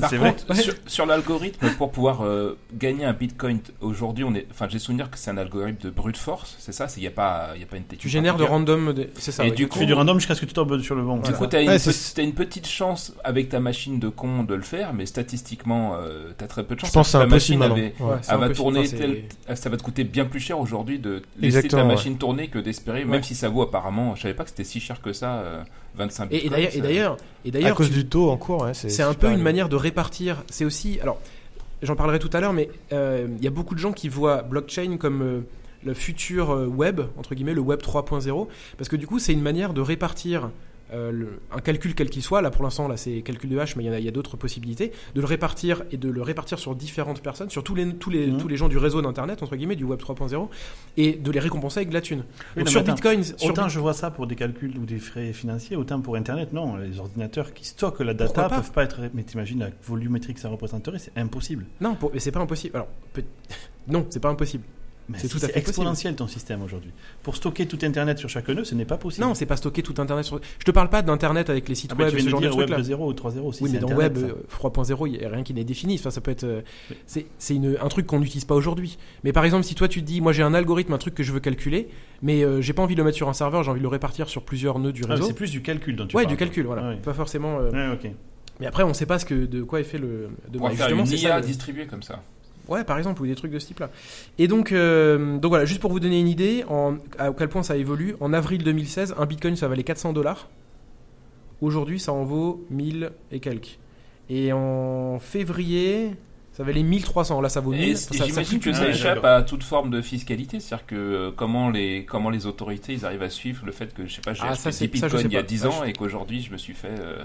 Speaker 4: Par
Speaker 1: C'est vrai.
Speaker 4: contre, sur, sur l'algorithme, pour pouvoir euh, gagner un bitcoin t- aujourd'hui, on est, enfin, j'ai souvenir que c'est un algorithme de brute force, c'est ça, il n'y a pas, il y a pas une technique.
Speaker 2: Tu génères de
Speaker 4: particulière.
Speaker 2: random, des- c'est ça.
Speaker 4: Et
Speaker 2: ouais.
Speaker 4: du
Speaker 1: Tu fais du random jusqu'à ce que tu tombes sur le bon.
Speaker 4: Du
Speaker 1: Voilà.
Speaker 4: coup, t'as une,
Speaker 3: Ouais,
Speaker 4: pe-
Speaker 3: c'est-
Speaker 4: t'as une petite chance avec ta machine de con de le faire, mais statistiquement, euh, t'as très peu de chance.
Speaker 3: Je pense que c'est
Speaker 4: Ta
Speaker 3: impossible maintenant.
Speaker 4: machine avait-
Speaker 3: Ouais.
Speaker 2: Ouais, c'est
Speaker 4: elle va
Speaker 2: un peu-
Speaker 4: tourner
Speaker 2: enfin, c'est-
Speaker 4: tel- ah, Ça va te coûter bien plus cher aujourd'hui de laisser
Speaker 3: Exactement,
Speaker 4: ta
Speaker 3: ouais.
Speaker 4: machine tourner que d'espérer, même si ça vaut apparemment, je savais pas que c'était si cher que ça, euh, 25
Speaker 2: Et et
Speaker 4: bitcoins,
Speaker 2: d'ailleurs, et
Speaker 4: ça-
Speaker 2: d'ailleurs, et
Speaker 3: À
Speaker 2: d'ailleurs,
Speaker 3: cause
Speaker 2: tu-
Speaker 3: du taux en cours, ouais, c'est
Speaker 2: c'est un
Speaker 3: super
Speaker 2: peu une
Speaker 3: élevé.
Speaker 2: manière de répartir. C'est aussi, alors, j'en parlerai tout à l'heure, mais euh, il y a beaucoup de gens qui voient blockchain comme euh, le futur euh, web, entre guillemets, le web 3.0, parce que du coup, c'est une manière de répartir. euh, le- un calcul quel qu'il soit, là pour l'instant là c'est calcul de hash, mais il y en a, il y a d'autres possibilités de le répartir et de le répartir sur différentes personnes, sur tous les tous les
Speaker 1: Mhm.
Speaker 2: tous les gens du réseau d'internet entre guillemets du web 3.0 et de les récompenser avec de la thune.
Speaker 1: Oui,
Speaker 2: Donc,
Speaker 1: non,
Speaker 2: sur
Speaker 1: mais attends.
Speaker 2: Bitcoin, sur
Speaker 1: Autant je vois ça pour des calculs ou des frais financiers, autant pour Internet, non. Les ordinateurs qui stockent la
Speaker 2: Pourquoi
Speaker 1: data
Speaker 2: pas
Speaker 1: peuvent pas être. Mais t'imagines la volumétrie que ça représenterait, c'est impossible.
Speaker 2: Non, pour- mais c'est pas impossible. Alors, peut- non, c'est pas impossible.
Speaker 1: Mais
Speaker 2: C'est
Speaker 1: si
Speaker 2: tout à fait possible.
Speaker 1: exponentiel ton système aujourd'hui. Pour stocker tout Internet sur chaque nœud, ce n'est pas possible.
Speaker 2: Non, c'est pas stocker tout Internet. Sur... Je te parle pas d'Internet avec les sites
Speaker 1: Ah bah,
Speaker 2: web
Speaker 1: tu
Speaker 2: et ce
Speaker 1: viens
Speaker 2: genre
Speaker 1: de
Speaker 2: de
Speaker 1: dire
Speaker 2: trucs
Speaker 1: web
Speaker 2: là.
Speaker 1: 2.0 ou 3.0 si
Speaker 2: oui,
Speaker 1: c'est
Speaker 2: mais dans
Speaker 1: Internet, Ah,
Speaker 2: Web
Speaker 1: ça.
Speaker 2: euh, 3.0, il n'y a rien qui n'est défini. Enfin, ça peut être. euh,
Speaker 1: Mais-
Speaker 2: C'est c'est une- un truc qu'on n'utilise pas aujourd'hui. Mais par exemple, si toi tu te dis, moi j'ai un algorithme, un truc que je veux calculer, mais euh, j'ai pas envie de le mettre sur un serveur, j'ai envie de le répartir sur plusieurs nœuds du
Speaker 1: Ah, mais
Speaker 2: réseau.
Speaker 1: c'est plus du calcul dont tu
Speaker 2: ouais,
Speaker 1: parles.
Speaker 2: du calcul, voilà.
Speaker 1: Ouais,
Speaker 2: Pas forcément. euh,
Speaker 1: ouais. Ouais, ok.
Speaker 2: Mais après, on sait pas ce que, de quoi est fait le. De...
Speaker 4: On va
Speaker 2: Et
Speaker 4: faire une
Speaker 2: bah, c'est ça,
Speaker 4: IA
Speaker 2: le-
Speaker 4: distribuée comme ça.
Speaker 2: Ouais, par exemple, ou des trucs de ce type-là. Et donc, euh, donc voilà, juste pour vous donner une idée, en, à quel point ça évolue, en avril 2016, un bitcoin, ça valait 400 dollars. Aujourd'hui, ça en vaut 1000 et quelques. Et en février, ça valait 1300. Là, ça vaut 1000.
Speaker 4: Et
Speaker 2: Enfin, ça- ça
Speaker 4: j'imagine
Speaker 2: fluctue,
Speaker 4: que
Speaker 1: hein.
Speaker 4: ça
Speaker 1: Ouais,
Speaker 4: échappe
Speaker 1: d'accord.
Speaker 4: à toute forme de fiscalité, c'est-à-dire que euh, comment les comment les autorités ils arrivent à suivre le fait que je sais pas j'ai
Speaker 2: Ah, ça,
Speaker 4: acheté 10
Speaker 2: c'est- ça, je
Speaker 4: bitcoins
Speaker 2: sais
Speaker 4: il y a
Speaker 2: pas.
Speaker 4: 10
Speaker 2: Ouais,
Speaker 4: ans et qu'aujourd'hui je me suis fait euh,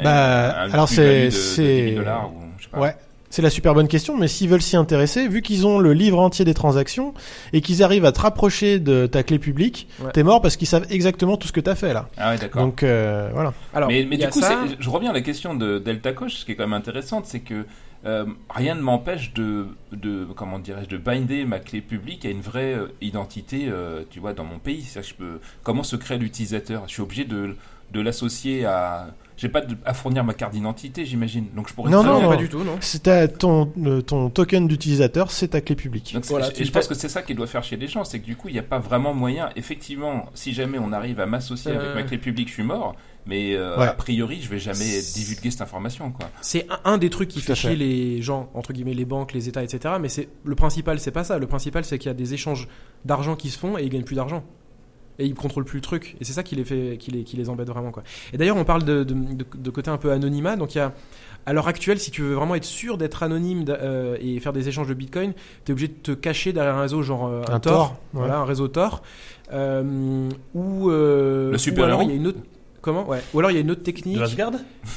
Speaker 4: un-
Speaker 3: Bah,
Speaker 4: un
Speaker 3: alors
Speaker 4: plus-value
Speaker 3: c'est-
Speaker 4: de-
Speaker 3: c'est-
Speaker 4: de 10 000 dollars ou je sais pas.
Speaker 3: Ouais. C'est la super bonne question, mais s'ils veulent s'y intéresser, vu qu'ils ont le livre entier des transactions et qu'ils arrivent à te rapprocher de ta clé publique,
Speaker 2: Ouais.
Speaker 3: t'es mort parce qu'ils savent exactement tout ce que t'as fait là.
Speaker 4: Ah ouais, d'accord.
Speaker 3: Donc euh, voilà.
Speaker 2: Alors,
Speaker 4: mais mais
Speaker 2: il
Speaker 4: du
Speaker 2: y a
Speaker 4: coup,
Speaker 2: ça.
Speaker 4: c'est- je reviens à la question de Delta Coche, ce qui est quand même intéressante, c'est que euh, rien ne m'empêche de, de comment dirais-je de binder ma clé publique à une vraie euh, identité, euh, tu vois, dans mon pays. C'est-à-dire que je peux- comment se crée l'utilisateur Je suis obligé de, de l'associer à j'ai pas de- à fournir ma carte d'identité, j'imagine. Donc je pourrais
Speaker 3: Non,
Speaker 4: très
Speaker 3: non,
Speaker 4: bien-
Speaker 2: pas
Speaker 3: non.
Speaker 2: du tout, non
Speaker 3: C'est ta- ton, euh, ton token d'utilisateur, c'est ta clé publique.
Speaker 4: Donc, c'est-
Speaker 2: Voilà,
Speaker 4: et
Speaker 2: tu
Speaker 4: je
Speaker 2: t'as-
Speaker 4: pense que c'est ça qui doit faire chez les gens, c'est que du coup, il n'y a pas vraiment moyen. Effectivement, si jamais on arrive à m'associer
Speaker 2: Euh.
Speaker 4: avec ma clé publique, je suis mort. Mais euh,
Speaker 3: Ouais.
Speaker 4: a priori, je vais jamais divulguer cette information, quoi.
Speaker 2: C'est un, un des trucs qui
Speaker 3: Tout
Speaker 2: fait
Speaker 3: à fait.
Speaker 2: chier les gens, entre guillemets, les banques, les États, etc. Mais c'est le principal, c'est pas ça. Le principal, c'est qu'il y a des échanges d'argent qui se font et ils gagnent plus d'argent. Et ils contrôlent plus le truc. Et c'est ça qui les fait, qui les, qui les embête vraiment, quoi. Et d'ailleurs, on parle de, de, de- de côté un peu anonymat. Donc il y a, à l'heure actuelle, si tu veux vraiment être sûr d'être anonyme d'a- euh, et faire des échanges de Bitcoin, t'es obligé de te cacher derrière un réseau genre euh, un,
Speaker 3: Un
Speaker 2: Tor,
Speaker 3: Tor, ouais. Ah,
Speaker 2: voilà, un réseau Tor, euh, ou euh,
Speaker 4: Le super
Speaker 2: ou alors
Speaker 4: héros.
Speaker 2: il y a une autre, comment, ouais, ou alors il y a une autre technique.
Speaker 1: De l'Asgard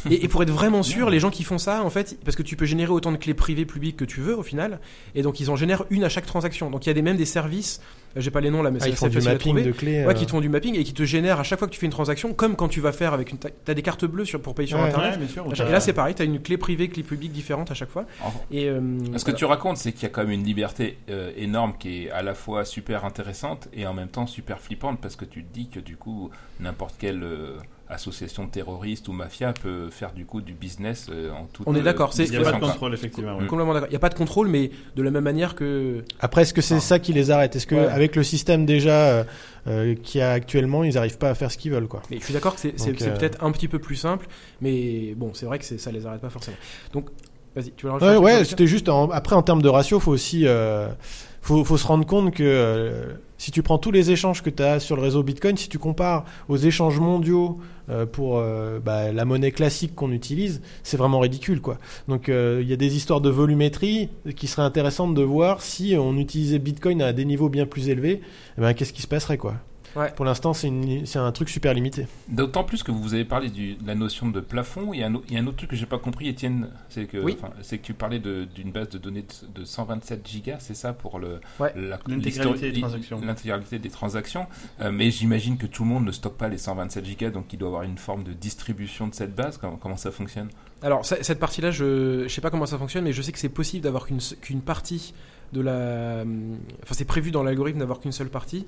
Speaker 2: Et, et pour être vraiment sûr, les gens qui font ça, en fait, parce que tu peux générer autant de clés privées publiques que tu veux au final, et donc ils en génèrent une à chaque transaction. Donc il y a des, même des services, euh, j'ai pas les noms là, mais
Speaker 3: Ah,
Speaker 2: c'est
Speaker 3: ils font
Speaker 2: assez
Speaker 3: du
Speaker 2: facile à
Speaker 3: mapping
Speaker 2: trouver.
Speaker 3: de clés.
Speaker 2: Ouais,
Speaker 3: euh,
Speaker 2: qui te font du mapping et qui te génèrent à chaque fois que tu fais une transaction, comme quand tu vas faire avec une. ta- T'as des cartes bleues sur, pour payer sur
Speaker 3: Ouais.
Speaker 2: internet.
Speaker 1: Ah, Ouais, bien sûr. ou
Speaker 2: À chaque-
Speaker 1: t'as-
Speaker 2: Et là, c'est pareil, t'as une clé privée, clé publique différente à chaque fois.
Speaker 4: En-
Speaker 2: Et, euh,
Speaker 4: Ce que tu racontes, c'est qu'il y a quand même une liberté euh, énorme qui est à la fois super intéressante et en même temps super flippante parce que tu te dis que du coup, n'importe quelle euh, association terroriste ou mafia peut faire du coup du business euh, en tout
Speaker 2: On est d'accord, c'est-
Speaker 1: Il n'y a pas de contrôle, effectivement. ouais.
Speaker 2: Complètement d'accord. Il n'y a pas de contrôle, mais de la même manière que.
Speaker 3: Après, est-ce que c'est
Speaker 4: Enfin,
Speaker 3: ça qui les arrête Est-ce que
Speaker 2: Ah.
Speaker 3: avec
Speaker 2: ouais.
Speaker 3: le système déjà euh, euh, qu'il y a actuellement, ils arrivent pas à faire ce qu'ils veulent quoi
Speaker 2: Mais je suis d'accord que c'est c'est-
Speaker 3: Donc,
Speaker 2: c'est
Speaker 3: euh,
Speaker 2: peut-être un petit peu plus simple, mais bon, c'est vrai que c'est- ça les arrête pas forcément. Donc, Vas-y, tu veux rajouter
Speaker 3: Ouais,
Speaker 2: un truc
Speaker 3: ouais,
Speaker 2: sur le hein.
Speaker 3: c'était juste. en- après, en termes de ratio, faut aussi, euh, faut, faut se rendre compte que euh, si tu prends tous les échanges que tu as sur le réseau Bitcoin, si tu compares aux échanges mondiaux euh, pour euh, bah, la monnaie classique qu'on utilise, c'est vraiment ridicule, quoi. Donc, euh, il y a des histoires de volumétrie qui seraient intéressantes de voir si on utilisait Bitcoin à des niveaux bien plus élevés, eh ben, qu'est-ce qui se passerait, quoi.
Speaker 2: Ouais.
Speaker 3: Pour l'instant, c'est une- c'est un truc super limité.
Speaker 4: D'autant plus que vous avez parlé du- de la notion de plafond. Il y a un, au- il y a un autre truc que j'ai pas compris, Étienne. C'est que,
Speaker 2: Oui.
Speaker 4: enfin, c'est que tu parlais de- d'une base de données de, de 127 gigas, c'est ça pour le
Speaker 2: Ouais.
Speaker 4: la-
Speaker 1: L'intégralité des
Speaker 4: l'histori-
Speaker 1: transactions.
Speaker 4: L'intégralité des transactions. Euh, mais j'imagine que tout le monde ne stocke pas les 127 gigas, donc il doit avoir une forme de distribution de cette base. Comment, comment ça fonctionne
Speaker 2: Alors ça- cette partie-là, je je sais pas comment ça fonctionne, mais je sais que c'est possible d'avoir qu'une se- qu'une partie de la. euh, Enfin, c'est prévu dans l'algorithme d'avoir qu'une seule partie.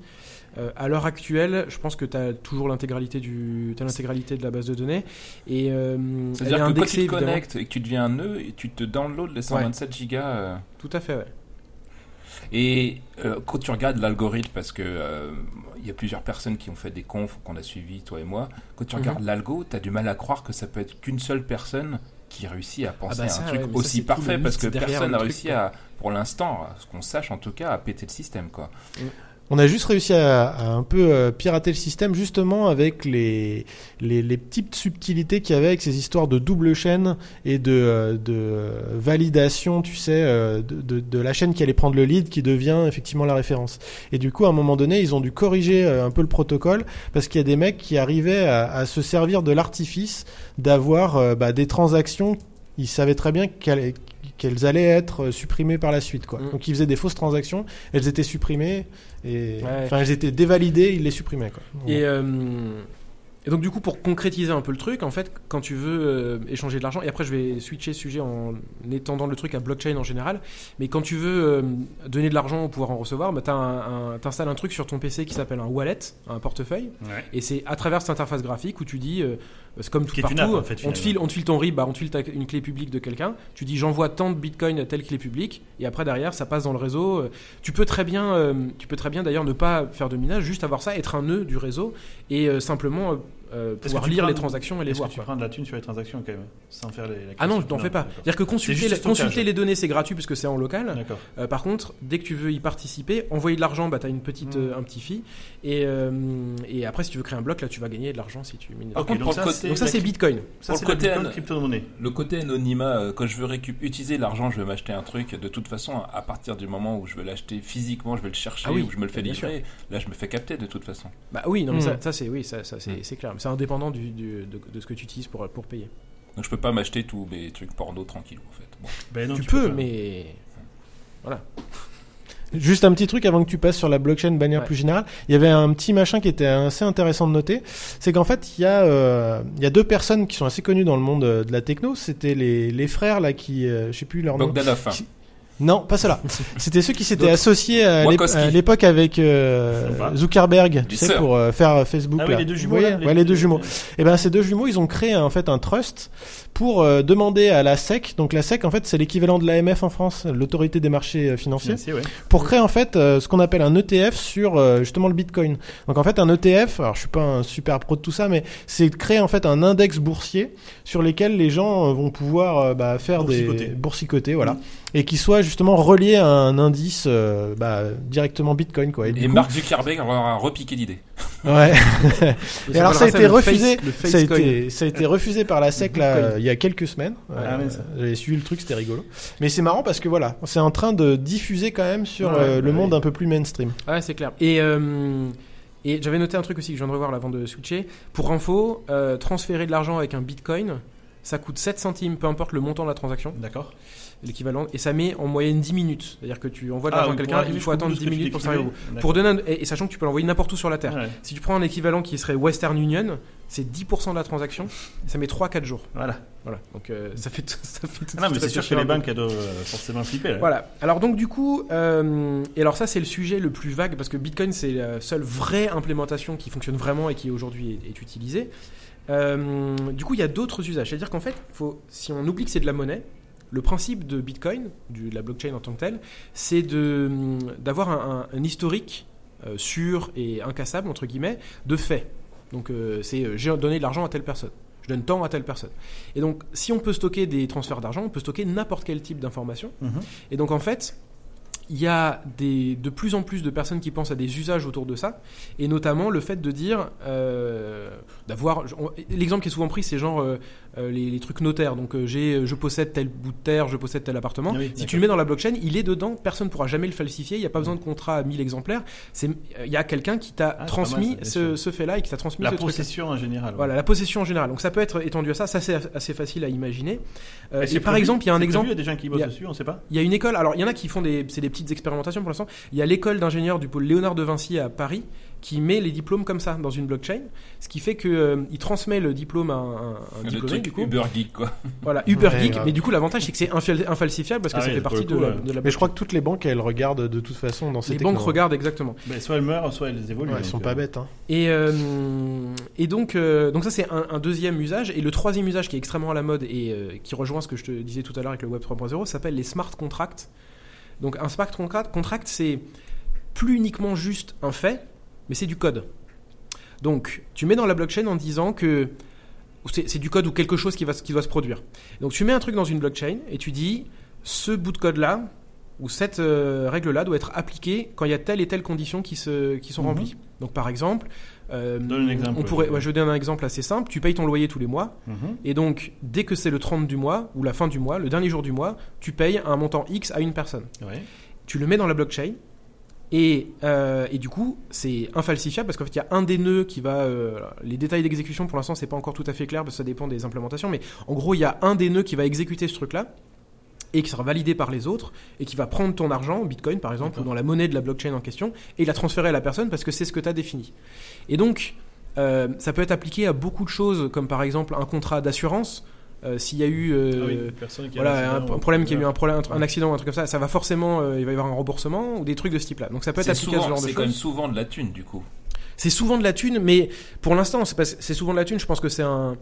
Speaker 2: Euh, à l'heure actuelle, je pense que tu as toujours l'intégralité du t'as l'intégralité de la base de données et euh, elle est
Speaker 4: C'est-à-dire que quand tu
Speaker 2: indexée
Speaker 4: te
Speaker 2: évidemment.
Speaker 4: connectes et que tu deviens un nœud, et tu te downloads les 127 gigas. euh,
Speaker 2: Tout à fait. ouais.
Speaker 4: Et euh, quand tu regardes l'algorithme, parce que euh, il y a plusieurs personnes qui ont fait des confs qu'on a suivis, toi et moi, quand tu
Speaker 2: Mhm.
Speaker 4: regardes l'algo, tu as du mal à croire que ça peut être qu'une seule personne qui réussit à penser
Speaker 2: bah
Speaker 4: à
Speaker 2: ça,
Speaker 4: un
Speaker 2: ouais,
Speaker 4: truc
Speaker 2: mais ça, c'est
Speaker 4: aussi
Speaker 2: tout le
Speaker 4: parfait, parce
Speaker 2: mythe
Speaker 4: que
Speaker 2: derrière
Speaker 4: personne
Speaker 2: le
Speaker 4: n'a
Speaker 2: truc,
Speaker 4: réussi
Speaker 2: quoi.
Speaker 4: à, pour l'instant, à ce qu'on sache en tout cas, à péter le système. Quoi.
Speaker 3: On a juste réussi à, à un peu euh, pirater le système justement avec les, les, les petites subtilités qu'il y avait avec ces histoires de double chaîne et de, euh, de validation, tu sais, euh, de, de, de la chaîne qui allait prendre le lead qui devient effectivement la référence. Et du coup, à un moment donné, ils ont dû corriger euh, un peu le protocole parce qu'il y a des mecs qui arrivaient à, à se servir de l'artifice d'avoir euh, bah, des transactions. Ils savaient très bien qu'elles qu'elles allaient être euh, supprimées par la suite. Quoi.
Speaker 2: Mm.
Speaker 3: Donc ils faisaient des fausses transactions, elles étaient supprimées. Et
Speaker 2: Ouais.
Speaker 3: enfin, elles étaient dévalidées, ils les supprimaient. Quoi.
Speaker 2: Et, euh, et donc du coup, pour concrétiser un peu le truc, en fait, quand tu veux euh, échanger de l'argent, et après je vais switcher le sujet en étendant le truc à blockchain en général, mais quand tu veux euh, donner de l'argent ou pouvoir en recevoir, bah, t'as un- un- t'installes un truc sur ton PC qui s'appelle un wallet, un portefeuille,
Speaker 1: Ouais.
Speaker 2: et c'est à travers cette interface graphique où tu dis, euh, c'est comme tout
Speaker 1: Qui est
Speaker 2: partout,
Speaker 1: une app, en fait, finalement.
Speaker 2: on, te file, on te file ton RIB, bah, on te file ta- une clé publique de quelqu'un, tu dis j'envoie tant de bitcoin à telle clé publique, et après derrière ça passe dans le réseau. euh, Tu peux très bien, euh, tu peux très bien d'ailleurs ne pas faire de minage, juste avoir ça, être un nœud du réseau, et euh, simplement euh, euh,
Speaker 1: que
Speaker 2: pouvoir
Speaker 1: tu
Speaker 2: lire
Speaker 1: prends-
Speaker 2: les transactions et les
Speaker 1: Est-ce
Speaker 2: voir.
Speaker 1: que tu
Speaker 2: quoi.
Speaker 1: prends de la thune sur les transactions quand même Sans faire les. la
Speaker 2: Ah non, je
Speaker 1: question.
Speaker 2: n'en fais pas.
Speaker 1: d'accord.
Speaker 2: C'est-à-dire que consulter,
Speaker 1: juste
Speaker 2: les-
Speaker 1: le stockage.
Speaker 2: consulter les données, c'est gratuit puisque c'est en local.
Speaker 1: D'accord.
Speaker 2: Euh, par contre, dès que tu veux y participer, envoyer de l'argent, bah, tu as une petite,
Speaker 1: Mm.
Speaker 2: euh, un petit fee. Et, euh, et après, si tu veux créer un bloc, là, tu vas gagner de l'argent si tu mines.
Speaker 4: Par
Speaker 1: Ok,
Speaker 4: contre,
Speaker 1: donc
Speaker 4: pour
Speaker 1: ça,
Speaker 4: le
Speaker 1: c'est-
Speaker 4: côté,
Speaker 2: Donc ça, c'est Bitcoin.
Speaker 1: Ça,
Speaker 4: Pour
Speaker 1: c'est
Speaker 4: le
Speaker 1: la
Speaker 4: côté
Speaker 1: Bitcoin
Speaker 4: an-
Speaker 1: crypto-monnaie.
Speaker 4: le côté anonymat, euh, quand je veux récup- utiliser l'argent, je vais m'acheter un truc. De toute façon, à partir du moment où je vais l'acheter physiquement, je vais le chercher,
Speaker 2: Ah oui,
Speaker 4: ou je me le fais
Speaker 2: bien sûr.
Speaker 4: livrer, là, je me fais capter de toute façon.
Speaker 2: Bah oui, non, mais
Speaker 3: Mm.
Speaker 2: ça, ça, c'est oui, ça, ça, c'est
Speaker 4: Mm.
Speaker 2: c'est clair. Mais C'est indépendant du, du- de, de ce que tu utilises pour, pour payer.
Speaker 4: Donc je peux pas m'acheter tous mes trucs porno tranquille, en fait. Bon.
Speaker 1: Ben non,
Speaker 2: tu, peux,
Speaker 1: pas.
Speaker 2: mais
Speaker 3: Juste un petit truc avant que tu passes sur la blockchain de manière
Speaker 2: Ouais.
Speaker 3: plus générale. Il y avait un petit machin qui était assez intéressant de noter. C'est qu'en fait, il y, a, euh, il y a deux personnes qui sont assez connues dans le monde euh, de la techno. C'était les, les frères là qui, euh, je sais plus leur nom.
Speaker 4: Bogdanov, hein.
Speaker 3: Non, pas cela. C'était ceux qui s'étaient
Speaker 2: D'autres.
Speaker 3: associés à l'ép-
Speaker 4: Wachowski.
Speaker 3: à l'époque avec euh,
Speaker 1: Sympa.
Speaker 3: Zuckerberg, tu
Speaker 4: Les
Speaker 3: sais,
Speaker 4: sœurs.
Speaker 3: pour euh, faire euh, Facebook.
Speaker 1: Ah oui,
Speaker 3: là.
Speaker 1: les deux jumeaux.
Speaker 3: Vous voyez
Speaker 1: là,
Speaker 3: ouais, les deux jumeaux. Et ben ces deux jumeaux, ils ont créé en fait un trust pour euh, demander à la SEC. Donc la SEC, en fait, c'est l'équivalent de l'AMF en France, l'autorité des marchés euh, financiers
Speaker 1: Financiers, ouais.
Speaker 3: pour créer en fait euh, ce qu'on appelle un ETF sur euh, justement le Bitcoin. Donc en fait un ETF, alors je suis pas un super pro de tout ça, mais c'est de créer en fait un index boursier sur lesquels les gens euh, vont pouvoir euh, bah, faire
Speaker 1: Boursicoter. Mm.
Speaker 3: des boursicotés, voilà, et qui soit justement relié à un indice euh, bah, directement Bitcoin quoi. Et du
Speaker 4: Et
Speaker 3: coup-
Speaker 4: Mark Zuckerberg leur a repiqué l'idée.
Speaker 3: ouais. Et alors, ça a
Speaker 2: s'appellera
Speaker 3: été
Speaker 2: le
Speaker 3: refusé.
Speaker 2: face- le
Speaker 3: ça, a
Speaker 2: Facecoin.
Speaker 3: été, ça a été refusé par la SEC là,
Speaker 2: Bitcoin.
Speaker 3: euh, il y a quelques semaines.
Speaker 1: Ah,
Speaker 3: Euh,
Speaker 1: mais ça-
Speaker 3: J'avais suivi le truc, c'était rigolo. Mais c'est marrant parce que voilà, c'est en train de diffuser quand même sur
Speaker 1: Ouais,
Speaker 3: euh, le
Speaker 1: ouais.
Speaker 3: monde un peu plus mainstream.
Speaker 2: Ouais, c'est clair. Et, euh, et j'avais noté un truc aussi que je viens de revoir là, avant de switcher. Pour info, euh, transférer de l'argent avec un bitcoin, ça coûte 7 centimes, peu importe le montant de la transaction,
Speaker 1: D'accord.
Speaker 2: l'équivalent, et ça met en moyenne 10 minutes. C'est-à-dire que tu envoies de
Speaker 1: Ah,
Speaker 2: l'argent
Speaker 1: oui,
Speaker 2: à
Speaker 1: pour
Speaker 2: quelqu'un,
Speaker 1: arriver
Speaker 2: il faut
Speaker 1: jusqu'au
Speaker 2: attendre
Speaker 1: bout de
Speaker 2: 10
Speaker 1: ce que tu
Speaker 2: minutes pour ça.
Speaker 1: décrivais.
Speaker 2: Pour donner un- et, et sachant que tu peux l'envoyer n'importe où sur la Terre.
Speaker 1: Ouais,
Speaker 2: Si tu prends un équivalent qui serait Western Union, c'est 10% de la transaction, ça met 3-4 jours.
Speaker 1: Voilà.
Speaker 2: Voilà, donc euh, ça fait tout, ça fait tout
Speaker 1: Ah non,
Speaker 2: de
Speaker 1: mais
Speaker 2: suite
Speaker 1: c'est sûr que
Speaker 2: réfléchir
Speaker 1: les
Speaker 2: un peu.
Speaker 1: banques, elles doivent euh, forcément flipper. là.
Speaker 2: Voilà. Alors donc du coup, euh, et alors ça c'est le sujet le plus vague parce que Bitcoin c'est la seule vraie implémentation qui fonctionne vraiment et qui aujourd'hui est, est utilisée. Euh, du coup, il y a d'autres usages. C'est-à-dire qu'en fait, faut, si on oublie que c'est de la monnaie, le principe de Bitcoin, du- de la blockchain en tant que telle, c'est de, hum, d'avoir un, un- un historique euh, sûr et incassable entre guillemets de faits. Donc euh, c'est euh, j'ai donné de l'argent à telle personne. je donne tant à telle personne. Et donc, si on peut stocker des transferts d'argent, on peut stocker n'importe quel type d'information.
Speaker 1: Mhm.
Speaker 2: Et donc, en fait, il y a des, de plus en plus de personnes qui pensent à des usages autour de ça, et notamment le fait de dire, euh, d'avoir, on- l'exemple qui est souvent pris, c'est genre euh, euh, les, les trucs notaires. Donc, euh, j'ai, je possède tel bout de terre, je possède tel appartement.
Speaker 1: Ah Oui,
Speaker 2: si
Speaker 1: d'accord.
Speaker 2: tu le mets dans la blockchain, il est dedans, personne ne pourra jamais le falsifier. Il n'y a pas besoin de contrat à 1000 exemplaires. C'est, euh, il y a quelqu'un qui t'a
Speaker 1: Ah, c'est pas
Speaker 2: transmis
Speaker 1: mal, ça, bien
Speaker 2: ce, ce fait-là et qui t'a transmis
Speaker 1: La
Speaker 2: ce truc-là.
Speaker 1: procession en général. ouais.
Speaker 2: Voilà, la possession en général. Donc ça peut être étendu à ça, ça c'est assez facile à imaginer. Euh,
Speaker 1: Et
Speaker 2: et
Speaker 1: c'est
Speaker 2: par
Speaker 1: prévu
Speaker 2: exemple, il y a un
Speaker 1: C'est
Speaker 2: exemple,
Speaker 1: prévu, Il y a des gens qui bossent
Speaker 2: Il y a-
Speaker 1: dessus, on sait pas.
Speaker 2: il y a une école, alors il y en a qui font des, c'est des petites expérimentations pour l'instant, il y a l'école d'ingénieurs du pôle Léonard de Vinci à Paris qui met les diplômes comme ça dans une blockchain, ce qui fait que euh, il transmet le diplôme à un, un
Speaker 4: Le
Speaker 2: diplômé,
Speaker 4: truc
Speaker 2: du coup.
Speaker 4: Uber Geek, quoi.
Speaker 2: Voilà, Uber
Speaker 3: Ouais,
Speaker 2: Geek,
Speaker 3: grave.
Speaker 2: mais du coup l'avantage c'est que c'est infial- infalsifiable parce que
Speaker 1: Ah
Speaker 2: ça
Speaker 1: oui,
Speaker 2: fait
Speaker 1: pour le
Speaker 2: partie
Speaker 1: coup,
Speaker 2: de la,
Speaker 1: ouais.
Speaker 2: de la
Speaker 3: Mais je crois que toutes les banques, elles regardent de toute façon dans ces
Speaker 2: les banques
Speaker 3: technos.
Speaker 2: regardent exactement.
Speaker 1: Ben, soit elles meurent, soit elles évoluent.
Speaker 3: Ouais, ils
Speaker 1: donc,
Speaker 3: sont
Speaker 1: euh,
Speaker 3: pas bêtes. Hein.
Speaker 2: Et, euh, et donc, euh, donc ça c'est un, un deuxième usage. Et le troisième usage qui est extrêmement à la mode et euh, qui rejoint ce que je te disais tout à l'heure avec le Web 3.0 s'appelle les smart contracts. Donc un smart contract, contract c'est plus uniquement juste un fait, mais c'est du code. Donc tu mets dans la blockchain en disant que c'est c'est du code ou quelque chose qui, va, se- qui doit se produire. Donc tu mets un truc dans une blockchain et tu dis ce bout de code là ou cette euh, règle là doit être appliquée quand il y a telle et telle condition qui, se, qui sont
Speaker 1: Mhm.
Speaker 2: remplies. Donc par exemple, euh,
Speaker 1: Donne un exemple,
Speaker 2: on pourrait,
Speaker 1: ouais.
Speaker 2: ouais, je donne un exemple assez simple. Tu payes ton loyer tous les mois,
Speaker 1: mhm.
Speaker 2: et donc dès que c'est le 30 du mois ou la fin du mois, le dernier jour du mois, tu payes un montant X à une personne.
Speaker 1: Ouais.
Speaker 2: Tu le mets dans la blockchain, et, euh, et du coup c'est infalsifiable parce qu'en fait il y a un des nœuds qui va. euh, alors, les détails d'exécution pour l'instant c'est pas encore tout à fait clair parce que ça dépend des implémentations, mais en gros il y a un des nœuds qui va exécuter ce truc là. Et qui sera validé par les autres, et qui va prendre ton argent, en bitcoin par exemple, ou
Speaker 1: D'accord.
Speaker 2: dans la monnaie de la blockchain en question, et la transférer à la personne parce que c'est ce que tu as défini. Et donc, euh, ça peut être appliqué à beaucoup de choses, comme par exemple un contrat d'assurance. Euh, S'il y a eu euh,
Speaker 1: Ah oui, une personne qui a
Speaker 2: voilà, un,
Speaker 1: accident,
Speaker 2: un
Speaker 1: ou- euh,
Speaker 2: problème qui a eu un, problème, un tr- un
Speaker 1: Ouais.
Speaker 2: accident, un truc comme ça, ça va forcément, euh, il va y avoir un remboursement ou des trucs de ce type-là. Donc ça peut être
Speaker 4: C'est
Speaker 2: appliqué à ce
Speaker 4: souvent-
Speaker 2: genre de
Speaker 4: c'est quand même
Speaker 2: choses.
Speaker 4: souvent de la thune, du coup.
Speaker 2: C'est souvent de la thune, mais pour l'instant, c'est pas- c'est souvent de la thune. Je pense que c'est un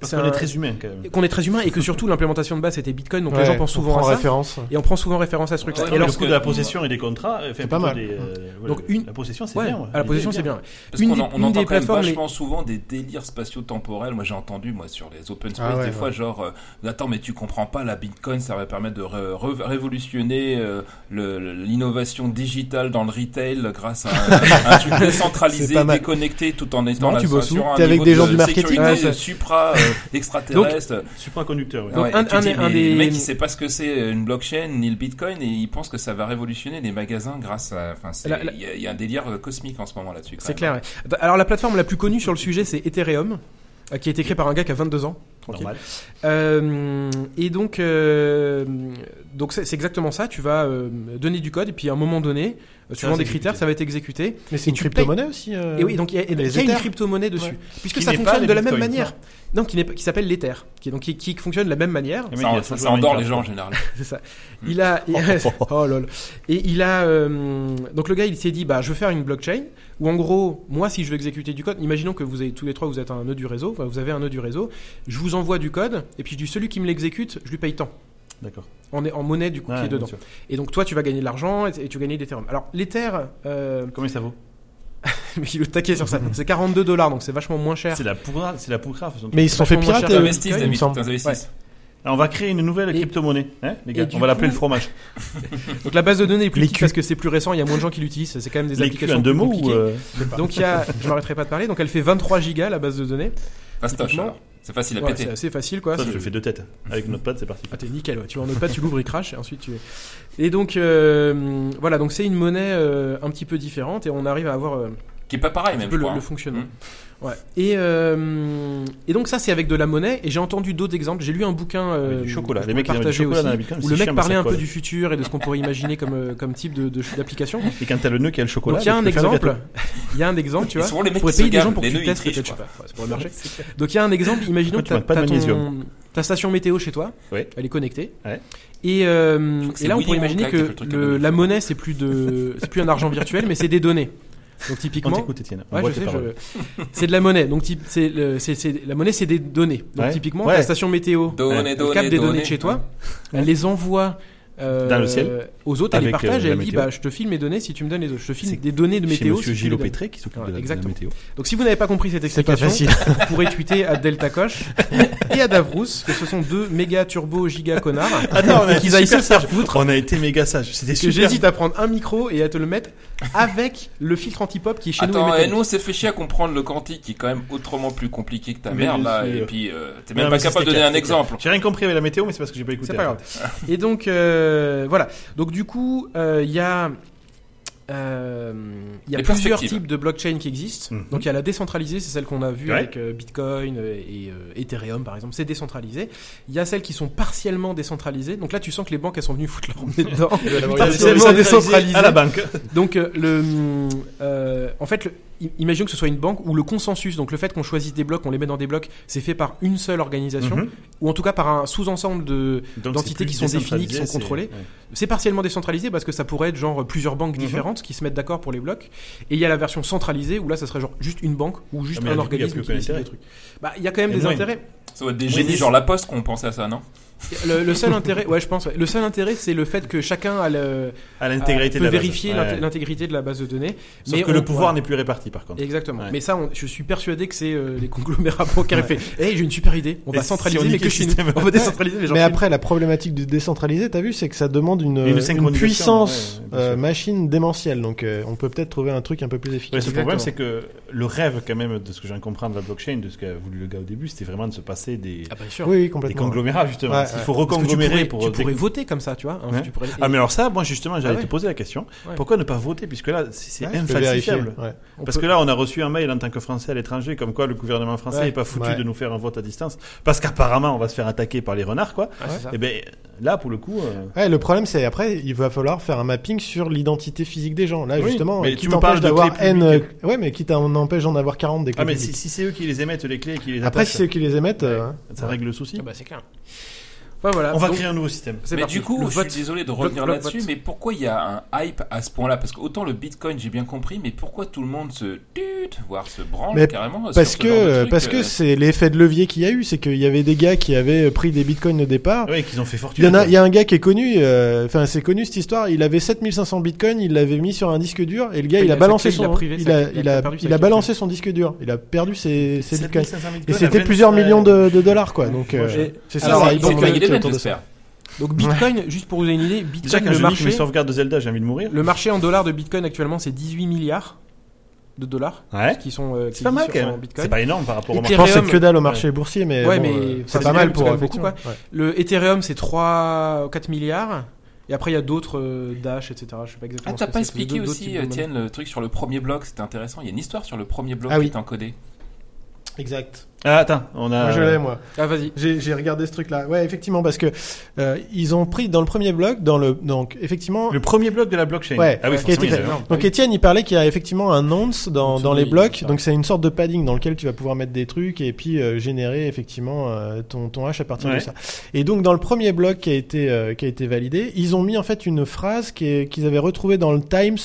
Speaker 1: Parce
Speaker 2: c'est
Speaker 1: qu'on
Speaker 2: un-
Speaker 1: est très humain quand même.
Speaker 2: qu'on est très humain et que surtout l'implémentation de base c'était Bitcoin, donc
Speaker 3: Ouais,
Speaker 2: les gens
Speaker 3: on
Speaker 2: pensent souvent
Speaker 3: prend
Speaker 2: à ça
Speaker 3: référence.
Speaker 2: et on prend souvent référence à ce truc-là.
Speaker 4: Ouais,
Speaker 2: et
Speaker 1: Et
Speaker 4: non,
Speaker 1: alors,
Speaker 2: alors,
Speaker 1: le coût de la possession et des contrats, enfin,
Speaker 3: C'est pas
Speaker 1: plutôt
Speaker 3: mal.
Speaker 1: des, euh, voilà,
Speaker 2: Donc, une-
Speaker 1: la possession, c'est
Speaker 2: ouais,
Speaker 1: bien. ouais.
Speaker 2: à la
Speaker 1: L'idée
Speaker 2: possession
Speaker 1: est
Speaker 2: c'est
Speaker 1: bien.
Speaker 2: bien.
Speaker 4: Parce
Speaker 2: Une
Speaker 4: qu'on
Speaker 2: des-
Speaker 4: en- on
Speaker 2: une
Speaker 4: entend
Speaker 2: des
Speaker 4: quand même
Speaker 2: plateformes,
Speaker 4: vachement souvent des délires spatio-temporels. Moi, j'ai entendu, moi, sur les open space,
Speaker 3: Ah ouais,
Speaker 4: des fois,
Speaker 3: ouais.
Speaker 4: genre, euh, attends, mais tu comprends pas, la Bitcoin, ça va permettre de ré- ré- révolutionner euh, le- le- l'innovation digitale dans le retail grâce à un, un truc
Speaker 3: C'est
Speaker 4: décentralisé,
Speaker 3: pas mal.
Speaker 4: déconnecté, tout en étant
Speaker 3: marrant,
Speaker 4: là,
Speaker 3: tu
Speaker 4: sur,
Speaker 3: bosses où
Speaker 4: sur un
Speaker 3: T'es avec
Speaker 4: niveau
Speaker 3: des
Speaker 4: de
Speaker 3: gens du marketing
Speaker 4: sécurité
Speaker 2: Ouais, ça-
Speaker 4: supra, euh, extraterrestre.
Speaker 1: Supraconducteur, oui.
Speaker 2: Donc,
Speaker 4: Ouais,
Speaker 2: un-
Speaker 4: et tu
Speaker 2: un
Speaker 4: dis,
Speaker 2: des- un
Speaker 4: mais
Speaker 2: des-
Speaker 4: Le mec, il sait pas ce que c'est euh, une blockchain ni le bitcoin et il pense que ça va révolutionner les magasins grâce à. Enfin, c'est-
Speaker 2: La- la-
Speaker 4: il y, a- il y a un délire euh, cosmique en ce moment là-dessus. quand
Speaker 2: C'est
Speaker 4: même.
Speaker 2: clair. ouais. Alors la plateforme la plus connue sur le sujet, c'est Ethereum, euh, qui a été créée par un gars qui a 22 ans. Tranquille.
Speaker 1: Normal.
Speaker 2: Euh, et donc, euh, donc c'est c'est exactement ça. Tu vas euh, donner du code et puis à un moment donné, euh, suivant
Speaker 1: va
Speaker 2: des
Speaker 1: s'exécuter.
Speaker 2: critères, ça va être exécuté.
Speaker 3: Mais c'est une
Speaker 2: tu payes-
Speaker 3: crypto-monnaie aussi. euh,
Speaker 2: et oui, donc il y a, il y a
Speaker 3: les
Speaker 2: une
Speaker 3: Ether.
Speaker 2: crypto-monnaie dessus, puisque
Speaker 1: Qui
Speaker 2: ça
Speaker 1: n'est pas
Speaker 2: fonctionne
Speaker 1: les
Speaker 2: de la même
Speaker 1: bitcoins,
Speaker 2: manière. Non, qui, n'est pas- qui s'appelle l'Ether, qui, est donc, qui, qui fonctionne de la même manière.
Speaker 1: Le mec,
Speaker 4: Ça,
Speaker 1: il a
Speaker 4: en- ça,
Speaker 1: toujours
Speaker 4: ça endort les
Speaker 1: Minecraft,
Speaker 4: gens en
Speaker 1: quoi.
Speaker 4: général.
Speaker 2: C'est ça. Il a et, oh lol. Et il a euh, donc le gars il s'est dit bah je veux faire une blockchain où en gros moi si je veux exécuter du code, imaginons que vous avez tous les trois vous êtes un nœud du réseau, enfin, vous avez un nœud du réseau, je vous envoie du code et puis je dis celui qui me l'exécute, je lui paye tant.
Speaker 1: D'accord.
Speaker 2: En, en monnaie du coup
Speaker 1: Ouais,
Speaker 2: qui est
Speaker 1: bien
Speaker 2: dedans.
Speaker 1: sûr.
Speaker 2: Et donc toi tu vas gagner de l'argent et, et tu vas gagner de l'Ethereum. Alors l'Ether, euh,
Speaker 1: Combien ça vaut
Speaker 2: mais il est taqué sur ça, c'est 42 dollars donc c'est vachement moins cher.
Speaker 1: C'est la pourra, c'est la pourra. façon de-
Speaker 3: Mais ils se sont fait
Speaker 2: Vachement moins
Speaker 3: pirater.
Speaker 2: cher.
Speaker 3: eux,
Speaker 4: T'investis,
Speaker 3: il
Speaker 2: Bitcoin,
Speaker 3: me
Speaker 4: David,
Speaker 3: semble.
Speaker 4: t'investissent.
Speaker 2: Ouais.
Speaker 1: Alors, on va créer une nouvelle
Speaker 2: Et-
Speaker 1: crypto-monnaie, hein, les gars.
Speaker 2: du
Speaker 1: On va l'appeler
Speaker 2: coup-
Speaker 1: le fromage.
Speaker 2: Donc la base de données est plus
Speaker 3: Les
Speaker 2: petite
Speaker 3: culs.
Speaker 2: parce que c'est plus récent, il y a moins de gens qui l'utilisent, c'est quand même des
Speaker 1: Les culs
Speaker 2: applications
Speaker 1: en deux
Speaker 2: plus
Speaker 1: mots ou
Speaker 2: compliquées.
Speaker 1: euh,
Speaker 2: Donc il y a, je m'arrêterai pas de parler, donc elle fait 23 gigas la base de données.
Speaker 4: Fastoche,
Speaker 2: Typiquement.
Speaker 4: alors. C'est facile à
Speaker 2: Ouais,
Speaker 4: péter.
Speaker 2: c'est assez facile quoi.
Speaker 1: ça,
Speaker 2: C'est-
Speaker 1: je fais deux têtes. Avec notre pad, c'est parti.
Speaker 2: Ah t'es nickel, ouais. tu vas en notepad, tu l'ouvres, il crache, et ensuite tu... Et donc, euh, voilà, donc c'est une monnaie euh, un petit peu différente, et on arrive à avoir euh,
Speaker 4: Qui est pas pareil
Speaker 2: un petit
Speaker 4: même.
Speaker 2: peu
Speaker 4: je
Speaker 2: le,
Speaker 4: crois,
Speaker 2: le
Speaker 4: hein.
Speaker 2: fonctionnement.
Speaker 1: Mm.
Speaker 2: Ouais. Et, euh, et donc ça, c'est avec de la monnaie, et j'ai entendu d'autres exemples, j'ai lu un bouquin... euh,
Speaker 1: Avec Ah, du chocolat.
Speaker 2: que je
Speaker 1: Les mecs, ils avaient
Speaker 2: pourrais
Speaker 1: du
Speaker 2: partager
Speaker 1: chocolat
Speaker 2: aussi,
Speaker 1: dans la Bitcoin,
Speaker 2: où
Speaker 1: c'est
Speaker 2: le mec
Speaker 1: chiant, mais
Speaker 2: parlait
Speaker 1: ça
Speaker 2: un peu
Speaker 1: colle.
Speaker 2: du futur et de ce qu'on pourrait imaginer comme, euh, comme type de- de- d'application.
Speaker 1: Et quand t'as le nœud qui a le chocolat.
Speaker 2: donc il y a
Speaker 1: tu
Speaker 2: un
Speaker 1: peux faire le
Speaker 2: exemple,
Speaker 1: gâteau.
Speaker 2: il y a un exemple, tu
Speaker 4: Et
Speaker 2: vois,
Speaker 4: souvent, les mecs,
Speaker 2: pourrait
Speaker 4: ils se
Speaker 2: payer des gens
Speaker 4: gavent,
Speaker 2: pour que
Speaker 4: les
Speaker 2: tu
Speaker 4: nœuds,
Speaker 2: testes
Speaker 4: ils trichent,
Speaker 2: peut-être, je sais
Speaker 4: quoi.
Speaker 2: pas, ouais, ça pourrait marcher. Donc il y a un exemple, imaginons que
Speaker 1: Pourquoi
Speaker 2: t'as
Speaker 1: tu manques pas
Speaker 2: t'as
Speaker 1: de
Speaker 2: ton,
Speaker 1: magnésium
Speaker 2: ta station météo chez toi,
Speaker 1: Ouais.
Speaker 2: elle est connectée,
Speaker 1: Ouais.
Speaker 2: et, euh,
Speaker 4: Je crois que
Speaker 2: et
Speaker 4: c'est
Speaker 2: là on
Speaker 4: Willy
Speaker 2: pourrait imaginer
Speaker 4: Wonka qui a fait
Speaker 2: que
Speaker 4: le truc
Speaker 2: le-
Speaker 4: avec le
Speaker 2: la monnaie c'est plus de, c'est plus un argent virtuel, mais c'est des données. Donc
Speaker 1: On
Speaker 2: typiquement,
Speaker 1: t'écoute, Étienne. On
Speaker 2: Ouais,
Speaker 1: voit
Speaker 2: je
Speaker 1: tes
Speaker 2: sais,
Speaker 1: paroles.
Speaker 2: je- c'est de la monnaie. Donc type, c'est le- c'est- c'est- la monnaie c'est des données. Donc
Speaker 1: Ouais.
Speaker 2: typiquement
Speaker 1: Ouais.
Speaker 2: ta station météo,
Speaker 4: Donner,
Speaker 2: elle capte
Speaker 4: donner,
Speaker 2: des données
Speaker 4: donner.
Speaker 2: de chez toi, elle les envoie euh,
Speaker 1: Dans le ciel.
Speaker 2: Aux autres, elle les
Speaker 1: Avec,
Speaker 2: partage
Speaker 1: euh,
Speaker 2: et
Speaker 1: la
Speaker 2: elle dit
Speaker 1: météo.
Speaker 2: bah, je te filme mes données si tu me donnes les autres. Je te
Speaker 1: C'est
Speaker 2: filme des données de
Speaker 1: Chez
Speaker 2: météo. si
Speaker 1: Monsieur
Speaker 2: tu me
Speaker 1: Gilles
Speaker 2: donnes.
Speaker 1: Pétré qui s'occupe
Speaker 2: Voilà,
Speaker 1: de, la- de la
Speaker 2: exactement.
Speaker 1: météo.
Speaker 2: Donc si vous n'avez pas compris cette
Speaker 3: C'est pas
Speaker 2: explication,
Speaker 3: facile.
Speaker 2: vous pourrez tweeter à Delta Coche et à Davrous que ce sont deux méga turbo giga connards
Speaker 1: Attends, on a
Speaker 2: et qu'ils aillent
Speaker 1: super
Speaker 2: se faire foutre.
Speaker 1: On a été méga sage. C'était
Speaker 2: Que
Speaker 1: super.
Speaker 2: j'hésite à prendre un micro et à te le mettre avec le filtre anti-pop qui est chez nous.
Speaker 4: Attends,
Speaker 2: et
Speaker 4: et
Speaker 2: métallique.
Speaker 4: nous on s'est fait chier à comprendre le quantique qui est quand même autrement plus compliqué que ta
Speaker 1: Mais
Speaker 4: mère
Speaker 1: bien
Speaker 4: là,
Speaker 1: sûr.
Speaker 4: et puis euh, t'es
Speaker 1: Non,
Speaker 4: même
Speaker 1: mais
Speaker 4: pas
Speaker 1: ça,
Speaker 4: capable
Speaker 1: c'était
Speaker 4: de donner
Speaker 1: clair,
Speaker 4: un
Speaker 1: c'était
Speaker 4: exemple.
Speaker 1: J'ai rien compris avec la météo, mais c'est parce que j'ai pas écouté.
Speaker 2: C'est pas grave. Et donc, euh, voilà. Donc, du coup, euh, il y a. euh, Il y a
Speaker 4: Les
Speaker 2: plusieurs
Speaker 4: perspectives.
Speaker 2: types de blockchain qui existent.
Speaker 1: Mhm.
Speaker 2: Donc il y a la décentralisée, c'est celle qu'on a vue
Speaker 1: Ouais.
Speaker 2: avec euh, Bitcoin euh, et euh, Ethereum par exemple, c'est décentralisé. Il y a celles qui sont partiellement décentralisées. Donc là tu sens que les banques elles sont venues foutre leur nez dedans. partiellement décentralisé.
Speaker 1: à la banque.
Speaker 2: Donc euh, le, hum, euh, en fait, le- i- imaginons que ce soit une banque où le consensus, donc le fait qu'on choisisse des blocs, on les met dans des blocs, c'est fait par une seule organisation
Speaker 1: Mhm.
Speaker 2: ou en tout cas par un sous-ensemble de,
Speaker 1: Donc,
Speaker 2: D'entités
Speaker 1: c'est plus
Speaker 2: qui sont définies, qui sont
Speaker 1: décentralisé, c'est-
Speaker 2: contrôlées.
Speaker 1: ouais.
Speaker 2: C'est partiellement décentralisé parce que ça pourrait être genre plusieurs banques
Speaker 1: Mhm.
Speaker 2: différentes qui se mettent d'accord pour les blocs. Et il y a la version centralisée où là, ça serait genre juste une banque ou juste
Speaker 1: Ah, mais
Speaker 2: un
Speaker 1: là, du coup, il y a
Speaker 2: organisme
Speaker 1: plus
Speaker 2: qui
Speaker 1: aucun
Speaker 2: décide
Speaker 1: intérêt.
Speaker 2: des trucs. Bah, il y a quand même
Speaker 1: Et
Speaker 2: des
Speaker 1: moins.
Speaker 2: intérêts.
Speaker 4: Ça doit être des
Speaker 1: Oui,
Speaker 4: génies
Speaker 1: mais-
Speaker 4: genre la poste qu'on pensait à ça, non
Speaker 2: Le, le seul intérêt, ouais, je pense. ouais. Le seul intérêt, c'est le fait que chacun a le,
Speaker 1: À l'intégrité de
Speaker 2: a- peut
Speaker 1: la base.
Speaker 2: vérifier
Speaker 1: Ouais.
Speaker 2: l'int- l'intégrité de la base de données.
Speaker 1: Sauf que
Speaker 2: on-
Speaker 1: le pouvoir n'est plus réparti par contre.
Speaker 2: Exactement.
Speaker 1: Ouais.
Speaker 2: Mais ça, on- je suis persuadé que c'est euh, les conglomérats bancaires. qui fait, hey, j'ai une super idée. On
Speaker 1: Mais
Speaker 2: va
Speaker 1: si
Speaker 2: centraliser
Speaker 1: on
Speaker 2: les
Speaker 1: nique le système.
Speaker 2: On va décentraliser les gens.
Speaker 3: Mais après, la problématique du décentralisé, t'as vu, c'est que ça demande une, euh,
Speaker 1: Une
Speaker 3: une
Speaker 1: synchronisation,
Speaker 3: puissance
Speaker 1: ouais, bien
Speaker 3: euh,
Speaker 1: sûr.
Speaker 3: machine démentielle. Donc, euh, on peut peut-être trouver un truc un peu plus
Speaker 1: Ouais,
Speaker 3: efficace.
Speaker 1: le problème,
Speaker 2: Exactement.
Speaker 1: c'est que le rêve, quand même, de ce que j'en comprends de la blockchain, de ce qu'a voulu le gars au début, c'était vraiment de se passer des,
Speaker 2: Ah, bah, sûr.
Speaker 3: oui, oui,
Speaker 1: des
Speaker 3: complètement.
Speaker 1: conglomérats, justement.
Speaker 3: Ouais,
Speaker 1: Il
Speaker 3: ouais.
Speaker 1: faut
Speaker 2: Parce que tu
Speaker 1: reconglomérer
Speaker 2: pourrais,
Speaker 1: pour.
Speaker 2: tu pourrais voter comme ça, tu vois. hein,
Speaker 1: Ouais.
Speaker 2: tu pourrais-
Speaker 1: Ah, mais alors ça, moi, justement, j'allais
Speaker 2: Ah ouais.
Speaker 1: te poser la question.
Speaker 2: Ouais.
Speaker 1: Pourquoi ne pas voter Puisque là, c'est c'est
Speaker 3: Ouais, tu peux
Speaker 1: infalsifiable.
Speaker 3: vérifier, ouais.
Speaker 2: on
Speaker 1: Parce
Speaker 2: peut-
Speaker 1: que là, on a reçu un mail en tant que Français à l'étranger, comme quoi le gouvernement français
Speaker 2: Ouais.
Speaker 1: n'est pas foutu
Speaker 3: Ouais.
Speaker 1: de nous faire un vote à distance, parce qu'apparemment, on va se faire attaquer par les renards, quoi.
Speaker 2: Ah, c'est ça.
Speaker 1: Et ben là, pour le coup, euh,
Speaker 3: Ouais, le problème, c'est après, il va falloir faire un mapping sur l'identité physique des gens. Là,
Speaker 1: Oui,
Speaker 3: justement,
Speaker 1: mais tu
Speaker 3: qui
Speaker 1: me parles
Speaker 3: t'empêche
Speaker 1: de
Speaker 3: d'avoir
Speaker 1: clés
Speaker 3: N.
Speaker 1: publiques.
Speaker 3: euh, Ouais, mais qui t'en empêche d'en avoir 40 des
Speaker 1: ah
Speaker 3: clés
Speaker 1: mais si,
Speaker 3: publiques.
Speaker 1: si c'est eux qui les émettent les clés et qui les
Speaker 3: Après, si
Speaker 1: attachent,
Speaker 3: c'est eux qui les émettent, euh, hein.
Speaker 1: ça règle le souci.
Speaker 2: Ah bah, c'est clair. Enfin, voilà.
Speaker 1: on va
Speaker 2: donc,
Speaker 1: créer un nouveau système.
Speaker 2: c'est
Speaker 4: Mais
Speaker 2: parti.
Speaker 4: du coup,
Speaker 2: Le
Speaker 4: je
Speaker 2: vote.
Speaker 4: suis désolé de
Speaker 2: Bloc-
Speaker 4: revenir
Speaker 2: bloc
Speaker 4: là-dessus,
Speaker 2: vote.
Speaker 4: mais pourquoi il y a un hype à ce point-là Parce que autant le Bitcoin, j'ai bien compris, mais pourquoi tout le monde se tut, voire se branle
Speaker 3: Mais
Speaker 4: carrément sur
Speaker 3: parce
Speaker 4: ce genre de
Speaker 3: que
Speaker 4: truc,
Speaker 3: parce
Speaker 4: euh,
Speaker 3: que c'est l'effet de levier qu'il y a eu, c'est qu'il y avait des gars qui avaient pris des bitcoins au
Speaker 2: Ah.
Speaker 3: départ.
Speaker 1: Oui, qu'ils ont fait
Speaker 3: Il
Speaker 1: fortune.
Speaker 3: y, en a,
Speaker 1: quoi.
Speaker 3: il y a un gars qui est connu, euh, enfin c'est connu cette histoire, il avait 7500 bitcoins, il l'avait mis sur un disque dur et le gars
Speaker 2: Oui,
Speaker 3: il a
Speaker 2: sa
Speaker 3: balancé
Speaker 2: clé, il
Speaker 3: son
Speaker 2: l'a privé,
Speaker 3: il
Speaker 2: sa-
Speaker 3: a,
Speaker 2: il a
Speaker 3: il a,
Speaker 2: perdu sa
Speaker 3: il a
Speaker 2: clé.
Speaker 3: balancé son disque dur, il a perdu ses, ses bitcoins.
Speaker 1: 7500 bitcoins
Speaker 3: Et
Speaker 1: à
Speaker 2: Ah,
Speaker 3: c'était
Speaker 1: 20,
Speaker 3: plusieurs
Speaker 1: euh,
Speaker 3: millions de, de dollars quoi, donc
Speaker 1: Moi,
Speaker 3: euh,
Speaker 1: je-
Speaker 3: c'est
Speaker 4: Ah,
Speaker 3: ça
Speaker 2: Alors,
Speaker 3: la
Speaker 4: c'est-
Speaker 2: donc,
Speaker 4: ils ont
Speaker 3: hypocrisie
Speaker 4: payé
Speaker 2: euh,
Speaker 4: les
Speaker 3: autour
Speaker 4: mêmes,
Speaker 3: de ça.
Speaker 4: j'espère.
Speaker 2: Donc Bitcoin, juste pour vous donner une idée,
Speaker 1: Déjà
Speaker 2: Bitcoin,
Speaker 1: quand
Speaker 2: le
Speaker 1: je lis que
Speaker 2: marché,
Speaker 1: mes sauvegardes de Zelda, j'ai envie de mourir.
Speaker 2: le marché en dollars de Bitcoin actuellement, c'est 18 milliards de dollars
Speaker 1: Ouais.
Speaker 2: qui sont euh, qui
Speaker 1: C'est pas mal
Speaker 2: sont
Speaker 1: quand
Speaker 2: en
Speaker 1: même.
Speaker 2: Bitcoin.
Speaker 1: C'est pas énorme par rapport au
Speaker 2: Ethereum,
Speaker 1: marché.
Speaker 3: Je pense que c'est que dalle au marché boursier mais,
Speaker 2: Ouais,
Speaker 3: bon,
Speaker 2: mais
Speaker 3: euh,
Speaker 2: c'est
Speaker 3: c'est pas mal
Speaker 2: quand
Speaker 3: pour
Speaker 2: même beaucoup,
Speaker 3: effectivement. Ouais.
Speaker 2: Le Ethereum, c'est 3 4 milliards et après il y a d'autres euh, Dash etc. Je sais pas exactement.
Speaker 4: Ah,
Speaker 2: ce
Speaker 4: t'as pas
Speaker 2: que c'est, parce que
Speaker 4: expliqué
Speaker 2: d'autres
Speaker 4: aussi,
Speaker 2: types de
Speaker 4: euh,
Speaker 2: monnaies.
Speaker 4: Tienne, le truc sur le premier bloc, c'était intéressant. Il y a une histoire sur le premier bloc
Speaker 3: Ah oui.
Speaker 4: qui est encodé.
Speaker 3: Exact.
Speaker 1: Ah, attends, on a.
Speaker 3: Moi je l'ai moi.
Speaker 2: Ah vas-y.
Speaker 3: J'ai j'ai regardé ce truc là. Ouais, effectivement parce que euh, ils ont pris dans le premier bloc dans le donc effectivement
Speaker 1: Le premier bloc de la blockchain.
Speaker 3: Ouais.
Speaker 1: Ah oui,
Speaker 2: Ouais,
Speaker 1: forcément.
Speaker 3: qui a
Speaker 1: il y
Speaker 3: été
Speaker 1: a-
Speaker 2: énorme.
Speaker 3: Donc Étienne, il parlait qu'il y a effectivement un nonce dans,
Speaker 2: Donc,
Speaker 3: dans les
Speaker 2: oui,
Speaker 3: blocs,
Speaker 2: ça.
Speaker 3: donc c'est une sorte de padding dans lequel tu vas pouvoir mettre des trucs et puis euh, générer effectivement euh, ton, ton hash à partir
Speaker 1: Ouais.
Speaker 3: de ça. Et donc dans le premier bloc qui a été, euh, qui a été validé, ils ont mis en fait une phrase qui est- qu'ils avaient retrouvée dans le Times.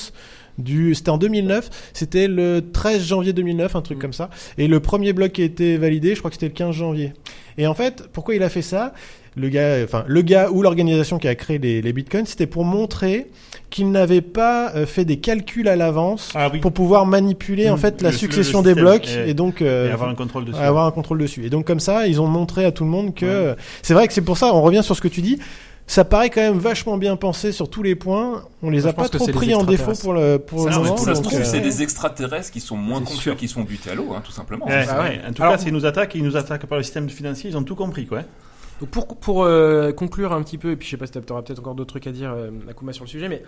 Speaker 3: Du, c'était en 2009, c'était le 13 janvier 2009, un truc
Speaker 2: Mm.
Speaker 3: comme ça. Et le premier bloc qui a été validé, je crois que c'était le 15 janvier. Et en fait, pourquoi il a fait ça le gars, enfin le gars ou l'organisation qui a créé les, les bitcoins, c'était pour montrer qu'il n'avait pas euh, fait des calculs à l'avance
Speaker 1: Ah oui.
Speaker 3: pour pouvoir manipuler en
Speaker 1: Mm.
Speaker 3: fait la
Speaker 1: Le- le-
Speaker 3: succession
Speaker 1: le
Speaker 3: des
Speaker 1: système.
Speaker 3: blocs
Speaker 1: Eh.
Speaker 3: et, donc euh,
Speaker 1: Et avoir un contrôle dessus.
Speaker 3: avoir un contrôle dessus. Et donc comme ça, ils ont montré à tout le monde que euh, c'est vrai que c'est pour ça. On revient sur ce que tu dis. Ça paraît quand même vachement bien pensé sur tous les points. On les
Speaker 2: Moi,
Speaker 3: a
Speaker 2: je
Speaker 3: pas
Speaker 2: pense que
Speaker 3: trop
Speaker 2: c'est les
Speaker 3: pris en défaut
Speaker 2: extraterrestres.
Speaker 3: pour le pour
Speaker 1: Ça,
Speaker 3: le
Speaker 1: non, mais
Speaker 3: moment.
Speaker 1: pour
Speaker 4: Ça se
Speaker 3: donc,
Speaker 4: trouve,
Speaker 3: euh,
Speaker 4: c'est des extraterrestres qui sont moins
Speaker 2: C'est
Speaker 4: confiants,
Speaker 2: sûr.
Speaker 4: qui sont butés à l'eau, hein, tout simplement.
Speaker 1: Ouais.
Speaker 2: Ah ouais.
Speaker 1: En tout
Speaker 2: Alors-
Speaker 1: cas, s'ils nous attaquent, ils nous attaquent par le système financier, ils ont tout compris, quoi.
Speaker 2: Donc pour pour euh, conclure un petit peu et puis je sais pas si tu auras peut-être encore d'autres trucs à dire euh, Akuma sur le sujet mais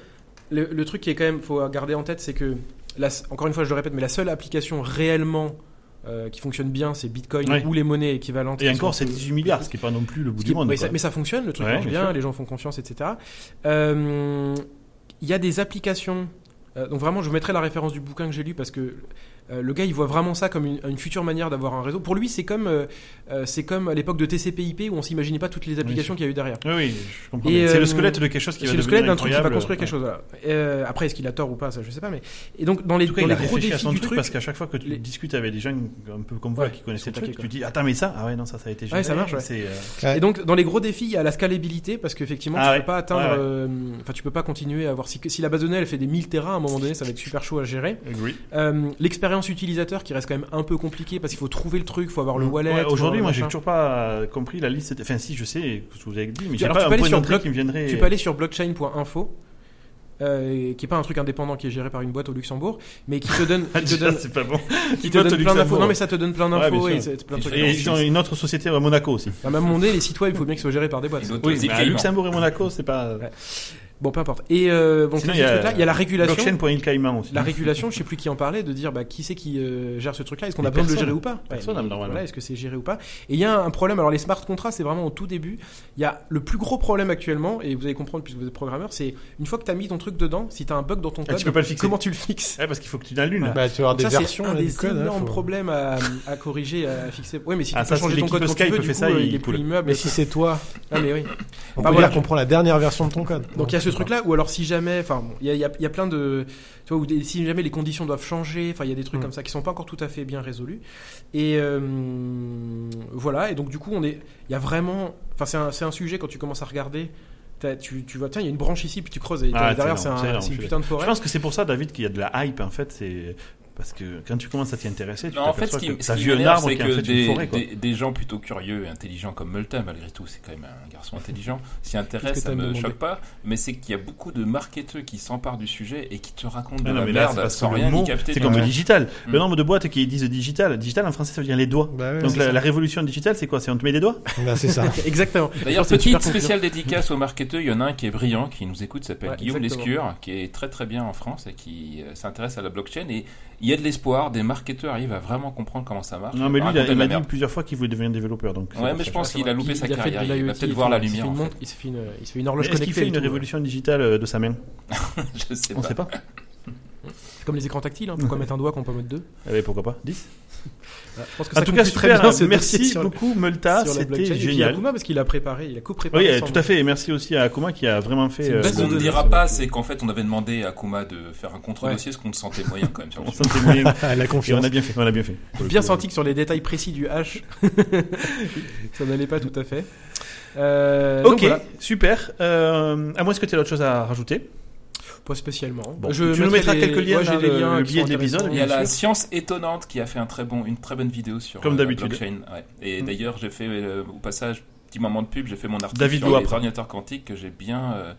Speaker 2: le, le truc qui est quand même faut garder en tête c'est que la- encore une fois je le répète mais la seule application réellement euh, qui fonctionne bien c'est Bitcoin
Speaker 1: Ouais.
Speaker 2: ou les monnaies équivalentes
Speaker 1: Et
Speaker 2: qui
Speaker 1: encore,
Speaker 2: sont
Speaker 1: c'est
Speaker 2: un peu-
Speaker 1: 18 milliards, ce qui n'est pas non plus le bout
Speaker 2: Ce
Speaker 1: du
Speaker 2: qui-
Speaker 1: monde.
Speaker 2: mais,
Speaker 1: quoi.
Speaker 2: ça, mais ça fonctionne, le truc
Speaker 1: Ouais,
Speaker 2: marche
Speaker 1: bien
Speaker 2: bien,
Speaker 1: sûr.
Speaker 2: les gens font confiance, etc. Euh, Il y a des applications. euh, donc vraiment, je vous mettrai la référence du bouquin que j'ai lu parce que Euh, le gars, il voit vraiment ça comme une, une future manière d'avoir un réseau. Pour lui, c'est comme, euh, euh, c'est comme à l'époque de TCP/IP où on s'imaginait pas toutes les applications qu'il y a eu derrière.
Speaker 1: Oui, oui, je comprends.
Speaker 2: Et,
Speaker 1: bien. C'est
Speaker 2: euh,
Speaker 1: le squelette de quelque chose qui va
Speaker 2: C'est le squelette d'un
Speaker 1: devenir
Speaker 2: truc qui va
Speaker 1: incroyable.
Speaker 2: construire quelque chose. voilà. Euh, après, est-ce qu'il a tort ou pas Ça, je sais pas. Mais et donc dans les,
Speaker 1: En tout cas,
Speaker 2: dans
Speaker 1: il
Speaker 2: les
Speaker 1: a
Speaker 2: gros
Speaker 1: réfléchi à
Speaker 2: défis
Speaker 1: son
Speaker 2: du
Speaker 1: truc,
Speaker 2: truc,
Speaker 1: parce qu'à chaque fois que tu
Speaker 2: les-
Speaker 1: discutes avec des gens un peu comme toi
Speaker 2: Ouais,
Speaker 1: qui connaissent
Speaker 2: ils
Speaker 1: le
Speaker 2: sont
Speaker 1: truc, tu
Speaker 2: choqués,
Speaker 1: dis attends mais ça ah ouais non ça ça a été géré.
Speaker 2: Ouais, ça marche, ouais.
Speaker 1: C'est, euh,
Speaker 2: Et donc dans les gros défis, il y a la scalabilité parce qu'effectivement,
Speaker 1: Ah
Speaker 2: tu
Speaker 1: ouais,
Speaker 2: peux pas atteindre,
Speaker 1: ouais, ouais.
Speaker 2: euh, enfin tu peux pas continuer à avoir si, si la base de données elle fait des 1000 terrains à un moment donné, ça va être super chaud à gérer.
Speaker 1: agree.
Speaker 2: Euh, L'expérience utilisateur qui reste quand même un peu compliquée parce qu'il faut trouver le truc, faut avoir le wallet.
Speaker 1: Mm. Ouais,
Speaker 2: faut
Speaker 1: Aujourd'hui,
Speaker 2: avoir
Speaker 1: moi,
Speaker 2: le
Speaker 1: j'ai
Speaker 2: machin.
Speaker 1: toujours pas compris la liste. Enfin, si, je sais ce que vous avez dit, mais j'ai
Speaker 2: Alors,
Speaker 1: pas
Speaker 2: tu
Speaker 1: un
Speaker 2: peux aller
Speaker 1: point
Speaker 2: sur
Speaker 1: d'entrée
Speaker 2: Block-
Speaker 1: qui me viendrait.
Speaker 2: Tu peux aller sur blockchain.info. euh, qui est pas un truc indépendant qui est géré par une boîte au Luxembourg, mais qui te donne,
Speaker 1: Ah,
Speaker 2: qui te
Speaker 1: déjà,
Speaker 2: donne,
Speaker 1: c'est pas bon.
Speaker 2: qui
Speaker 1: Une
Speaker 2: te
Speaker 1: boîte au
Speaker 2: donne plein d'infos.
Speaker 1: Luxembourg.
Speaker 2: Non, mais ça te donne plein d'infos
Speaker 1: Ouais, bien
Speaker 2: et
Speaker 1: sûr.
Speaker 2: c'est plein de trucs.
Speaker 1: Et ils ont une autre société à Monaco aussi.
Speaker 2: À un moment donné, les sites web, il faut bien qu'ils soient gérés par des boîtes.
Speaker 4: Et d'autres
Speaker 1: Oui,
Speaker 4: aussi
Speaker 1: mais à
Speaker 4: Cayman.
Speaker 1: Luxembourg et Monaco, c'est pas.
Speaker 2: Ouais. Bon, peu importe. Et euh, donc,
Speaker 1: Sinon,
Speaker 2: là, il y a, la régulation.
Speaker 1: Blockchain.il Cayman aussi.
Speaker 2: La régulation, je sais plus qui en parlait, de dire bah, qui c'est qui euh, gère ce truc-là, est-ce qu'on
Speaker 1: Mais
Speaker 2: a besoin de le
Speaker 1: personne.
Speaker 2: gérer ou pas
Speaker 1: Personne,
Speaker 2: mais
Speaker 1: normalement.
Speaker 2: voilà, Est-ce que c'est géré ou pas Et il y a un problème, alors les smart contracts, c'est vraiment au tout début. Il y a le plus gros problème actuellement, et vous allez comprendre puisque vous êtes programmeur, c'est une fois que tu as mis ton truc dedans, si tu as un bug dans ton
Speaker 1: Ah,
Speaker 2: code,
Speaker 1: tu peux pas le fixer.
Speaker 2: comment tu le fixes
Speaker 1: Ouais, parce qu'il faut que tu l'allumes.
Speaker 2: Voilà.
Speaker 3: Bah, tu vas avoir
Speaker 2: Donc
Speaker 3: des
Speaker 2: ça, c'est
Speaker 3: versions
Speaker 2: un
Speaker 3: là, du
Speaker 2: des
Speaker 3: code. hein,
Speaker 2: énormes
Speaker 3: faut-
Speaker 2: problèmes à, à corriger, à fixer. Oui, mais si
Speaker 1: Ah,
Speaker 2: tu
Speaker 1: ça,
Speaker 2: peux
Speaker 1: c'est
Speaker 2: changer ton
Speaker 1: l'équipe
Speaker 2: code
Speaker 1: de
Speaker 2: quand tu
Speaker 1: Skype
Speaker 2: veux,
Speaker 1: fait
Speaker 2: du coup,
Speaker 1: ça,
Speaker 2: euh,
Speaker 1: il
Speaker 2: il
Speaker 1: est
Speaker 2: est plus
Speaker 1: cool.
Speaker 2: immuable.
Speaker 3: Mais si c'est toi,
Speaker 2: Ah, mais oui.
Speaker 3: on
Speaker 2: Bah,
Speaker 3: peut
Speaker 2: voilà.
Speaker 3: dire qu'on prend la dernière version de ton code.
Speaker 2: Donc il y a ce truc-là, ou alors si jamais, enfin, bon, il y, a- il y a- il y a plein de, tu vois, ou des- si jamais les conditions doivent changer, enfin, il y a des trucs
Speaker 3: Mm.
Speaker 2: comme ça qui sont pas encore tout à fait bien résolus. Et euh, voilà, et donc du coup, on est, il y a vraiment, enfin, c'est un, c'est un sujet quand tu commences à regarder, t'as- tu, tu vois, tiens, il y a une branche ici, puis tu creuses, et
Speaker 1: Ah, c'est
Speaker 2: derrière, c'est
Speaker 1: énorme,
Speaker 2: un-
Speaker 1: c'est énorme,
Speaker 2: c'est une
Speaker 1: je suis
Speaker 2: putain de
Speaker 1: Je
Speaker 2: forêt.
Speaker 1: pense que c'est pour ça, David, qu'il y a de la hype en fait. C'est parce que quand tu commences à t'y intéresser, tu
Speaker 4: Non, en fait, ce
Speaker 1: t'aperçois
Speaker 4: qui,
Speaker 1: que
Speaker 4: ce
Speaker 1: t'as
Speaker 4: qui
Speaker 1: vu un
Speaker 4: m'énerve,
Speaker 1: arbre
Speaker 4: c'est
Speaker 1: qui a
Speaker 4: que
Speaker 1: fait
Speaker 4: des,
Speaker 1: une forêt. quoi.
Speaker 4: des- des gens plutôt curieux et intelligents comme Multa, malgré tout, c'est quand même un garçon intelligent, s'y
Speaker 2: Qu'est-ce
Speaker 4: intéresse,
Speaker 2: que
Speaker 4: ça
Speaker 2: t'as
Speaker 4: me
Speaker 2: demandé
Speaker 4: choque pas, mais c'est qu'il y a beaucoup de marketeurs qui s'emparent du sujet et qui te racontent de
Speaker 1: Ah non,
Speaker 4: la
Speaker 1: mais là, c'est
Speaker 4: merde
Speaker 1: parce que
Speaker 4: sans
Speaker 1: le
Speaker 4: rien
Speaker 1: mot,
Speaker 4: y capter.
Speaker 1: c'est
Speaker 4: du
Speaker 1: comme
Speaker 4: tout.
Speaker 1: le digital.
Speaker 4: Mm.
Speaker 1: Le nombre de boîtes qui disent digital, digital en français, ça veut dire les doigts.
Speaker 3: Bah ouais,
Speaker 1: Donc
Speaker 3: c'est
Speaker 1: la,
Speaker 3: ça.
Speaker 1: la révolution digitale, c'est quoi C'est on te met les doigts
Speaker 2: Ah,
Speaker 3: Bah, c'est ça.
Speaker 2: Exactement.
Speaker 4: D'ailleurs,
Speaker 2: C'est une super
Speaker 4: petite
Speaker 2: conclusion.
Speaker 4: spéciale dédicace aux marketeurs. Il y en a un qui est brillant, qui nous écoute, s'appelle
Speaker 2: Ouais,
Speaker 4: Guillaume
Speaker 2: exactement.
Speaker 4: Lescure, qui est très très bien en France et qui euh, s'intéresse à la blockchain. Et il y a de l'espoir, des marketeurs arrivent à vraiment comprendre comment ça marche.
Speaker 1: Non, mais lui, il,
Speaker 4: Raconter
Speaker 1: a-
Speaker 4: de la
Speaker 1: il m'a dit
Speaker 4: merde.
Speaker 1: plusieurs fois qu'il voulait devenir développeur. Donc c'est
Speaker 4: Ouais,
Speaker 1: pour
Speaker 4: mais
Speaker 1: ça
Speaker 4: je pense qu'il a loupé sa
Speaker 2: Il fait de
Speaker 4: carrière. Il va
Speaker 2: l'IoT,
Speaker 4: peut-être voir la
Speaker 2: il se fait
Speaker 4: lumière.
Speaker 2: une
Speaker 4: en fait.
Speaker 2: montre, Il se fait une, il se fait une horloge
Speaker 1: Mais Est-ce qu'il
Speaker 2: connectée.
Speaker 1: fait
Speaker 2: et
Speaker 1: une
Speaker 2: tout. Eh ben.
Speaker 1: révolution digitale euh, de sa main
Speaker 4: Je sais
Speaker 1: On
Speaker 4: pas.
Speaker 1: sait pas.
Speaker 2: C'est comme les écrans tactiles, hein, pourquoi mettre un doigt qu'on peut mettre deux
Speaker 1: Eh ben, pourquoi pas 10
Speaker 2: Je pense que
Speaker 1: En
Speaker 2: ça
Speaker 1: tout
Speaker 2: conclut
Speaker 1: cas,
Speaker 2: très
Speaker 1: super. hein.
Speaker 2: bien ce dossier
Speaker 1: merci
Speaker 2: sur-
Speaker 1: beaucoup, Multa.
Speaker 2: sur la
Speaker 1: C'était
Speaker 2: blockchain. Et puis,
Speaker 1: génial.
Speaker 2: Akuma, parce qu'il a préparé, il a co-préparé.
Speaker 1: Oui, eh,
Speaker 2: ensemble.
Speaker 1: tout à fait. Et merci aussi à Akuma qui a vraiment fait.
Speaker 2: C'est une
Speaker 1: euh,
Speaker 2: base
Speaker 4: Ce qu'on
Speaker 2: de
Speaker 4: ne
Speaker 2: données,
Speaker 4: dira
Speaker 2: ça,
Speaker 4: pas, c'est qu'en fait, on avait demandé à Kuma de faire un contre-dossier, ce qu'on sentait moyen quand même. Sur le
Speaker 1: on
Speaker 4: sujet.
Speaker 1: s'en fait moyen.
Speaker 3: la
Speaker 1: Et on
Speaker 3: confiance.
Speaker 1: a bien fait. On a bien fait.
Speaker 2: bien senti que sur les détails précis du H, ça n'allait pas tout à fait. Euh, donc
Speaker 1: Ok,
Speaker 2: voilà,
Speaker 1: super. Euh, à moins que tu aies autre chose à rajouter.
Speaker 2: pas spécialement.
Speaker 1: Bon,
Speaker 2: Je
Speaker 1: tu nous mettras
Speaker 2: mettrai les-
Speaker 1: quelques liens
Speaker 2: ouais, j'ai
Speaker 1: dans
Speaker 2: des
Speaker 1: le- le
Speaker 2: qui
Speaker 1: billet
Speaker 2: sont
Speaker 1: de l'épisode,
Speaker 2: intéressants,
Speaker 4: Il y a
Speaker 2: bien
Speaker 4: la
Speaker 2: sûr.
Speaker 4: science étonnante qui a fait un très bon, une très bonne vidéo sur
Speaker 1: Comme
Speaker 4: euh, la
Speaker 1: d'habitude.
Speaker 4: blockchain. ouais. Et
Speaker 2: Mm.
Speaker 4: d'ailleurs, j'ai fait euh, au passage petit moment de pub, j'ai fait mon article
Speaker 1: David
Speaker 4: sur
Speaker 1: Louapre.
Speaker 4: les ordinateurs quantiques que j'ai bien, euh,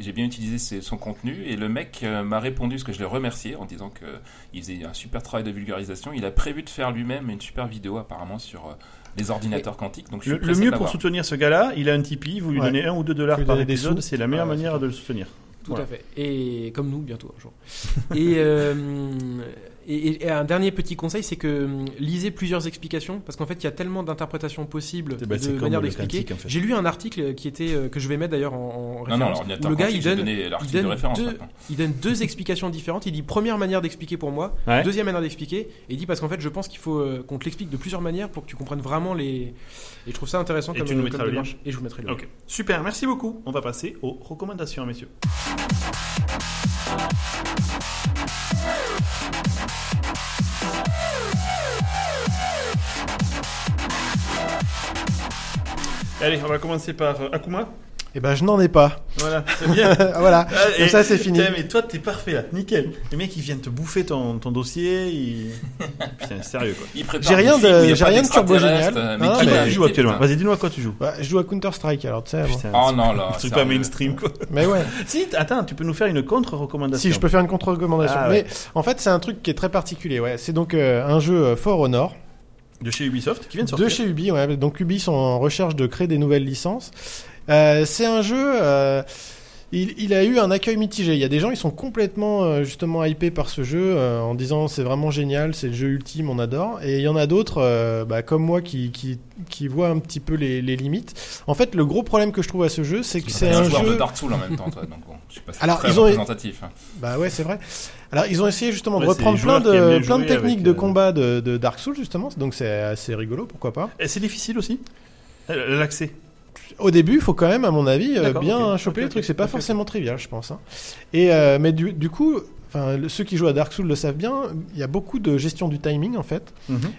Speaker 4: j'ai bien utilisé ses- son contenu et le mec euh, m'a répondu parce que je l'ai remercié en disant que euh, il faisait un super travail de vulgarisation. Il a prévu de faire lui-même une super vidéo apparemment sur euh, les ordinateurs quantiques. Donc je
Speaker 1: Le,
Speaker 4: suis
Speaker 1: le
Speaker 4: pressé de
Speaker 1: mieux
Speaker 4: la
Speaker 1: pour
Speaker 4: voir.
Speaker 1: soutenir ce gars-là, il a un Tipeee. Vous lui
Speaker 3: Ouais.
Speaker 1: donnez un ou deux dollars
Speaker 3: Vous lui
Speaker 1: par
Speaker 3: donnez des
Speaker 1: épisode.
Speaker 3: sous.
Speaker 1: C'est la meilleure
Speaker 4: Ah, ouais,
Speaker 1: manière de le soutenir.
Speaker 2: Tout
Speaker 1: Voilà.
Speaker 2: à fait. Et comme nous, bientôt un jour. et, euh, et, et un dernier petit conseil, c'est que euh, lisez plusieurs explications, parce qu'en fait, il y a tellement d'interprétations possibles
Speaker 1: Eh ben, c'est
Speaker 2: de
Speaker 1: comme
Speaker 2: manière
Speaker 1: le
Speaker 2: d'expliquer.
Speaker 1: quantique, en fait.
Speaker 2: J'ai lu un article qui était euh, que je vais mettre d'ailleurs en, en
Speaker 4: Non, non,
Speaker 2: référence. où
Speaker 4: l'ordinateur
Speaker 2: le gars,
Speaker 4: quantique,
Speaker 2: il
Speaker 4: j'ai
Speaker 2: donne
Speaker 4: donné
Speaker 2: il
Speaker 4: l'article de
Speaker 2: donne,
Speaker 4: référence.
Speaker 2: deux,
Speaker 4: maintenant.
Speaker 2: il donne deux explications différentes. Il dit première manière d'expliquer pour moi,
Speaker 1: Ouais.
Speaker 2: deuxième manière d'expliquer, et il dit parce qu'en fait je pense qu'il faut euh, qu'on te l'explique de plusieurs manières pour que tu comprennes vraiment les. Et je trouve ça intéressant
Speaker 1: Et
Speaker 2: comme,
Speaker 1: tu nous
Speaker 2: euh,
Speaker 1: mettras
Speaker 2: comme
Speaker 1: le
Speaker 2: démarche. Et je vous mettrai le lien.
Speaker 1: Ok, super, merci beaucoup. On va passer aux recommandations, messieurs. Allez, on va commencer par euh, Akuma.
Speaker 3: Et ben, je n'en ai pas.
Speaker 1: Voilà, c'est bien.
Speaker 3: voilà.
Speaker 1: Ah,
Speaker 3: Comme
Speaker 1: et-
Speaker 3: ça, c'est fini.
Speaker 1: Putain, mais toi, t'es parfait là, nickel. Les mecs, ils viennent te bouffer ton, ton dossier. Ils... Putain, sérieux quoi.
Speaker 4: Il prépare
Speaker 3: J'ai rien
Speaker 4: des films
Speaker 3: de-
Speaker 4: où il y a
Speaker 3: j'ai
Speaker 4: pas
Speaker 3: rien de turbo
Speaker 4: d'extraterrestres,
Speaker 3: génial.
Speaker 4: Ah, mais
Speaker 3: Non,
Speaker 4: qui
Speaker 1: Qui
Speaker 3: mais-
Speaker 4: va
Speaker 1: tu joues
Speaker 4: inviter,
Speaker 1: actuellement
Speaker 4: putain
Speaker 1: Vas-y, dis-moi à quoi tu joues.
Speaker 3: Bah, je joue à Counter Strike, alors tu sais. bon.
Speaker 1: Putain,
Speaker 4: Oh non, là.
Speaker 1: c'est
Speaker 4: sérieux.
Speaker 1: pas mainstream quoi.
Speaker 3: Mais ouais.
Speaker 1: Si, t- attends, tu peux nous faire une contre-recommandation.
Speaker 3: Si je peux faire une contre-recommandation.
Speaker 1: Ah, ouais.
Speaker 3: Mais en fait, c'est un truc qui est très particulier. Ouais. C'est donc euh, un jeu euh, fort au nord
Speaker 1: De chez Ubisoft, qui vient de sortir.
Speaker 3: de chez Ubi. ouais. Donc Ubi sont en recherche de créer des nouvelles licences. Euh, c'est un jeu. euh, il, il a eu un accueil mitigé. Il y a des gens, ils sont complètement euh, justement hypés par ce jeu euh, en disant c'est vraiment génial, c'est le jeu ultime, on adore. Et il y en a d'autres, euh, bah, comme moi, qui, qui, qui voient un petit peu les, les limites. En fait, le gros problème que je trouve à ce jeu, c'est que c'est un
Speaker 4: joueur
Speaker 3: jeu.
Speaker 4: de Dark Souls en même temps, toi. Donc bon, je sais pas si c'est
Speaker 3: Alors,
Speaker 4: très
Speaker 3: ils ont-
Speaker 4: représentatif. hein.
Speaker 3: Bah ouais, c'est vrai. Alors ils ont essayé justement de
Speaker 1: Ouais, c'est les
Speaker 3: reprendre
Speaker 1: joueurs
Speaker 3: plein
Speaker 1: qui aiment
Speaker 3: de,
Speaker 1: bien
Speaker 3: plein de
Speaker 1: jouer
Speaker 3: techniques
Speaker 1: avec,
Speaker 3: de
Speaker 1: euh,
Speaker 3: combat de, de Dark Souls justement, donc c'est assez rigolo, pourquoi pas.
Speaker 1: Et Eh, C'est difficile aussi euh, L'accès.
Speaker 3: Au début, il faut quand même, à mon avis, euh,
Speaker 1: D'accord,
Speaker 3: bien
Speaker 1: ok,
Speaker 3: choper
Speaker 1: ok,
Speaker 3: les
Speaker 1: ok,
Speaker 3: trucs. C'est pas
Speaker 1: ok,
Speaker 3: forcément trivial, je pense. hein. Et euh, mais du, du coup, enfin, le- ceux qui jouent à Dark Souls le savent bien. Il y a beaucoup de gestion du timing en fait.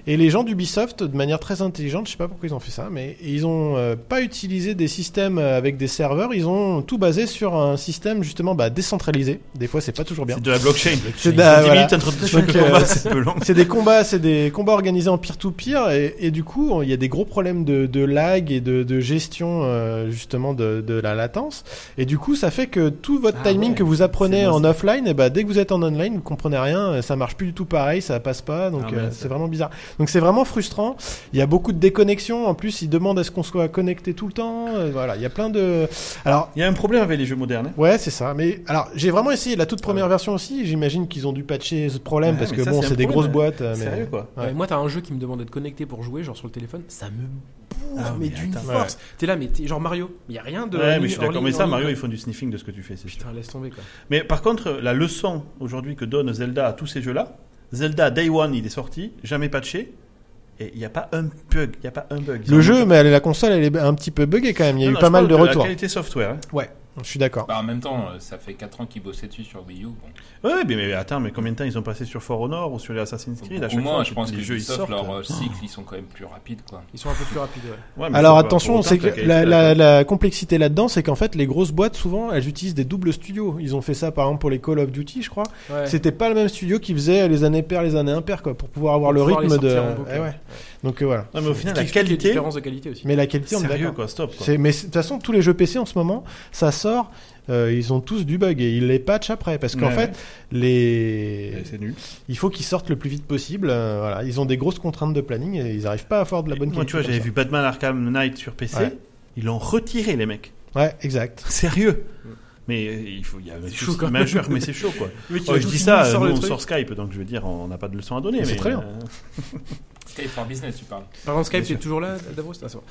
Speaker 3: Et les gens d'Ubisoft, de manière très intelligente, je sais pas pourquoi ils ont fait ça, mais ils ont euh, pas utilisé des systèmes euh, avec des serveurs. Ils ont tout basé sur un système justement bah, décentralisé. Des fois, c'est pas toujours bien.
Speaker 1: C'est de la blockchain.
Speaker 3: C'est
Speaker 1: C'est
Speaker 3: de la-
Speaker 1: 10
Speaker 3: voilà.
Speaker 1: minutes entre deux
Speaker 3: Donc,
Speaker 1: chaque
Speaker 3: euh,
Speaker 1: combat, c'est un peu long.
Speaker 3: C'est des combats, c'est des combats organisés en peer-to-peer et, et du coup on- il y a des gros problèmes de, de lag et de, de gestion euh, justement de, de la latence et du coup ça fait que tout votre
Speaker 2: Ah
Speaker 3: timing
Speaker 2: ouais.
Speaker 3: que vous apprenez
Speaker 5: C'est moi,
Speaker 3: en
Speaker 5: ça.
Speaker 3: offline et bah dès que vous êtes en online vous comprenez rien, ça marche plus du tout pareil, ça passe pas donc
Speaker 5: Ah ouais,
Speaker 3: euh,
Speaker 5: ça-
Speaker 3: c'est vraiment bizarre. Donc c'est vraiment frustrant. Il y a beaucoup de déconnexions en plus ils demandent à ce qu'on soit connecté tout le temps. euh, voilà il y a plein de alors
Speaker 1: Il y a un problème avec les jeux modernes. hein.
Speaker 3: Ouais, c'est ça. Mais alors, j'ai vraiment essayé la toute première version aussi. J'imagine qu'ils ont dû patcher ce problème
Speaker 1: Ah Ouais,
Speaker 3: parce
Speaker 1: mais
Speaker 3: que
Speaker 1: ça,
Speaker 3: bon,
Speaker 1: c'est un
Speaker 3: c'est des grosses
Speaker 1: problème, hein.
Speaker 3: boîtes. euh, mais-
Speaker 1: Sérieux quoi.
Speaker 3: Ouais.
Speaker 2: Ouais, moi, t'as un jeu qui me demande d'être connecté pour jouer, genre sur le téléphone, ça me bourre,
Speaker 1: Ah,
Speaker 2: mais,
Speaker 1: mais
Speaker 2: d'une
Speaker 1: attends.
Speaker 2: force. T'es là, mais t'es genre Mario, il y a rien de. en
Speaker 1: Ouais, mais
Speaker 2: ligne-
Speaker 1: je suis
Speaker 2: en
Speaker 1: d'accord.
Speaker 2: ligne-
Speaker 1: Mais ça,
Speaker 2: en
Speaker 1: Mario,
Speaker 2: ligne.
Speaker 1: ils font du sniffing de ce que tu fais, c'est sûr.
Speaker 2: Putain, laisse tomber quoi.
Speaker 1: Mais par contre, la leçon aujourd'hui que donne Zelda à tous ces jeux-là, Zelda Day One, il est sorti, jamais patché, et il n'y a pas un bug. Il y a pas un bug. Ils
Speaker 3: Le
Speaker 1: ont-
Speaker 3: jeu, mais elle- la console, elle est un petit peu buggée quand même. Il y a
Speaker 1: Non,
Speaker 3: eu
Speaker 1: non,
Speaker 3: pas
Speaker 1: je
Speaker 3: mal
Speaker 1: parle
Speaker 3: de retours.
Speaker 1: La qualité software. hein.
Speaker 3: Ouais, je suis d'accord.
Speaker 4: Bah, en même temps, euh, ça fait 4 ans qu'ils bossaient dessus sur Wii U. Bon.
Speaker 1: Ouais, mais, mais attends, mais combien de temps ils ont passé sur For Honor ou sur les Assassin's Creed à
Speaker 4: Au
Speaker 1: chaque
Speaker 4: moins,
Speaker 1: fois,
Speaker 4: je pense que
Speaker 1: les jeux ils
Speaker 4: Ubisoft,
Speaker 1: sortent.
Speaker 4: leur euh, cycle, ils sont quand même plus rapides. Quoi.
Speaker 2: Ils sont un peu plus rapides, ouais.
Speaker 1: Ouais, mais
Speaker 3: Alors
Speaker 1: faut pas- pour
Speaker 3: attention,
Speaker 1: autant
Speaker 3: c'est
Speaker 1: la
Speaker 3: que
Speaker 1: qualité
Speaker 3: la,
Speaker 1: de
Speaker 3: la-
Speaker 1: la-
Speaker 3: la complexité là-dedans, c'est qu'en fait, les grosses boîtes, souvent, elles utilisent des doubles studios. Ils ont fait ça, par exemple, pour les Call of Duty, je crois.
Speaker 2: ouais.
Speaker 3: C'était pas le même studio qui faisait les années paires, les années impaires, quoi, pour pouvoir avoir le
Speaker 2: Pouvoir les
Speaker 3: rythme de.
Speaker 2: sortir en boucle,
Speaker 3: Eh ouais.
Speaker 2: ouais.
Speaker 3: Donc euh, voilà.
Speaker 1: Non, mais au final,
Speaker 2: Ce
Speaker 1: la
Speaker 2: qui explique les
Speaker 1: qualité.
Speaker 2: différences de qualité aussi.
Speaker 3: Mais la qualité, on est
Speaker 1: Sérieux
Speaker 3: d'accord.
Speaker 1: quoi, stop. quoi.
Speaker 3: C'est- mais c'est- de toute façon, tous les jeux PC en ce moment, ça sort, euh, ils ont tous du bug et ils les patchent après. Parce qu'en
Speaker 1: Ouais,
Speaker 3: fait, les...
Speaker 1: Ouais, C'est nul.
Speaker 3: il faut qu'ils sortent le plus vite possible. euh, voilà. Ils ont des grosses contraintes de planning et ils n'arrivent pas à avoir de la bonne
Speaker 1: Moi,
Speaker 3: qualité.
Speaker 1: tu vois,
Speaker 3: comme
Speaker 1: j'avais
Speaker 3: ça.
Speaker 1: vu Batman Arkham Knight sur PC,
Speaker 3: Ouais.
Speaker 1: ils l'ont retiré, les mecs.
Speaker 3: Ouais, exact.
Speaker 1: Sérieux Mais euh, il faut, il y a un
Speaker 2: C'est
Speaker 1: souci
Speaker 2: chaud, quand même.
Speaker 1: majeur, mais c'est chaud quoi. Oh, je dis ça, euh, nous on sort Skype, donc je veux dire, on n'a pas de leçon à donner.
Speaker 3: C'est
Speaker 1: mais,
Speaker 3: très bien.
Speaker 1: euh,
Speaker 4: Skype for Business, tu parles.
Speaker 2: Par contre, Skype,
Speaker 1: Bien
Speaker 2: t'es toujours là, Davros Ah, c'est bon.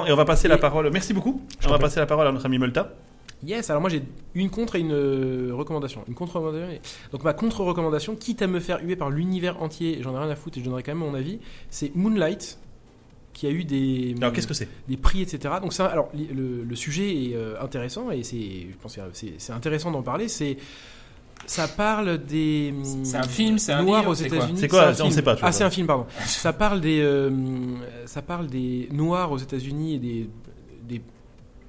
Speaker 1: Bon, et on va passer la
Speaker 2: Et-
Speaker 1: parole. Merci beaucoup.
Speaker 3: Je
Speaker 1: on
Speaker 3: t'en
Speaker 1: va
Speaker 3: prie.
Speaker 1: passer la parole à notre ami Multa.
Speaker 2: Yes, alors moi j'ai une contre et une euh, recommandation. Une contre-recommandation. et- Donc ma contre-recommandation, quitte à me faire huer par l'univers entier, j'en ai rien à foutre et je donnerai quand même mon avis, c'est Moonlight qui a eu des
Speaker 1: Alors, qu'est-ce que c'est
Speaker 2: des prix, etc. Donc ça, alors li- le, le sujet est euh, intéressant et c'est, je pense, que c'est c'est intéressant d'en parler. C'est ça parle des hum,
Speaker 4: C'est un film, c'est un
Speaker 2: noirs
Speaker 4: livre,
Speaker 2: aux
Speaker 4: c'est quoi
Speaker 2: États-Unis.
Speaker 1: C'est quoi
Speaker 2: un
Speaker 1: On
Speaker 2: film.
Speaker 1: sait pas, tu vois.
Speaker 2: Ah, c'est un film, pardon. ça parle des euh, ça parle des noirs aux États-Unis et des des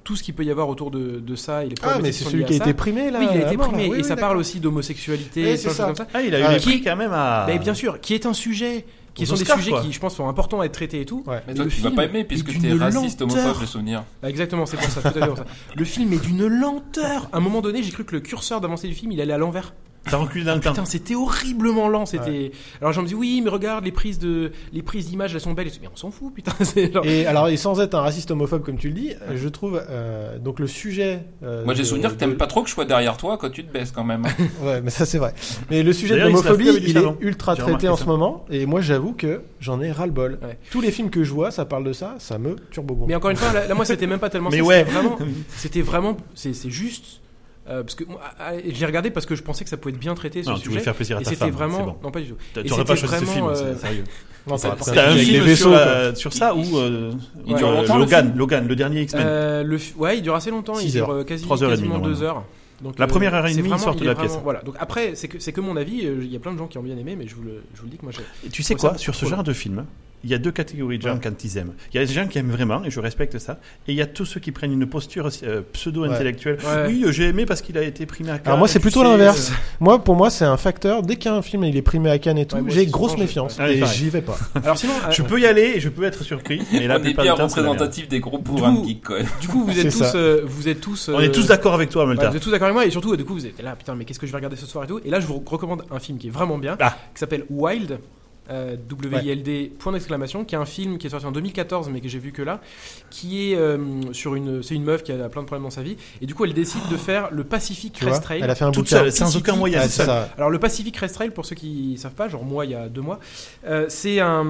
Speaker 2: tout ce qu'il peut y avoir autour de, de ça et les
Speaker 3: Ah, mais
Speaker 2: problématiques
Speaker 3: c'est
Speaker 2: sont
Speaker 3: celui
Speaker 2: liées
Speaker 3: qui a
Speaker 2: à
Speaker 3: été
Speaker 2: ça.
Speaker 3: primé là.
Speaker 2: oui, il a
Speaker 3: à
Speaker 2: été
Speaker 3: mort, là.
Speaker 2: primé
Speaker 3: Oui,
Speaker 2: et
Speaker 3: oui,
Speaker 2: ça parle
Speaker 3: d'accord.
Speaker 2: aussi d'homosexualité,
Speaker 3: Et
Speaker 2: plein de
Speaker 3: c'est
Speaker 2: choses
Speaker 3: ça.
Speaker 2: comme ça.
Speaker 1: Ah, il a eu
Speaker 3: Ah,
Speaker 1: des prix
Speaker 2: qui-
Speaker 1: quand même à.
Speaker 2: Mais bien sûr, qui est un sujet qui
Speaker 1: Aux
Speaker 2: sont
Speaker 1: Oscars,
Speaker 2: des sujets
Speaker 1: quoi.
Speaker 2: qui, je pense, sont importants à être traités et tout.
Speaker 3: Ouais.
Speaker 4: Mais toi,
Speaker 2: Le
Speaker 4: tu vas
Speaker 2: film
Speaker 4: pas aimer puisque
Speaker 2: est
Speaker 4: t'es
Speaker 2: d'une
Speaker 4: raciste, homophobe,
Speaker 2: lenteur.
Speaker 4: le souvenir.
Speaker 2: Ah, Exactement, c'est pour ça, tout à fait pour ça. Le film est d'une lenteur. À un moment donné, j'ai cru que le curseur d'avancée du film, il allait à l'envers.
Speaker 1: T'as reculé dans le temps.
Speaker 2: Putain, c'était horriblement lent. C'était. Alors, j'en me dis, oui, mais regarde, les prises de, les prises d'images, elles sont belles. Et je dis, Mais on s'en fout, putain. C'est genre-
Speaker 3: Et alors, et sans être un raciste homophobe comme tu le dis, je trouve euh, donc le sujet. euh,
Speaker 4: Moi, j'ai
Speaker 3: de-
Speaker 4: souvenir que
Speaker 3: de-
Speaker 4: t'aimes pas trop que je sois derrière toi quand tu te baisses quand même.
Speaker 3: Ouais, mais ça c'est vrai. Mais le sujet de
Speaker 1: D'ailleurs, il se lave
Speaker 3: l'homophobie,
Speaker 1: plus avec du
Speaker 3: il est
Speaker 1: savon.
Speaker 3: ultra
Speaker 1: J'ai
Speaker 3: traité
Speaker 1: remarqué
Speaker 3: en
Speaker 1: ça.
Speaker 3: ce moment, et moi j'avoue que j'en ai ras-le-bol.
Speaker 2: Ouais.
Speaker 3: Tous les films que je vois, ça parle de ça, ça me turbobombe.
Speaker 2: Mais encore une fois, là, là, moi, c'était même pas tellement.
Speaker 1: Mais
Speaker 2: ça,
Speaker 1: ouais.
Speaker 2: C'était vraiment. C'était vraiment. C'est c'est juste. euh, parce que moi, ah, ah, je l'ai regardé parce que je pensais que ça pouvait être bien traité ce
Speaker 1: Non, tu voulais
Speaker 2: sujet.
Speaker 1: faire plaisir à
Speaker 2: et
Speaker 1: ta
Speaker 2: c'était
Speaker 1: femme.
Speaker 2: vraiment.
Speaker 1: C'est bon.
Speaker 2: Non, pas du tout.
Speaker 1: T'as-
Speaker 2: et
Speaker 1: T'aurais pas
Speaker 2: c'était
Speaker 1: choisi ce film,
Speaker 2: vraiment,
Speaker 1: c'est
Speaker 2: euh,
Speaker 1: sérieux.
Speaker 3: Non, ça
Speaker 4: c'est-
Speaker 3: va pas.
Speaker 4: c'est
Speaker 1: T'as un
Speaker 4: les
Speaker 1: film
Speaker 3: vaisseaux,
Speaker 1: sur,
Speaker 3: là.
Speaker 1: euh, sur ça ou. euh,
Speaker 4: Il
Speaker 1: euh,
Speaker 4: dure longtemps, le
Speaker 1: Logan,
Speaker 4: film
Speaker 1: Logan, le dernier X-Men.
Speaker 2: Euh, le f- ouais, il dure assez longtemps, il
Speaker 3: Six heures.
Speaker 2: dure euh, quasi,
Speaker 1: Trois heures et demie,
Speaker 2: quasiment deux
Speaker 1: normalement.
Speaker 2: heures. Donc, euh,
Speaker 1: La première heure et
Speaker 2: c'est
Speaker 1: demie, ils
Speaker 2: vraiment-
Speaker 1: sortent
Speaker 2: il
Speaker 1: de la
Speaker 2: est vraiment-
Speaker 1: pièce.
Speaker 2: Voilà. Donc après, c'est que, c'est que mon avis, euh, il y a plein de gens qui ont bien aimé, mais je vous le, je vous le dis que moi je.
Speaker 1: Et tu sais
Speaker 2: Faut ça
Speaker 1: quoi
Speaker 2: beaucoup
Speaker 1: Sur ce
Speaker 2: trop
Speaker 1: genre de film, il y a deux catégories de gens
Speaker 3: Ouais.
Speaker 1: quand ils aiment. Il y a les gens qui aiment vraiment, et je respecte ça, et il y a tous ceux qui prennent une posture euh, pseudo-intellectuelle.
Speaker 2: Ouais.
Speaker 1: Oui, euh, j'ai aimé parce qu'il a été primé à Cannes,
Speaker 3: moi, c'est
Speaker 1: tu
Speaker 3: plutôt
Speaker 1: sais,
Speaker 3: l'inverse.
Speaker 1: euh,
Speaker 3: Moi, pour moi, c'est un facteur. Dès qu'un film il est primé à Cannes et tout,
Speaker 2: Ouais, moi
Speaker 3: j'ai
Speaker 2: aussi,
Speaker 3: grosse
Speaker 2: souvent, je-
Speaker 3: méfiance
Speaker 1: ouais. Allez,
Speaker 3: et
Speaker 1: pareil.
Speaker 3: j'y vais pas.
Speaker 2: Alors sinon, euh,
Speaker 1: Je peux y aller et je peux être surpris, mais la
Speaker 4: On est
Speaker 1: plupart
Speaker 4: bien
Speaker 1: du temps, c'est la merde.
Speaker 4: représentatif des groupes
Speaker 2: Du
Speaker 4: pour un
Speaker 2: coup-
Speaker 4: geek quand même.
Speaker 2: du coup, vous
Speaker 3: C'est
Speaker 2: êtes
Speaker 3: ça.
Speaker 2: tous, euh, vous êtes tous.
Speaker 1: On est tous d'accord avec toi,
Speaker 2: Ouais,
Speaker 1: Multa.
Speaker 2: vous êtes tous d'accord avec moi et surtout euh, du coup vous êtes là putain mais qu'est-ce que je vais regarder ce soir et tout et là je vous recommande un film qui est vraiment bien
Speaker 1: Ah.
Speaker 2: qui s'appelle Wild euh, WILD, point d'exclamation, qui est un film qui est sorti en 2014, mais que j'ai vu que là, qui est euh, sur une. C'est une meuf qui a plein de problèmes dans sa vie, et du coup, elle décide de faire le Pacific
Speaker 3: Tu vois,
Speaker 2: Crest Trail.
Speaker 3: elle a fait un
Speaker 1: Toute
Speaker 3: bouquin.
Speaker 1: seule, sans aucun moyen.
Speaker 3: Ah,
Speaker 1: toute
Speaker 3: c'est
Speaker 1: seule.
Speaker 3: ça.
Speaker 2: Alors le Pacific Crest Trail, pour ceux qui savent pas, genre moi il y a deux mois, euh, c'est un,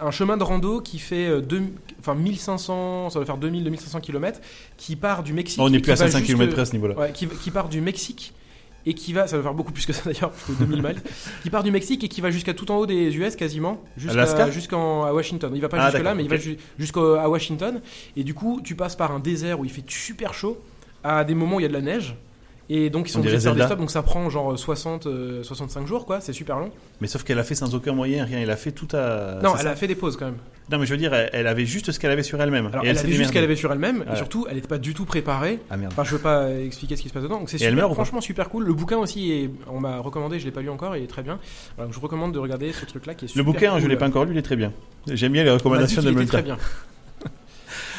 Speaker 2: un chemin de rando qui fait euh, deux- enfin 1500, ça va faire 2000-2500 km, qui part du Mexique.
Speaker 1: On
Speaker 2: et
Speaker 1: n'est plus
Speaker 2: qui
Speaker 1: à
Speaker 2: va
Speaker 1: 500
Speaker 2: jusque-
Speaker 1: km à ce niveau-là.
Speaker 2: Ouais, qui, qui part du Mexique et qui va, ça va faire beaucoup plus que ça d'ailleurs, parce que 2000 miles, qui part du Mexique et qui va jusqu'à tout en haut des US quasiment,
Speaker 1: Alaska
Speaker 2: jusqu'à jusqu'en- à Washington. Il va pas
Speaker 1: Ah,
Speaker 2: jusque là,
Speaker 1: d'accord,
Speaker 2: mais
Speaker 1: ok.
Speaker 2: il va jusqu'à Washington. Et du coup, tu passes par un désert où il fait super chaud, à des moments où il y a de la neige. Et donc ils sont
Speaker 1: On dirait
Speaker 2: obligés de faire des
Speaker 1: Zelda.
Speaker 2: stops, donc ça prend genre 60, euh, 65 jours, quoi. C'est super long.
Speaker 1: Mais sauf qu'elle a fait sans aucun moyen, rien. Elle a fait tout à.
Speaker 2: non,
Speaker 1: Ah, c'est
Speaker 2: elle
Speaker 1: ça
Speaker 2: a fait des pauses quand même.
Speaker 1: Non, mais je veux dire, elle, elle avait juste ce qu'elle avait sur elle-même.
Speaker 2: Alors
Speaker 1: Et
Speaker 2: elle,
Speaker 1: s'est
Speaker 2: avait juste ce qu'elle
Speaker 1: démerdée.
Speaker 2: avait sur elle-même,
Speaker 1: Ouais.
Speaker 2: et surtout elle n'était pas du tout préparée.
Speaker 1: Ah merde.
Speaker 2: Enfin, je veux pas euh, expliquer ce qui se passe dedans. Donc c'est
Speaker 1: Et elle
Speaker 2: super,
Speaker 1: meurt ou pas
Speaker 2: franchement super cool. Le bouquin aussi, est- on m'a recommandé, je l'ai pas lu encore, il est très bien. Voilà, donc je vous recommande de regarder ce truc-là qui est
Speaker 1: Le
Speaker 2: super
Speaker 1: bouquin, je
Speaker 2: cool.
Speaker 1: l'ai pas encore lu, il est très bien. J'aime bien les
Speaker 2: On m'a dit
Speaker 1: recommandations
Speaker 2: qu'il
Speaker 1: de
Speaker 2: était
Speaker 1: Melta.
Speaker 2: très bien.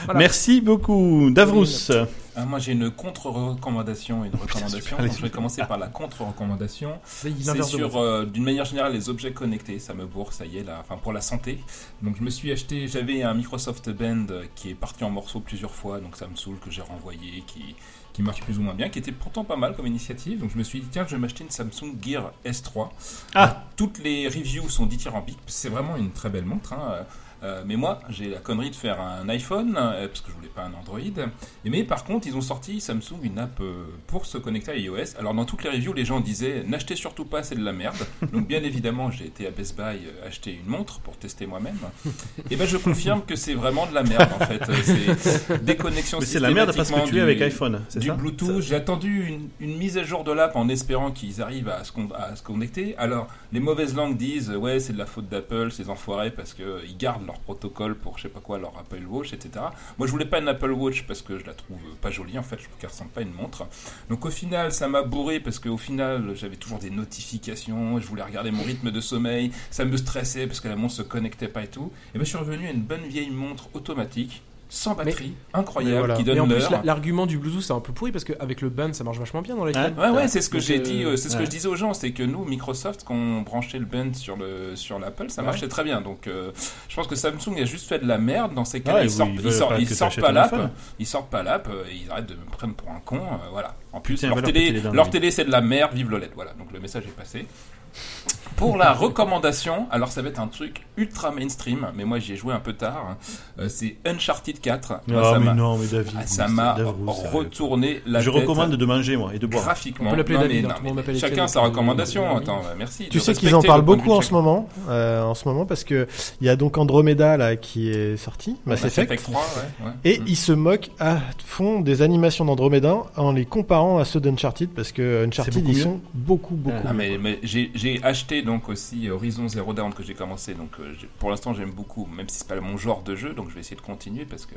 Speaker 2: Voilà.
Speaker 1: Merci beaucoup, Davrous.
Speaker 4: Ah, moi j'ai une contre-recommandation et une recommandation.
Speaker 1: super,
Speaker 4: Donc, je vais commencer par la contre-recommandation.
Speaker 2: C'est
Speaker 4: C'est sur, euh, d'une manière générale, les objets connectés. Ça me bourre, ça y est, là. Enfin, pour la santé. Donc, je me suis acheté. J'avais un Microsoft Band euh, qui est parti en morceaux plusieurs fois. Donc, ça me saoule que j'ai renvoyé, qui, qui marche plus ou moins bien, qui était pourtant pas mal comme initiative. Donc, je me suis dit, tiens, je vais m'acheter une Samsung Gear S3.
Speaker 1: Ah.
Speaker 4: Toutes les reviews sont dithyrambiques. C'est vraiment une très belle montre. hein. Euh, euh, mais moi, j'ai la connerie de faire un iPhone, euh, parce que je voulais pas un Android. Et Mais par contre, ils ont sorti Samsung une app euh, pour se connecter à iOS. Alors dans toutes les reviews, les gens disaient n'achetez surtout pas, c'est de la merde. Donc bien évidemment, j'ai été à Best Buy euh, acheter une montre pour tester moi-même. Et ben je confirme que c'est vraiment de la merde en fait. Euh, C'est des connexions
Speaker 1: Mais c'est la merde parce que tu es avec
Speaker 4: iPhone
Speaker 1: iPhone, c'est
Speaker 4: du
Speaker 1: ça
Speaker 4: Bluetooth. J'ai attendu une, une mise à jour de l'app en espérant qu'ils arrivent à se, con- à se connecter. Alors, les mauvaises langues disent euh, ouais, c'est de la faute d'Apple, ces enfoirés, parce qu'ils gardent leur protocole pour je sais pas quoi, leur Apple Watch, etc. Moi, je voulais pas une Apple Watch parce que je la trouve euh, pas jolie en fait, je trouve qu'elle ressemble pas à une montre. Donc, au final, ça m'a bourré parce qu'au final, j'avais toujours des notifications, je voulais regarder mon rythme de sommeil, ça me stressait parce que la montre se connectait pas et tout. Et ben, je suis revenu à une bonne vieille montre automatique. Sans
Speaker 2: Mais-
Speaker 4: batterie, incroyable,
Speaker 3: Mais voilà.
Speaker 4: qui
Speaker 2: Et en
Speaker 4: donne
Speaker 2: plus,
Speaker 4: l'heure.
Speaker 2: la- l'argument du Bluetooth, c'est un peu pourri parce qu'avec le band, ça marche vachement bien dans les
Speaker 1: Hein
Speaker 2: films.
Speaker 4: Ouais, ouais, c'est ce que
Speaker 2: Donc,
Speaker 4: j'ai
Speaker 2: euh,
Speaker 4: dit, euh, c'est ce
Speaker 1: ouais.
Speaker 4: que je disais aux gens, c'est que nous, Microsoft, quand on branchait le band sur le sur l'Apple, ça
Speaker 2: Ouais.
Speaker 4: marchait très bien. Donc, euh, je pense que Samsung a juste fait de la merde dans ces cas-là.
Speaker 1: Ouais,
Speaker 4: ils sortent,
Speaker 1: ils
Speaker 4: ils
Speaker 1: veulent
Speaker 4: sortent-
Speaker 1: pas
Speaker 4: ils
Speaker 1: que
Speaker 4: sortent
Speaker 1: t'achètes
Speaker 4: pas
Speaker 1: un
Speaker 4: l'app,
Speaker 1: iPhone.
Speaker 4: ils sortent pas l'app, euh, et ils arrêtent de me prendre pour un con. euh, voilà. En plus,
Speaker 1: Putain,
Speaker 4: leur,
Speaker 1: voilà, péter
Speaker 4: télé,
Speaker 1: les dindes,
Speaker 4: leur
Speaker 1: oui.
Speaker 4: télé, c'est de la merde. Vive l'OLED. Voilà. Donc le message est passé. Pour la recommandation, alors ça va être un truc ultra mainstream, mais moi j'y ai joué un peu tard. euh, c'est Uncharted 4. Moi,
Speaker 1: Ah,
Speaker 4: ça
Speaker 1: mais
Speaker 4: m'a-
Speaker 1: non, mais David.
Speaker 4: ah,
Speaker 1: mais
Speaker 4: ça
Speaker 1: c'est
Speaker 4: m'a
Speaker 1: Davrous, sérieux.
Speaker 4: retourné la
Speaker 1: Je
Speaker 4: tête
Speaker 1: recommande de manger, moi, et de boire.
Speaker 4: graphiquement.
Speaker 2: On peut l'appeler
Speaker 4: Non,
Speaker 2: David,
Speaker 4: mais-
Speaker 2: hein,
Speaker 4: non,
Speaker 2: tout le monde
Speaker 4: mais
Speaker 2: l'appelle
Speaker 4: Chacun
Speaker 2: Étienne,
Speaker 4: sa
Speaker 2: donc,
Speaker 4: recommandation.
Speaker 2: euh,
Speaker 4: Attends, bah, merci.
Speaker 3: Tu
Speaker 4: de
Speaker 3: sais qu'ils en
Speaker 4: respecter
Speaker 3: parlent
Speaker 4: le point de
Speaker 3: beaucoup en
Speaker 4: vue
Speaker 3: ce moment, euh, en ce moment parce que il y a donc Andromeda là qui est sorti,
Speaker 4: de
Speaker 3: Mass
Speaker 4: chacun. Mass
Speaker 3: Effect,
Speaker 4: Effect 3, ouais, ouais.
Speaker 3: et
Speaker 4: Mm.
Speaker 3: ils se moquent à fond des animations d'Andromeda en les comparant à ceux d'Uncharted parce que
Speaker 1: C'est
Speaker 3: Uncharted
Speaker 1: beaucoup
Speaker 3: ils
Speaker 1: mieux.
Speaker 3: sont beaucoup beaucoup.
Speaker 4: Ah,
Speaker 3: mieux.
Speaker 4: mais, mais j'ai j'ai acheté donc aussi euh, Horizon Zero Dawn que j'ai commencé donc euh, j'ai- pour l'instant j'aime beaucoup même si c'est pas mon genre de jeu donc je vais essayer de continuer parce que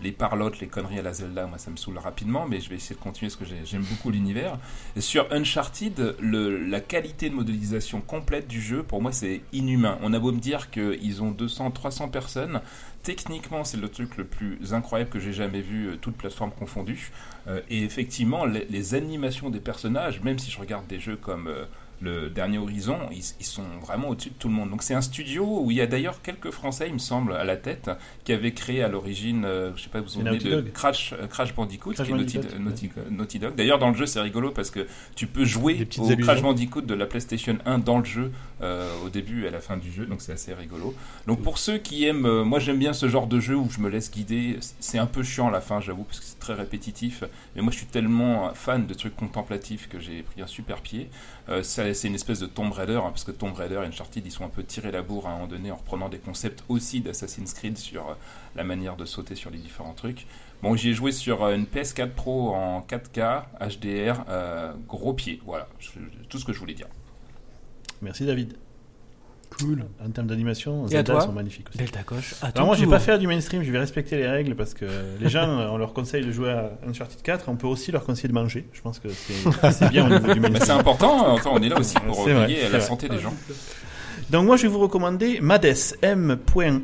Speaker 4: les parlottes les conneries à la Zelda moi ça me saoule rapidement mais je vais essayer de continuer parce que j'ai- j'aime beaucoup l'univers Et sur Uncharted le, la qualité de modélisation complète du jeu pour moi c'est inhumain on a beau me dire qu'ils ont 200 300 personnes techniquement c'est le truc le plus incroyable que j'ai jamais vu euh, toutes plateformes confondues Euh, et effectivement les, les animations des personnages même si je regarde des jeux comme euh, le dernier Horizon, ils, ils sont vraiment au-dessus de tout le monde. Donc c'est un studio où il y a d'ailleurs quelques Français, il me semble, à la tête, qui avaient créé à l'origine, euh, je sais pas, vous vous
Speaker 1: C'est
Speaker 4: souvenez
Speaker 1: Naughty
Speaker 4: de
Speaker 1: Dog.
Speaker 4: Crash, euh, Crash Bandicoot,
Speaker 1: Crash
Speaker 4: qui est Naughty,
Speaker 1: Bandicoot,
Speaker 4: Naughty- Naughty Dog. D'ailleurs dans le jeu c'est rigolo parce que tu peux jouer
Speaker 3: Des petites
Speaker 4: au
Speaker 3: allusions.
Speaker 4: Crash Bandicoot de la PlayStation 1 dans le jeu euh, au début et à la fin du jeu, donc c'est assez rigolo. Donc pour ceux qui aiment, euh, moi j'aime bien ce genre de jeu où je me laisse guider. C'est un peu chiant à la fin, j'avoue, parce que c'est très répétitif. Mais moi je suis tellement fan de trucs contemplatifs que j'ai pris un super pied. Euh, ça- c'est une espèce de Tomb Raider, hein, parce que Tomb Raider et Uncharted, ils sont un peu tirés la bourre à un moment donné en reprenant des concepts aussi d'Assassin's Creed sur euh, la manière de sauter sur les différents trucs. Bon, j'y ai joué sur euh, une PS4 Pro en 4K, HDR, euh, gros pied. Voilà, Je- tout ce que je voulais dire.
Speaker 1: Merci, David. Cool. En termes d'animation,
Speaker 2: Et à
Speaker 1: Zelda
Speaker 2: toi
Speaker 1: elles sont magnifiques aussi.
Speaker 2: Delta Coche. à ton
Speaker 1: Alors moi, je vais
Speaker 2: tour.
Speaker 1: pas faire du mainstream, je vais respecter les règles parce que les gens, euh, on leur conseille de jouer à Uncharted 4, on peut aussi leur conseiller de manger. Je pense que c'est c'est bien au niveau du
Speaker 4: Mais c'est
Speaker 1: mainstream.
Speaker 4: important, hein, enfin, on est là aussi pour
Speaker 1: C'est vrai,
Speaker 4: veiller
Speaker 1: c'est
Speaker 4: à la
Speaker 1: vrai.
Speaker 4: santé des gens.
Speaker 1: Donc moi, je vais vous recommander Mades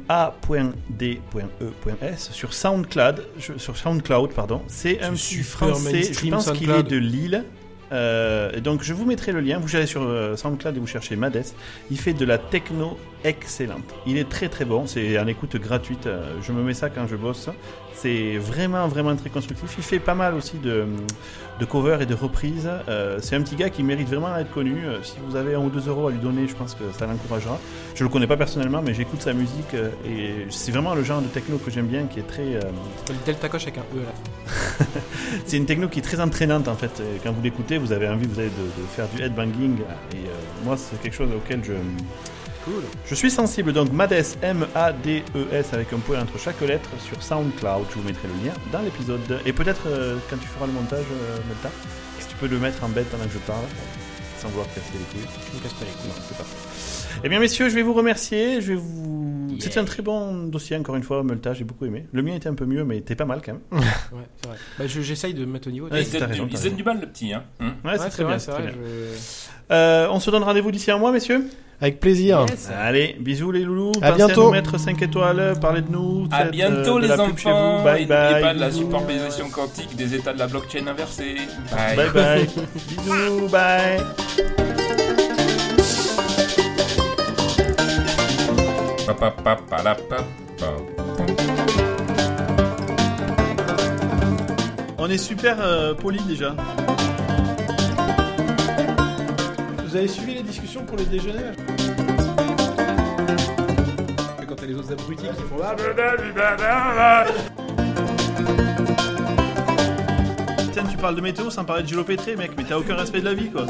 Speaker 1: M.A.D.E.S E sur SoundCloud, je- sur SoundCloud pardon. C'est un
Speaker 2: C'est
Speaker 1: petit
Speaker 2: super
Speaker 1: français, je
Speaker 2: mainstream,
Speaker 1: pense qu'il est
Speaker 2: SoundCloud.
Speaker 1: de Lille. Euh, et donc je vous mettrai le lien. Vous allez sur euh, SoundCloud et vous cherchez Mades. Il fait de la techno excellente. Il est très très bon. C'est un écoute gratuite. Euh, Je me mets ça quand je bosse. C'est vraiment vraiment très constructif. Il fait pas mal aussi de, de covers et de reprises. Euh, c'est un petit gars qui mérite vraiment à être connu. Euh, si vous avez un ou deux euros à lui donner, je pense que ça l'encouragera. Je le connais pas personnellement, mais j'écoute sa musique euh, et c'est vraiment le genre de techno que j'aime bien, qui est très euh,
Speaker 2: Comme Delta Coche avec un E à la fin.
Speaker 1: c'est une techno qui est très entraînante en fait. Et Quand vous l'écoutez, vous avez envie vous avez de, de faire du headbanging. Et euh, moi, c'est quelque chose auquel je. Je suis sensible donc Mades, M-A-D-E-S E avec un point entre chaque lettre sur SoundCloud. Je vous mettrai le lien dans l'épisode. Et peut-être euh, quand tu feras le montage, euh, Melta, si tu peux le mettre en bête pendant que je parle, sans vouloir te casser les couilles.
Speaker 2: Je me casse pas les couilles.
Speaker 1: Non, c'est parfait. Eh bien, messieurs, je vais vous remercier. Je vais vous.
Speaker 4: Yeah.
Speaker 1: C'était un très bon dossier, encore une fois, Melta, j'ai beaucoup aimé. Le mien était un peu mieux, mais t'es pas mal quand même. Ouais,
Speaker 2: Ouais, c'est vrai. Bah, je- j'essaye de me mettre au niveau.
Speaker 1: Ouais,
Speaker 4: Il
Speaker 1: t'as
Speaker 4: zette
Speaker 1: raison,
Speaker 4: du-
Speaker 1: t'as
Speaker 4: il zette
Speaker 1: raison.
Speaker 4: du bal le petit. hein. Hum.
Speaker 1: c'est très bien. c'est
Speaker 2: c'est
Speaker 1: très
Speaker 2: vrai.
Speaker 1: bien.
Speaker 2: je-
Speaker 1: Euh, on se donne rendez-vous d'ici un mois, messieurs. Ah.
Speaker 3: Avec plaisir.
Speaker 1: Allez, bisous les loulous.
Speaker 3: À
Speaker 1: Pensez
Speaker 3: bientôt.
Speaker 1: à nous mettre 5 étoiles, parlez de nous.
Speaker 4: À
Speaker 1: faites,
Speaker 4: bientôt
Speaker 1: euh, de la
Speaker 4: les
Speaker 1: pub chez
Speaker 4: enfants.
Speaker 1: vous. Bye
Speaker 4: Et n'oubliez pas
Speaker 1: bye.
Speaker 4: de la
Speaker 1: bisous.
Speaker 4: superposition quantique des états de la blockchain inversée. Bye.
Speaker 1: Bye bye. bisous, bye.
Speaker 4: Pa, pa, pa, pa, la, pa, pa.
Speaker 1: On est super euh, poli déjà.
Speaker 3: Vous avez suivi les discussions pour les déjeuners
Speaker 2: Quand t'as les autres abrutis qui font Ah, là.
Speaker 1: Tiens, tu parles de météo sans parler de Gilopétré, mec, mais t'as aucun respect de la vie quoi.